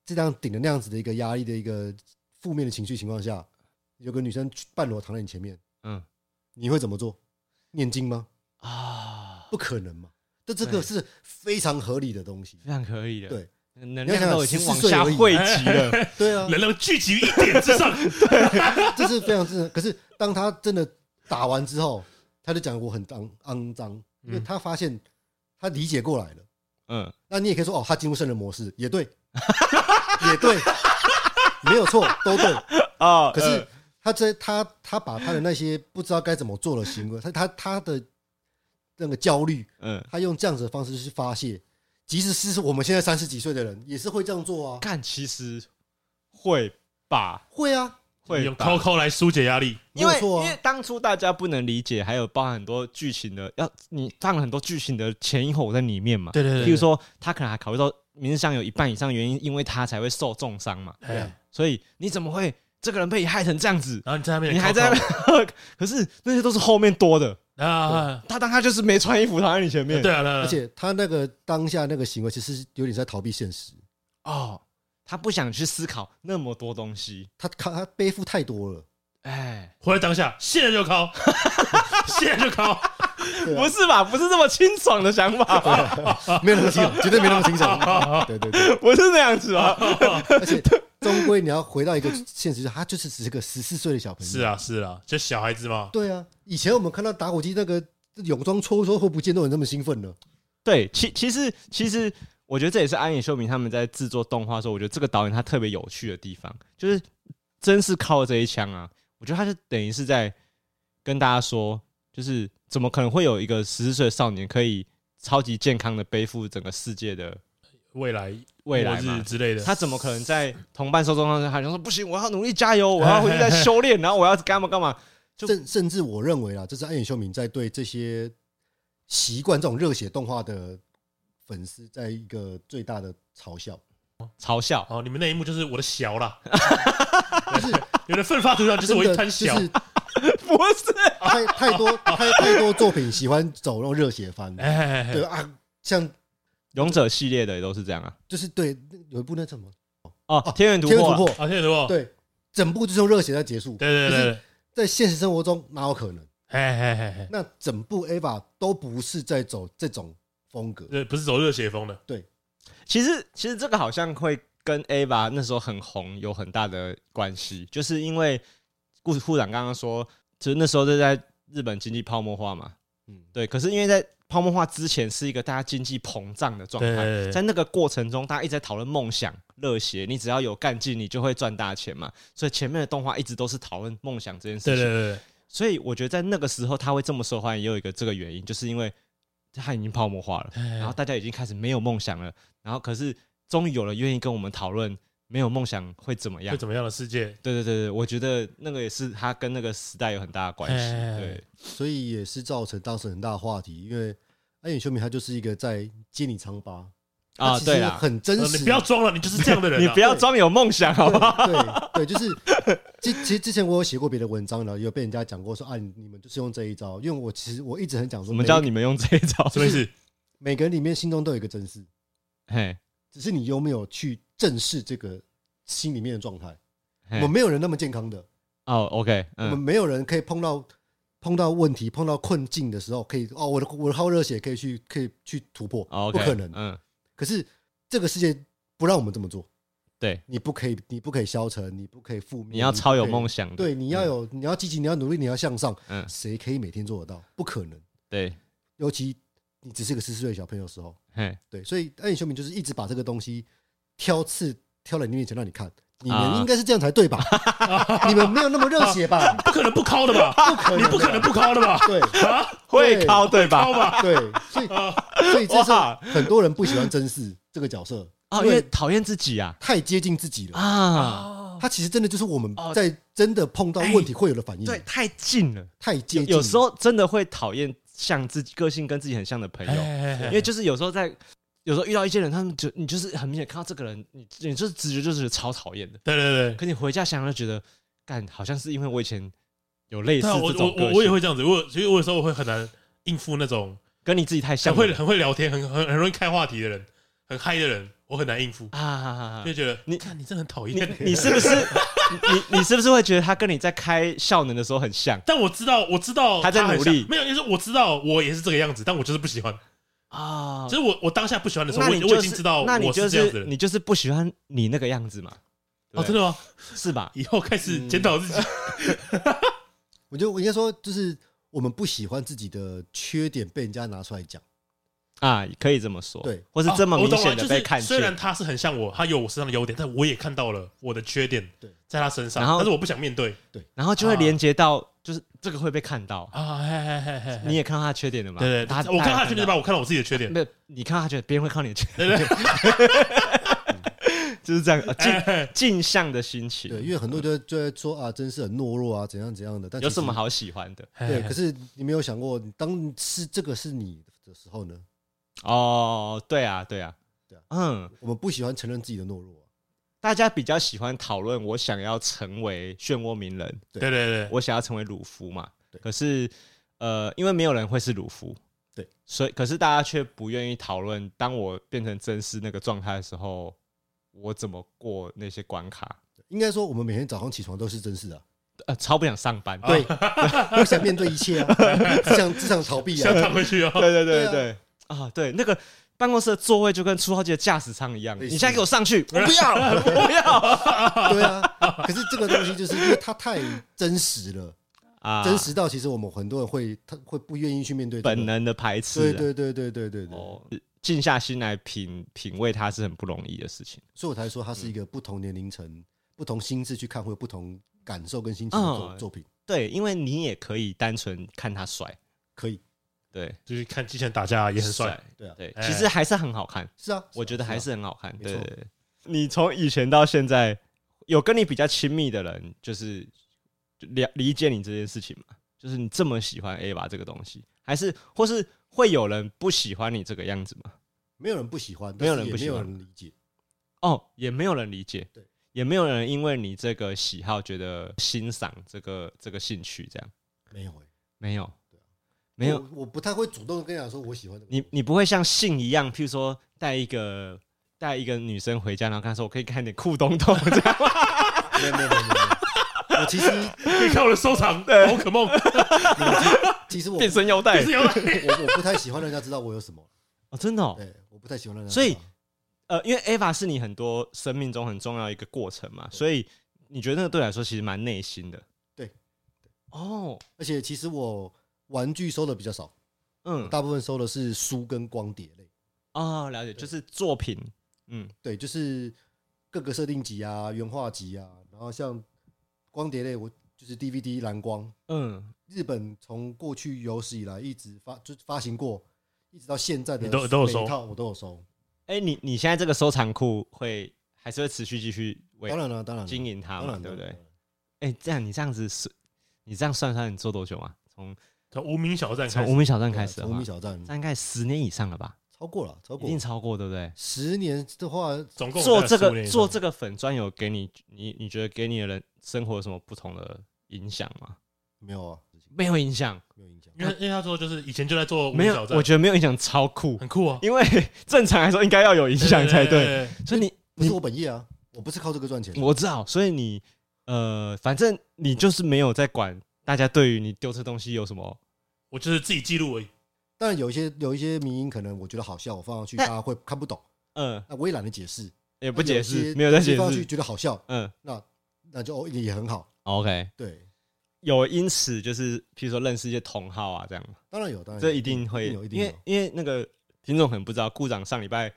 Speaker 4: 这样顶着那样子的一个压力的一个负面的情绪情况下，有个女生半裸躺在你前面，
Speaker 2: 嗯，
Speaker 4: 你会怎么做？念经吗？
Speaker 2: 啊，
Speaker 4: 不可能嘛！这这个
Speaker 2: 对
Speaker 4: 是非常合理的东西，
Speaker 2: 非常可以的。
Speaker 4: 对，
Speaker 2: 能
Speaker 4: 你要
Speaker 2: 量
Speaker 4: 想
Speaker 2: 都已经往
Speaker 4: 14岁
Speaker 2: 下
Speaker 4: 而已
Speaker 2: 汇集了。 (laughs)
Speaker 4: 对啊，
Speaker 3: 能量聚集于一点之上，
Speaker 4: (laughs) 这是非常正常。可是当他真的打完之后，他就讲我很肮肮脏，因为他发现他理解过来了。
Speaker 2: 嗯，
Speaker 4: 那你也可以说哦，他进入圣人模式，也对， (laughs) 也对，没有错，都对。
Speaker 2: 哦，
Speaker 4: 可
Speaker 2: 呃
Speaker 4: 是他这他他把他的那些不知道该怎么做的行为，他他他的那个焦虑，
Speaker 2: 嗯，
Speaker 4: 他用这样子的方式去发泄。即使是我们现在三十几岁的人，也是会这样做啊，
Speaker 2: 干其实会吧，
Speaker 4: 会啊，
Speaker 2: 会
Speaker 3: 用
Speaker 2: 吧
Speaker 3: COCO 来疏解压力。
Speaker 2: 因
Speaker 4: 没有
Speaker 2: 为
Speaker 4: 错
Speaker 2: 因为
Speaker 4: 啊，
Speaker 2: 当初大家不能理解，还有包含很多剧情的，要你放了很多剧情的前因后果在里面嘛。
Speaker 3: 对对对对
Speaker 2: 譬如说，他可能还考虑到名字上有一半以上原因，因为他才会受重伤嘛。
Speaker 4: 对啊
Speaker 3: 哎，
Speaker 2: 所以你怎么会这个人被害成这样子？
Speaker 3: 然后你在那边，
Speaker 2: 你还在那， (laughs) 可是那些都是后面多的。
Speaker 3: 啊？
Speaker 2: 他当他就是没穿衣服躺在你前面，
Speaker 3: 对啊，对啊
Speaker 4: 而且他那个当下那个行为，其实是有点在逃避现实。
Speaker 2: 哦，他不想去思考那么多东西。
Speaker 4: 他他他背负太多了，
Speaker 2: 哎，
Speaker 3: 活在当下，现在就 COCO，现在就 COCO。
Speaker 4: 对啊
Speaker 2: 不是吧？不是这么清爽的想法吧？
Speaker 3: 啊
Speaker 4: 没有那
Speaker 3: (laughs)
Speaker 4: 么清爽，绝对没那么清爽。对对对，
Speaker 2: 不是那样子啊吧？
Speaker 4: 而且终归你要回到一个现实，就是他就是只是个十四岁的小朋友。
Speaker 3: 是，啊，是啊，就小孩子嘛。
Speaker 4: 对啊。以前我们看到打火机那个泳装搓一搓会不见，都很那么兴奋了。
Speaker 2: (laughs) 对，其其实其实，我觉得这也是安野秀明他们在制作动画的时候，我觉得这个导演他特别有趣的地方，就是真是靠这一枪啊！我觉得他就等于是在跟大家说，就是怎么可能会有一个十四岁的少年可以超级健康的背负整个世界的
Speaker 3: 未来、
Speaker 2: 未来
Speaker 3: 末日
Speaker 2: 嘛？
Speaker 3: 之类的，
Speaker 2: 他怎么可能在同伴受重伤的时候，他就说不行，我要努力加油，我要回去再修炼，然后我要干嘛干嘛？就
Speaker 4: 甚甚至我认为啊，这是暗野秀明在对这些习惯这种热血动画的粉丝，在一个最大的
Speaker 3: (laughs)
Speaker 4: 嘲笑。
Speaker 2: 嘲笑，
Speaker 3: 哦，你们那一幕就是我的小啦， (laughs)
Speaker 4: 就是
Speaker 3: 有人奋发图强，就是我
Speaker 4: 真
Speaker 3: 一
Speaker 4: 的
Speaker 3: 滩
Speaker 4: 就
Speaker 3: 小。 (laughs)
Speaker 4: 是
Speaker 2: 不是
Speaker 4: 太太多太太多作品喜欢走那种热血番，
Speaker 3: 哎，
Speaker 4: 对啊，像
Speaker 2: 勇者系列的也都是这样啊。
Speaker 4: 就是对有一部那什么
Speaker 2: 哦，天元突
Speaker 4: 天元突
Speaker 2: 破
Speaker 4: 破
Speaker 2: 啊，，
Speaker 3: 啊，谢谢主播。
Speaker 4: 对，整部就是用热血在结束。
Speaker 3: 对对对
Speaker 4: 可是
Speaker 3: 对，
Speaker 4: 在现实生活中哪有可能？
Speaker 3: 哎哎哎哎，
Speaker 4: 那整部 AVA 都不是在走这种风格，
Speaker 3: 对，不是走热血风的，
Speaker 2: 其实其实这个好像会跟 A 吧那时候很红有很大的关系，就是因为顾护长刚刚说，就是那时候就在日本经济泡沫化嘛，
Speaker 4: 嗯，
Speaker 2: 对。可是因为在泡沫化之前是一个大家经济膨胀的状
Speaker 3: 对
Speaker 2: 态，
Speaker 3: 对对
Speaker 2: 在那个过程中，大家一直在讨论梦想、热血，你只要有干劲，你就会赚大钱嘛。所以前面的动画一直都是讨论梦想这件事
Speaker 3: 对对
Speaker 2: 情。
Speaker 3: 对对，
Speaker 2: 所以我觉得在那个时候他会这么受欢迎，也有一个这个原因，就是因为他已经泡沫化了，
Speaker 3: 哎
Speaker 2: 然后大家已经开始没有梦想了，然后可是终于有人愿意跟我们讨论没有梦想会怎么样
Speaker 3: 会。怎么样的世界？
Speaker 2: 对对对对，我觉得那个也是他跟那个时代有很大的关系。
Speaker 3: 哎
Speaker 2: 对，
Speaker 4: 所以也是造成当时很大的话题，因为安野秀明他就是一个在揭你疮疤
Speaker 2: 啊，对
Speaker 4: 啊，
Speaker 2: 啦，
Speaker 4: 很真
Speaker 3: 呃
Speaker 4: 实，
Speaker 3: 你不要装了，你就是这样的人啊。
Speaker 2: 你不要装有梦想哦好不好？
Speaker 4: 对对，就是其其实之前我有写过别的文章，然后有被人家讲过说啊，你你们就是用这一招，因为我其实我一直很讲说，
Speaker 2: 我们
Speaker 4: 每
Speaker 2: 叫你们用这一招，
Speaker 3: 什么意思？
Speaker 4: 每个人里面心中都有一个真事，
Speaker 2: 嘿，
Speaker 4: 只是你有没有去正视这个心里面的状态。我
Speaker 2: 嘿
Speaker 4: 们没有人那么健康的，
Speaker 2: 哦，OK，
Speaker 4: 我们
Speaker 2: 哎嗯，
Speaker 4: 没有人可以碰到碰到问题、碰到困境的时候，可以哦，我的我的好热血可以去可以去突破，
Speaker 2: 哦
Speaker 4: 不
Speaker 2: OK，
Speaker 4: 可能。
Speaker 2: 嗯，
Speaker 4: 可是这个世界不让我们这么做，
Speaker 2: 对，
Speaker 4: 你不可以，你不可以消沉，你不可以负面，
Speaker 2: 你要超有
Speaker 4: 不可以
Speaker 2: 梦想的，
Speaker 4: 对，你要有，你要积极，你要努力，你要向上。
Speaker 2: 嗯
Speaker 4: 谁可以每天做得到？不可能。
Speaker 2: 对，
Speaker 4: 尤其你只是个十四岁的小朋友的时候，
Speaker 2: 嘿，
Speaker 4: 对，所以暗影修明就是一直把这个东西挑刺挑在你面前让你看，你们
Speaker 2: 啊
Speaker 4: 应该是这样才
Speaker 2: (laughs)
Speaker 4: 对吧？你们没有那么热血吧？
Speaker 3: 不可能不敲的吧？
Speaker 4: 不可能，
Speaker 3: 你不可能不敲的吧？
Speaker 4: 对
Speaker 3: 啊，
Speaker 2: 会考对吧
Speaker 3: 敲？吧？
Speaker 4: 对，所以所以这是
Speaker 2: 哇
Speaker 4: 很多人不喜欢真嗣这个角色，
Speaker 2: 哦，因为讨厌自己啊
Speaker 4: 太接近自己了。
Speaker 2: 啊，
Speaker 4: 他其实真的就是我们
Speaker 2: 哦哎
Speaker 4: 在真的碰到问题会有的反应，
Speaker 2: 对，太近了，
Speaker 4: 太接
Speaker 2: 有
Speaker 4: 近了。
Speaker 2: 有时候真的会讨厌像自己个性跟自己很像的朋友，因为
Speaker 3: 为
Speaker 2: 就是有时候在。有时候遇到一些人，他们就你就是很明显看到这个人，你你就是直觉就是超讨厌的。
Speaker 3: 对对对。
Speaker 2: 可你回家想想就觉得，干好像是因为我以前有类似
Speaker 3: 对啊，我
Speaker 2: 这
Speaker 3: 我
Speaker 2: 种
Speaker 3: 我
Speaker 2: 个
Speaker 3: 我也
Speaker 2: 性，
Speaker 3: 会这样子，我其实我有时候我会很难应付那种
Speaker 2: 跟你自己太像
Speaker 3: 很会
Speaker 2: 了
Speaker 3: 很会聊天、很很很容易开话题的人，很嗨的人，我很难应付，
Speaker 2: 啊啊啊！啊
Speaker 3: 就觉得
Speaker 2: 你
Speaker 3: 你看你真的很讨
Speaker 2: 你
Speaker 4: (laughs)
Speaker 3: 厌。
Speaker 2: 你是不是你你是不是会觉得他跟你在开效能的时候很像
Speaker 3: 但我知道，我知道
Speaker 2: 他在
Speaker 3: 很
Speaker 2: 努力
Speaker 3: 像没有，就是我知道我也是这个样子，但我就是不喜欢。
Speaker 2: 啊
Speaker 3: 就？是我我当下不喜欢的时候，
Speaker 2: 那
Speaker 3: 我
Speaker 2: 你
Speaker 3: 已
Speaker 2: 就是
Speaker 3: 我已经知道
Speaker 2: 那你
Speaker 3: 我
Speaker 2: 就
Speaker 3: 这样子
Speaker 2: 是
Speaker 3: 的人。
Speaker 2: 你就是不喜欢你那个样子嘛？
Speaker 3: 哦，真
Speaker 2: 的
Speaker 3: 的吗？
Speaker 2: 是吧？
Speaker 3: 以后开
Speaker 2: 嗯
Speaker 3: 始检讨自己。
Speaker 4: 我觉得我应该说，就是我们不喜欢自己的缺点被人家拿出来讲，
Speaker 2: 啊，可以这么说，
Speaker 4: 对，
Speaker 2: 或是这么
Speaker 3: 哦我
Speaker 2: 明
Speaker 3: 懂了
Speaker 2: 显的被看
Speaker 3: 就是虽然
Speaker 2: 见，
Speaker 3: 他是很像我，他有我身上的优点，但我也看到了我的缺点
Speaker 4: 对
Speaker 3: 在他身上，
Speaker 2: 然后
Speaker 3: 但是我不想面对
Speaker 2: 然后就会连接到，就是这个会被看到，
Speaker 3: 啊。嘿嘿嘿嘿嘿
Speaker 2: 你也看到他的缺点了嘛？
Speaker 3: 对对，
Speaker 2: 大家
Speaker 3: 我看到他的缺点，
Speaker 2: 大
Speaker 3: 吧，我看到我自己的缺
Speaker 2: 家
Speaker 3: 点。
Speaker 2: 没有，你看到他缺点，别人会看到你的缺点，
Speaker 3: 对对
Speaker 2: (laughs)
Speaker 3: 对，
Speaker 2: 就是这样，呃镜
Speaker 3: 哎
Speaker 2: 镜像的心情，
Speaker 4: 对，因为很多人就就在说啊，真是很懦弱啊，怎样怎样的，但
Speaker 2: 嗯有
Speaker 4: 其
Speaker 2: 什么
Speaker 4: 实？
Speaker 2: 好喜欢的
Speaker 3: 哎
Speaker 4: 对，可是你没有想过，当是这个是你的时候呢，
Speaker 2: 哦？对啊，对啊
Speaker 4: 对啊，
Speaker 2: 嗯。
Speaker 4: 我们不喜欢承认自己的懦弱啊、
Speaker 2: 大家比较喜欢讨论我想要成为漩涡鸣人，
Speaker 3: 对对对，
Speaker 2: 我想要成为鲁夫嘛
Speaker 4: 对。
Speaker 2: 可是呃，因为没有人会是鲁夫，
Speaker 4: 对，
Speaker 2: 所以可是大家却不愿意讨论，当我变成真实那个状态的时候，我怎么过那些关卡？
Speaker 4: 应该说，我们每天早上起床都是真事啊，
Speaker 2: 呃，超不想上班。
Speaker 4: 对，不想面对一切啊，只想只想逃避
Speaker 3: 想
Speaker 4: 啊，
Speaker 3: 躺回去
Speaker 2: (laughs)
Speaker 3: 哦。
Speaker 2: (laughs) 对对对
Speaker 4: 对啊
Speaker 2: 对啊，对，那个办公室的座位就跟初号机的驾驶舱一样，
Speaker 4: 类
Speaker 2: 你
Speaker 4: 似
Speaker 2: 现在给我上去，我不要，我不要
Speaker 4: 对啊。可是这个东西就是因为它太真实了，
Speaker 2: 啊
Speaker 4: (laughs) 真实到其实我们很多人会他会不愿意去面对这个
Speaker 2: 本，能的排斥、啊。
Speaker 4: 对对对对对对对，
Speaker 2: 哦，静下心来品品味它是很不容易的事情。
Speaker 4: 所以我才说它
Speaker 2: 嗯
Speaker 4: 是一个不同年龄层、不同心智去看会有不同感受跟心情的作
Speaker 2: 嗯
Speaker 4: 作品，
Speaker 2: 对，因为你也可以单纯看他帅，
Speaker 4: 可以
Speaker 2: 对，
Speaker 3: 就是看之前打架也很帅，，
Speaker 4: 对啊
Speaker 2: 对，
Speaker 3: 哎
Speaker 2: 其实还是很好看，
Speaker 4: 是啊，
Speaker 2: 我觉得还
Speaker 4: 啊
Speaker 2: 是很好看。
Speaker 4: 没
Speaker 2: 对
Speaker 4: 错
Speaker 2: 对，对你从以前到现在，有跟你比较亲密的人，就是就了理解你这件事情嘛？就是你这么喜欢 A 吧这个东西，还是或是会有人不喜欢你这个样子吗？
Speaker 4: 没有人不喜欢，
Speaker 2: 没有
Speaker 4: 但是
Speaker 2: 人
Speaker 4: 也
Speaker 2: 不喜欢
Speaker 4: 没有人理解，
Speaker 2: 哦，也没有人理解，
Speaker 4: 对，
Speaker 2: 也没有人因为你这个喜好觉得欣赏这个这个兴趣，这样
Speaker 4: 没有欸
Speaker 2: 没有，没有，
Speaker 4: 我，我不太会主动地跟你讲说我喜欢这个
Speaker 2: 你你不会像性一样，譬如说带一个带一个女生回家，然后跟她说我可以看你的裤东
Speaker 4: (laughs)
Speaker 2: 东，这样
Speaker 4: 没有没有没有没有没有，我
Speaker 2: (laughs)
Speaker 4: 其实
Speaker 3: 可以看我的收藏宝可梦，
Speaker 4: 其实我
Speaker 2: 变身腰带
Speaker 3: 也是有啊来
Speaker 4: 我我不太喜欢让人家知道我有什么，
Speaker 2: 哦，真的哦，
Speaker 4: 对，我不太喜欢让人家知
Speaker 2: 所
Speaker 4: 道，
Speaker 2: 以呃，因为 Ava 是你很多生命中很重要的一个过程嘛，所以你觉得那个对你来说其实蛮内心的，
Speaker 4: 对，
Speaker 2: 哦，
Speaker 4: 而且其实我玩具收的比较少，
Speaker 2: 嗯，
Speaker 4: 大部分收的是书跟光碟类，
Speaker 2: 哦，了解，就是作品，嗯，
Speaker 4: 对，就是各个设定集啊、原画集啊，然后像光碟类，我就是 DVD 蓝光，
Speaker 2: 嗯，
Speaker 4: 日本从过去有史以来一直发就发行过，一直到现在的
Speaker 3: 你都都有收
Speaker 4: 每一套我都有收。
Speaker 2: 哎，你你现在这个收藏库会还是会持续继续为
Speaker 4: 当然了，当然了，
Speaker 2: 经营它
Speaker 4: 当
Speaker 2: 嘛，
Speaker 4: 然
Speaker 2: 对不对？
Speaker 4: 当然
Speaker 2: 哎，这样你这样子是，你这样算算你做多久啊？从
Speaker 3: 从无名小站开
Speaker 2: 从
Speaker 3: 始
Speaker 2: 无，名小站
Speaker 4: 对啊
Speaker 2: 开始的
Speaker 4: 从无
Speaker 2: 话
Speaker 4: 名，小站
Speaker 2: 那应该十年以上了吧？
Speaker 4: 超过了，超
Speaker 2: 一
Speaker 4: 过
Speaker 2: 定超过，对不对？
Speaker 4: 十年的话，
Speaker 3: 总共
Speaker 2: 做
Speaker 3: 大概
Speaker 2: 这
Speaker 3: 15年
Speaker 2: 个
Speaker 3: 以上
Speaker 2: 做这个粉砖有给你你你觉得给你的人生活有什么不同的影响吗？
Speaker 4: 没有啊，
Speaker 2: 没有影响，
Speaker 4: 没有影响。
Speaker 3: 因为因为他说就是以前就在做无
Speaker 2: 没
Speaker 3: 名小
Speaker 2: 有，
Speaker 3: 站，
Speaker 2: 我觉得没有影响超
Speaker 3: (laughs)
Speaker 2: 酷，
Speaker 3: 很酷啊，
Speaker 2: 因为正常来说应该要有影响才对。
Speaker 3: 对。
Speaker 2: 所以
Speaker 4: 不
Speaker 2: 你
Speaker 4: 是我本业啊，我不是靠这个赚钱的
Speaker 2: 你。我知道，所以你呃，反正你就是没有在管大家对于你丢这东西有什么，
Speaker 3: 我就是自己记录而已，
Speaker 4: 当然有一些有一些迷因，可能我觉得好笑，我放上去大
Speaker 2: 但
Speaker 4: 家会看不懂，
Speaker 2: 嗯，
Speaker 4: 那我也懒得解释，
Speaker 2: 也不解
Speaker 4: 那有
Speaker 2: 释，
Speaker 4: 些
Speaker 2: 没有在解
Speaker 4: 放上去
Speaker 2: 释，
Speaker 4: 觉得好笑，
Speaker 2: 嗯
Speaker 4: 那那就哦也也很好。
Speaker 2: ，OK。
Speaker 4: 对，
Speaker 2: 有因此就是，譬如说认识一些同好啊，这样，
Speaker 4: 当然有，当然有
Speaker 2: 这一定会，
Speaker 4: 有，一定
Speaker 2: 因为
Speaker 4: 有。
Speaker 2: 因为那个听众可能不知道，顾长上礼拜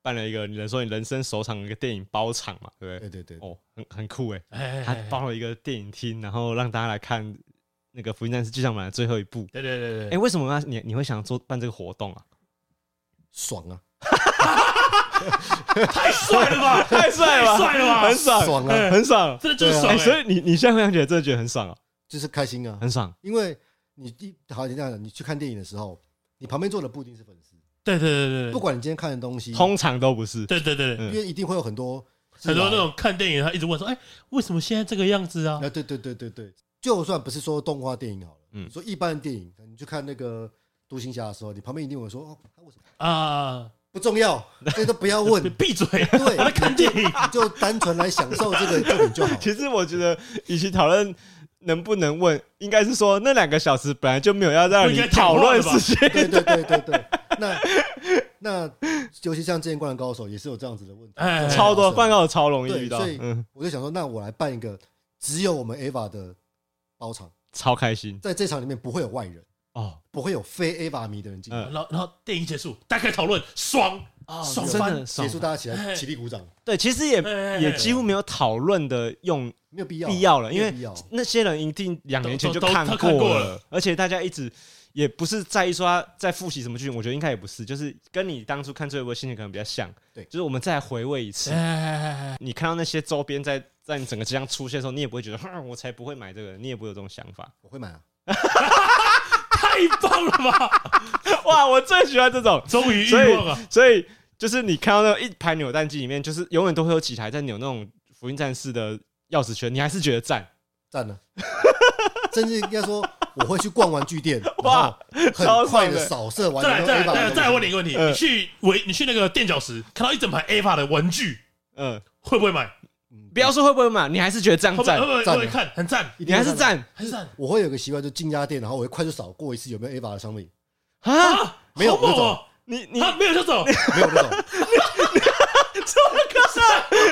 Speaker 2: 办了一个，你能说你人生首场的一个电影包场嘛，对不对？
Speaker 4: 对对对，
Speaker 2: 哦，很很酷哎，
Speaker 3: 哎，
Speaker 2: 他
Speaker 3: 哎哎
Speaker 2: 包了一个电影厅，然后让大家来看那个《福音战士》剧场版的最后一部。
Speaker 3: 对对对
Speaker 2: 哎，
Speaker 3: 对，
Speaker 2: 为什么要你你会想做办这个活动啊？
Speaker 4: 爽啊，
Speaker 3: 太帅了吧，
Speaker 2: (laughs) 太帅了吧，
Speaker 3: 太帅了吧
Speaker 2: 很爽，(laughs)
Speaker 4: 爽啊，
Speaker 3: 哎
Speaker 2: 很爽。
Speaker 3: (laughs) 真的就是
Speaker 4: 对
Speaker 3: 爽
Speaker 2: 哎，
Speaker 3: 哎，
Speaker 2: 所以你你现在回想起来，真的觉得很爽哦，
Speaker 4: 就是开心啊，
Speaker 2: 很爽。
Speaker 4: 因为你第好你这样讲，你去看电影的时候，你旁边坐的不一定是粉丝，
Speaker 3: 对对对对
Speaker 4: 不管你今嗯天看的东西，
Speaker 2: 通常都不是，
Speaker 3: 对对对对，
Speaker 4: 因为一定会有很多
Speaker 3: 很多那种看电影他一直问说，哎，为什么现在这个样子啊？
Speaker 4: 啊，对对对对对，就算不是说动画电影好了，
Speaker 2: 嗯
Speaker 4: 嗯，说一般的电影，你去看那个独行侠的时候，你旁边一定有人说哦，他为什么
Speaker 3: 啊，
Speaker 4: 不
Speaker 2: (laughs)
Speaker 4: 重要，这都不要问，
Speaker 3: 闭嘴，
Speaker 4: 嗯对
Speaker 3: 我在看电影，
Speaker 4: 你就单纯来享受这个作品就好。
Speaker 2: 其实我觉得，与其讨论能不能问，应该是说那两个小时本来就没有要让
Speaker 3: 不应
Speaker 2: 你
Speaker 3: 该讲
Speaker 2: 讨
Speaker 3: 话
Speaker 2: 论
Speaker 3: 的吧
Speaker 2: 事情。
Speaker 4: (laughs) 对对对对对，那那尤其像之前《灌篮高手》也是有这样子的问题，
Speaker 3: 哎
Speaker 2: 超多，
Speaker 4: 对
Speaker 2: 灌告超容易
Speaker 4: 对
Speaker 2: 遇到
Speaker 4: 所以，
Speaker 2: 嗯，
Speaker 4: 我就想说，那我来办一个只有我们 AVA 的包场，
Speaker 2: 超开心
Speaker 4: 在这场里面不会有外人，
Speaker 2: 哦，
Speaker 4: 不会有非 AVA 迷的人进来
Speaker 2: 嗯。
Speaker 3: 然后然后电影结束，大家讨论，爽，爽
Speaker 2: 真
Speaker 3: 翻
Speaker 2: 的，爽
Speaker 4: 结束，大家起
Speaker 3: 哦哎
Speaker 4: 来起立鼓掌，
Speaker 2: 对，其实也
Speaker 3: 哎哎
Speaker 2: 也几乎没有讨论的用
Speaker 4: 没有必要，
Speaker 2: 必要了，因
Speaker 4: 没有
Speaker 2: 为
Speaker 4: 必要
Speaker 2: 那些人一定两年前就
Speaker 3: 都都
Speaker 2: 看
Speaker 3: 都看过
Speaker 2: 了
Speaker 3: 了，
Speaker 2: 而且大家一直也不是在意说他在复习什么剧情，我觉得应该也不是，就是跟你当初看《最后一部》的心情可能比较像，
Speaker 4: 对
Speaker 2: 就是我们再回味一次，
Speaker 4: 嗯
Speaker 3: 哎，
Speaker 2: 你看到那些周边在在你整个街上出现的时候，你也不会觉得，哼，我才不会买这个，你也不会有这种想 (laughs) 法。
Speaker 4: 我会买啊。
Speaker 3: 太棒了
Speaker 4: (laughs)
Speaker 3: 吧，
Speaker 2: 哇，我最喜欢这种，
Speaker 3: 终于
Speaker 2: 所以
Speaker 3: 欲望啊，
Speaker 2: 所以就是你看到那一排扭蛋机里面，就是永远都会有几台在扭那种福音战士的钥匙圈，你还是觉得赞，
Speaker 4: 赞了。甚至应该说，我会去逛玩具店，
Speaker 2: 哇
Speaker 4: 哇，
Speaker 2: 超
Speaker 4: 很快
Speaker 2: 爽的
Speaker 4: 的扫射完
Speaker 3: 再来
Speaker 4: 然后
Speaker 3: 再来再
Speaker 4: A 吧
Speaker 3: 来再来问你一个问题，
Speaker 2: 嗯
Speaker 3: 你去维你去那个垫脚石看到一整排 AVA 的玩具，
Speaker 2: 嗯，
Speaker 3: 会不会买？
Speaker 2: 不要说会不会买，你还是觉得这样
Speaker 3: 会不会
Speaker 2: 赞呃
Speaker 3: 会，不会会
Speaker 4: 赞
Speaker 3: 不会看？很赞，
Speaker 4: 一
Speaker 2: 你
Speaker 4: 定
Speaker 2: 还
Speaker 4: 要
Speaker 2: 是
Speaker 4: 看。
Speaker 2: 赞
Speaker 3: 很赞
Speaker 4: 我会有个习惯，就进家店，然后我会快速扫过一次有没有 A 吧的商品，
Speaker 2: 啊！
Speaker 3: 啊！
Speaker 4: 没有
Speaker 3: 好猛哦，
Speaker 2: 你你
Speaker 3: 啊，没有这
Speaker 4: (laughs)
Speaker 3: 种，
Speaker 4: 没有那种，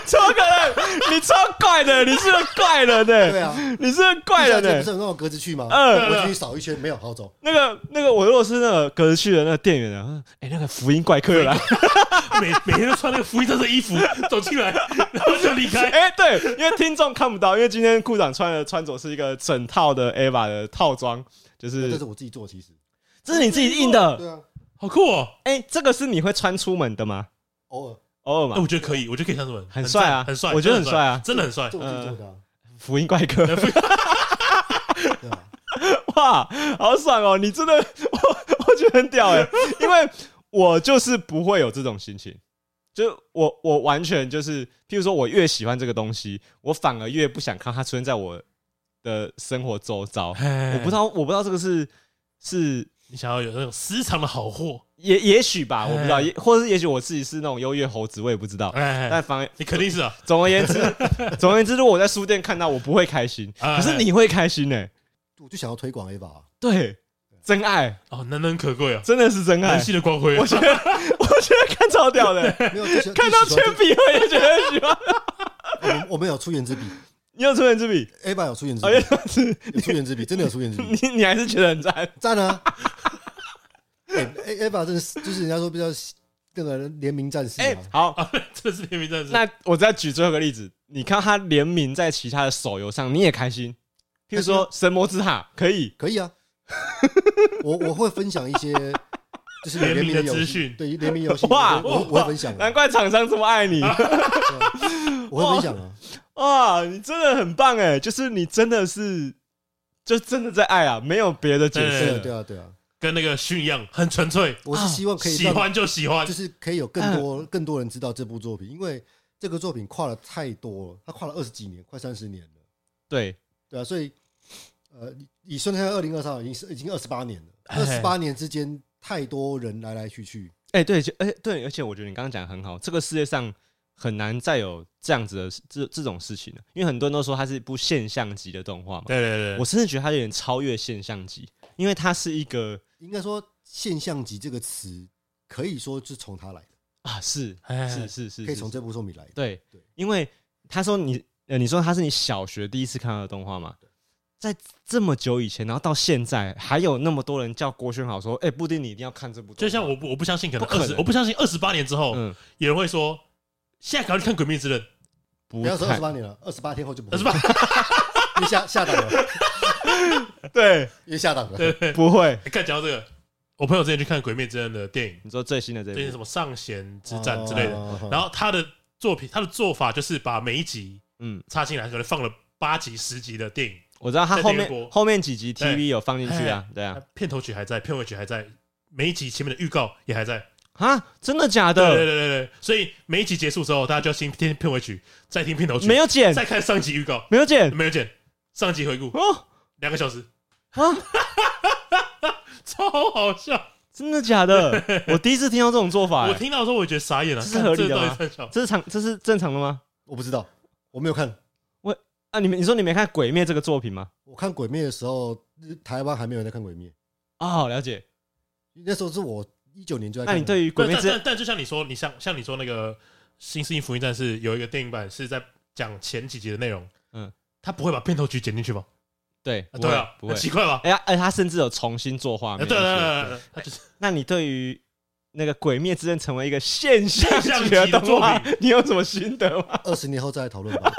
Speaker 2: 超可能，你超怪的，你是个怪人
Speaker 4: (laughs) 对
Speaker 2: 呢，
Speaker 4: 啊，
Speaker 2: 你是个怪人
Speaker 4: 地下街不
Speaker 2: 呢
Speaker 4: 是。有那种格子去吗？
Speaker 2: 嗯
Speaker 4: 我进去扫一圈，没有，好走，
Speaker 2: 那个那个，我如果是那个格子去的那个店员啊，哎，那个福音怪客又来，
Speaker 3: 每每天都穿那个福音战士的衣服走进来，然后就离
Speaker 2: (laughs)
Speaker 3: 开。
Speaker 2: 哎、对，因为听众看不到，因为今天库长穿的穿着是一个整套的 AVA 的套装，就是嗯
Speaker 4: 这是我自己做，其实，
Speaker 2: 这是你自己印的。
Speaker 4: 对啊，
Speaker 3: 好酷哦！
Speaker 2: 哎、这个是你会穿出门的吗？
Speaker 4: 偶尔
Speaker 2: 偶尔
Speaker 3: 哎，
Speaker 2: 嘛，
Speaker 3: 我觉得可以，我觉得可以穿这么
Speaker 2: 很帅啊
Speaker 3: 很帅，
Speaker 2: 我觉得
Speaker 3: 真
Speaker 2: 很
Speaker 3: 的
Speaker 2: 帅啊
Speaker 3: 真的很帅
Speaker 4: 这。我自己做的啊，
Speaker 2: 福音怪客， (laughs) 嗯
Speaker 4: 对啊，
Speaker 2: 哇，好爽哦！你真的， (laughs) 我我觉得很屌哎、因为我就是不会有这种心情。就我，我完全就是，譬如说，我越喜欢这个东西，我反而越不想看它出现在我的生活周
Speaker 3: (laughs)
Speaker 2: 遭。
Speaker 3: 哎
Speaker 2: 我不知，道，我不知道这个是是
Speaker 3: 你想要有那种私藏的好货，
Speaker 2: 也也许吧，我不知道，
Speaker 3: 哎
Speaker 2: 也或者是也许我自己是那种优越猴子，我也不知道。
Speaker 3: 哎
Speaker 2: 但，反而
Speaker 3: 你肯定是啊，
Speaker 2: 总而言
Speaker 3: (laughs)
Speaker 2: 之，总而言之，如果我在书店看到，我不会开心，
Speaker 3: 哎
Speaker 2: 可是你会开心呢、欸
Speaker 4: 我就想要推广 A
Speaker 2: (laughs)
Speaker 4: 吧，
Speaker 2: 对，真爱
Speaker 3: 哦，难能可贵啊，
Speaker 2: 真的是真爱
Speaker 3: 人，性的光辉啊。
Speaker 2: 哎我觉得 (laughs) 我觉得看超屌 (laughs) 的、
Speaker 4: 没有，就喜欢
Speaker 2: 看到
Speaker 4: 就
Speaker 2: 铅
Speaker 4: 喜欢
Speaker 2: 笔我也觉得很喜欢。
Speaker 4: 这我们我们有出圆珠笔
Speaker 2: (laughs) 你有出人之 (laughs) 笔，
Speaker 4: ，A 吧有出圆珠
Speaker 2: 而
Speaker 4: 笔，
Speaker 2: 且
Speaker 4: 有出圆珠笔，真的有出圆珠笔，
Speaker 2: 哎你你还是觉得很赞，
Speaker 4: 赞啊！哎、欸、，A 吧真的是，就是人家说比较那个联名战士、啊，
Speaker 2: 哎、好，
Speaker 3: 啊， (laughs) 这是天命战士。
Speaker 2: 那我再举最后一个例子，你看他联名在其他的手游上，你也开心，譬如说神魔之塔可以，
Speaker 4: 可以啊，我我会分享一些就是有
Speaker 3: 联名的
Speaker 4: 游
Speaker 3: 资
Speaker 4: 戏
Speaker 3: 讯
Speaker 4: 对联名游戏，
Speaker 2: 哇
Speaker 4: 我我我会分享啊，
Speaker 2: 难怪厂商这么爱 (laughs) 你
Speaker 4: 我会分享啊，
Speaker 2: 哇！你真的很棒哎，就是你真的是就真的在爱啊，没有别的解
Speaker 3: 对
Speaker 4: 对
Speaker 2: 释
Speaker 4: 啊对啊对啊，
Speaker 3: 跟那个训一样，很纯粹，
Speaker 4: 我
Speaker 2: 啊
Speaker 4: 是希望可以
Speaker 3: 喜
Speaker 4: 让
Speaker 3: 欢就喜欢
Speaker 4: 就。是可以有更多更多人知道这部作品，因为这个作品跨了太多了，它跨了二十几年，快三十年了，
Speaker 2: 对，
Speaker 4: 对啊，所以呃，你你算看二零二三已经是已经二十八年了，二十八年之间太多人来来去去，
Speaker 2: 哎、对，就而且对，而且我觉得你刚刚讲得很好，这个世界上很难再有这样子的事这这种事情了，因为很多人都说它是一部现象级的动画嘛，
Speaker 3: 对对对
Speaker 2: 我
Speaker 3: 对，
Speaker 2: 甚至觉得它有点超越现象级，因为它是一个
Speaker 4: 应该说现象级这个词可以说是从它来的，
Speaker 2: 啊，是
Speaker 3: 哎
Speaker 2: 是是是，
Speaker 4: 可以
Speaker 2: 是
Speaker 4: 从这部作品来的。
Speaker 2: 对
Speaker 4: 对，
Speaker 2: 因为他说你呃，你说他是你小学第一次看到的动画嘛，在这么久以前，然后到现在还有那么多人叫郭轩豪说，哎、布丁你一定要看这部动画，
Speaker 3: 就像我不我不相信，可能
Speaker 2: 不可
Speaker 3: 二
Speaker 2: 能
Speaker 3: 十，我不相信二十八年之后，
Speaker 2: 嗯，
Speaker 3: 有人会说，现在赶快去看《鬼灭之刃》，
Speaker 2: 不
Speaker 4: 不要说二
Speaker 2: 看
Speaker 4: 十八年了，二十八天后就不
Speaker 3: 二
Speaker 4: 会
Speaker 3: 十八， (laughs)
Speaker 4: 因为下下档了，
Speaker 2: 对，
Speaker 4: 因为下档了。
Speaker 3: 对对。
Speaker 2: 不会，
Speaker 3: 对看讲到这个，我朋友之前去看《鬼灭之刃》的电影，
Speaker 2: 你说最新的这
Speaker 3: 最近
Speaker 2: 一
Speaker 3: 什
Speaker 2: 部，
Speaker 3: 么上弦之
Speaker 2: 哦
Speaker 3: 战之类的，
Speaker 2: 嗯
Speaker 4: 的
Speaker 3: 然后他的作品，他的做法就是把每一集
Speaker 2: 嗯，
Speaker 3: 插进来，可能放了八集、十集的电影，
Speaker 2: 我知道他后
Speaker 3: 在电影
Speaker 2: 面
Speaker 3: 播
Speaker 2: 后面几集 TV 有放进去啊，对啊，
Speaker 3: 片头曲还在，片尾曲还在，每一集前面的预告也还在。
Speaker 2: 啊，真的假
Speaker 3: 对对
Speaker 2: 的？
Speaker 3: 对对对，所以每一集结束之后，大家就要先听片尾曲，再听片头曲，
Speaker 2: 没有剪，
Speaker 3: 再看上集预告，
Speaker 2: 没有剪
Speaker 3: 没有剪，上集回顾
Speaker 2: 哦，
Speaker 3: 两个小时，
Speaker 2: 啊，
Speaker 3: 超好笑。
Speaker 2: 真的假
Speaker 3: (laughs)
Speaker 2: 的？我第一次听到这种做法、
Speaker 3: 我
Speaker 2: 欸，
Speaker 3: 听到的时候，我也觉得傻眼了，
Speaker 2: 这是
Speaker 3: 看
Speaker 2: 合理的啊
Speaker 3: 到底
Speaker 2: 吗
Speaker 3: 在笑
Speaker 2: 这是常这是正常的吗？
Speaker 4: 我不知道，我没有看。
Speaker 2: 啊，你们你说你没看《鬼灭》这个作品吗？
Speaker 4: 我看《鬼灭》的时候，日台湾还没有人在看《鬼灭》，
Speaker 2: 哦，了解。
Speaker 4: 那时候是我一九年就在
Speaker 2: 那
Speaker 4: 看。
Speaker 2: 你对于《鬼灭
Speaker 3: 但但
Speaker 2: 之刃
Speaker 3: 但但就像你说，你像像你说那个《新世纪福音战士》有一个电影版是在讲前几集的内容，嗯
Speaker 2: 嗯，
Speaker 3: 他不会把片头曲剪进去吧？
Speaker 2: 对，
Speaker 3: 啊
Speaker 2: 不
Speaker 3: 对
Speaker 2: 会
Speaker 3: 啊，
Speaker 2: 不会
Speaker 3: 很。奇怪吧？
Speaker 2: 哎呀，哎，他甚至有重新作画
Speaker 3: 啊
Speaker 2: 面。
Speaker 3: 对对
Speaker 2: 一些
Speaker 3: 对对，对他就是
Speaker 2: 那你对于那个《鬼灭之刃》成为一个现象
Speaker 3: 现象
Speaker 2: 级的
Speaker 3: 级的
Speaker 2: 动画 (laughs)
Speaker 3: 作品，
Speaker 2: 你有什么心得吗？
Speaker 4: 二十年后再来讨论
Speaker 2: (laughs)
Speaker 4: 吧。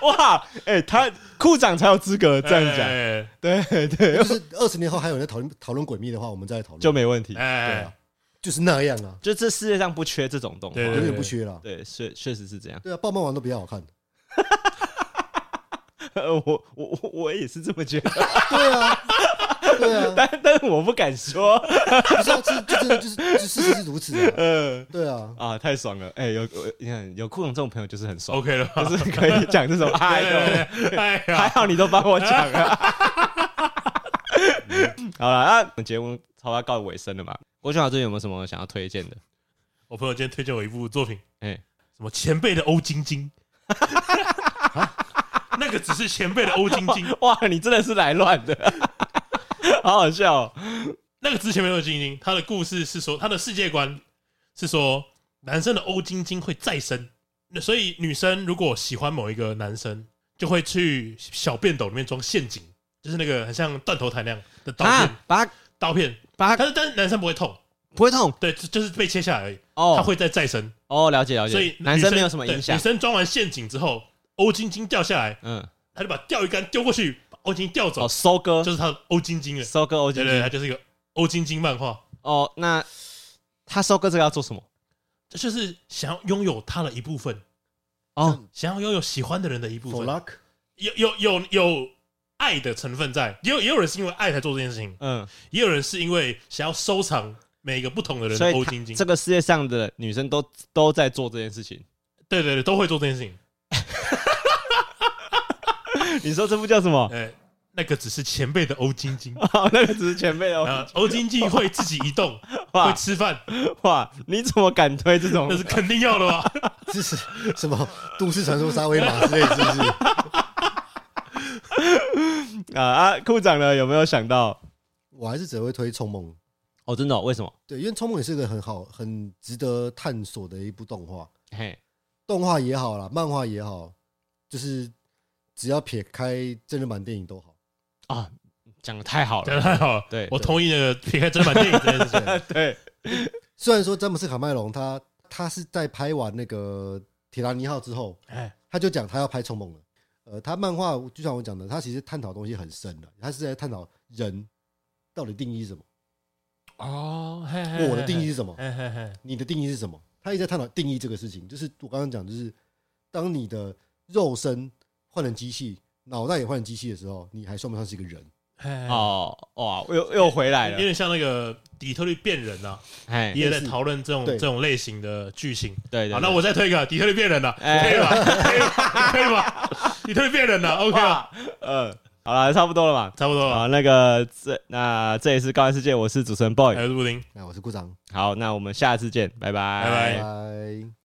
Speaker 2: 哇，哎，他库长才有资格这样讲，
Speaker 3: 哎
Speaker 2: 对对
Speaker 4: 就，是二十年后还有人在讨论讨论《鬼灭》的话，我们再来讨论。
Speaker 2: 就没问题
Speaker 3: 哎。
Speaker 4: 对
Speaker 3: 哎，
Speaker 4: 啊，就是那样啊，
Speaker 2: 就这世界上不缺这种动画，
Speaker 3: 对
Speaker 4: 永远不缺啦。
Speaker 2: 对，确确实是这样。 (laughs)
Speaker 4: 对啊，棒棒王都比较好看。
Speaker 2: 我我我我也是这么觉得， (laughs)
Speaker 4: 对啊，对啊，
Speaker 2: 但但是我不敢说。 (laughs)
Speaker 4: 不是啊，这这真的就是就事实是如此啊。
Speaker 2: 嗯
Speaker 4: 对啊，
Speaker 2: 啊，太爽了！哎，有有你看有库长这种朋友就是很
Speaker 3: (laughs)
Speaker 2: 爽，
Speaker 3: OK 了吧，
Speaker 2: 就是可以讲这种哎
Speaker 3: 对
Speaker 2: 呦。
Speaker 3: 对
Speaker 2: (laughs)
Speaker 3: 对哎
Speaker 2: 还
Speaker 3: 呀，
Speaker 2: 好你都帮我讲啊。
Speaker 3: (laughs)
Speaker 2: 嗯好了，那我们节目差不多告尾声了嘛？郭俊豪最近有没有什么想要推荐的？
Speaker 3: 我朋友今天推荐我一部作品，
Speaker 2: 哎、 (laughs)
Speaker 3: 什么前辈的欧晶晶，
Speaker 2: 啊
Speaker 3: 那个只是前辈的欧晶 (laughs) 晶，
Speaker 2: 哇，你真的是来乱的， (laughs) 好好笑、哦。
Speaker 3: 那个之前没有晶晶，他的故事是说，他的世界观是说，男生的欧晶晶会再生，那所以女生如果喜欢某一个男生，就会去小便斗里面装陷阱，就是那个很像断头台那样的刀片，
Speaker 2: 啊，把它
Speaker 3: 刀片，
Speaker 2: 把它
Speaker 3: 但是但是男生不会痛，
Speaker 2: 不会痛
Speaker 3: 对，就就是被切下来而已，他
Speaker 2: 哦
Speaker 3: 会再再生，
Speaker 2: 哦，了解了解。
Speaker 3: 所以女
Speaker 2: 男生没有什么影
Speaker 3: 对
Speaker 2: 响
Speaker 3: 女。生装完陷阱之后，欧晶晶掉下来，
Speaker 2: 嗯，
Speaker 3: 他就把钓鱼竿丢过去，把欧晶晶钓走，
Speaker 2: 哦，收割
Speaker 3: 就是他的欧晶晶了。
Speaker 2: 收割欧
Speaker 3: 对
Speaker 2: 晶
Speaker 3: 对，对他
Speaker 2: 晶。
Speaker 3: 就是一个欧晶晶漫画。
Speaker 2: 哦，那他收割这个要做什么？
Speaker 3: 这就是想要拥有他的一部分，
Speaker 2: 哦，
Speaker 3: 想要拥有喜欢的人的一部分，
Speaker 4: for luck，
Speaker 3: 有有有有爱的成分在，也有也有人是因为爱才做这件事情，
Speaker 2: 嗯，
Speaker 3: 也有人是因为想要收藏每个不同的人
Speaker 2: 所
Speaker 3: 的
Speaker 2: 以
Speaker 3: 欧
Speaker 2: 他
Speaker 3: 晶晶
Speaker 2: 这，个世界上的女生都都在做这件事情。 (laughs)
Speaker 3: 对对对，都会做这件事情。
Speaker 2: 你说这部叫什么？
Speaker 3: 呃，那个只是前辈的欧晶晶，
Speaker 2: 哦，那个只是前辈哦。
Speaker 3: 啊，欧晶晶会自己移 (laughs) 动，
Speaker 2: 哇
Speaker 3: 会吃饭，
Speaker 2: 哇，你怎么敢推这种
Speaker 3: 那？是肯定要的 (laughs) 吧？
Speaker 4: 这是什么都市传说沙威玛之类，是不是？
Speaker 2: 啊啊！库长呢？有没有想到？
Speaker 4: 我还是只会推《冲梦》。
Speaker 2: 哦，真的、哦？为什么？
Speaker 4: 对，因为《冲梦》也是个很好、很值得探索的一部动画，
Speaker 2: 嘿，
Speaker 4: 动画也好啦，漫画也好，就是只要撇开真人版电影都好。
Speaker 2: 啊，讲的太好
Speaker 3: 讲的
Speaker 2: 了。
Speaker 3: 太好了，
Speaker 2: (laughs) 对
Speaker 3: 我同意那个撇开真版电影这件事情，
Speaker 4: 对
Speaker 2: 对，
Speaker 4: 虽然说詹姆斯卡麦隆他他是在拍完那个《铁达尼号》之后，
Speaker 3: 哎，
Speaker 4: 他就讲他要拍《冲梦》了，呃，他漫画就像我讲的，他其实探讨的东西很深的，他是在探讨人到底定义是什么，
Speaker 3: (laughs) 哦，嘿嘿
Speaker 4: 我的定义是什么，
Speaker 3: 嘿嘿嘿，
Speaker 4: 你的定义是什么？他一直在探讨定义这个事情，就是我刚刚讲，就是当你的肉身换成机器，脑袋也换成机器的时候，你还算不算是一个人？
Speaker 3: 嘿，
Speaker 2: 哦哇，又又回
Speaker 4: 哎
Speaker 2: 来
Speaker 3: 有
Speaker 2: 了，
Speaker 3: 点像那个底特律变人啊，
Speaker 2: 哎，
Speaker 3: 也在讨论这种
Speaker 4: 对
Speaker 3: 这种类型的剧情。
Speaker 2: 对
Speaker 3: 好，
Speaker 2: 对，
Speaker 3: 那我再推一个底特律变人了，啊可
Speaker 2: 哎
Speaker 3: 以吧？ (laughs) 可以吧？可以吧？ (laughs) 底特律变人了，OK 啊吧？
Speaker 2: 嗯，好了，差不多了嘛。
Speaker 3: 差不多了。
Speaker 2: 好，那个这那这里是高玩世界，我是主持人 boy
Speaker 4: 啊
Speaker 3: 还。有布丁。
Speaker 4: 哎，我是顾长，
Speaker 2: 好，那我们下次见，拜拜
Speaker 3: 拜拜
Speaker 4: 拜。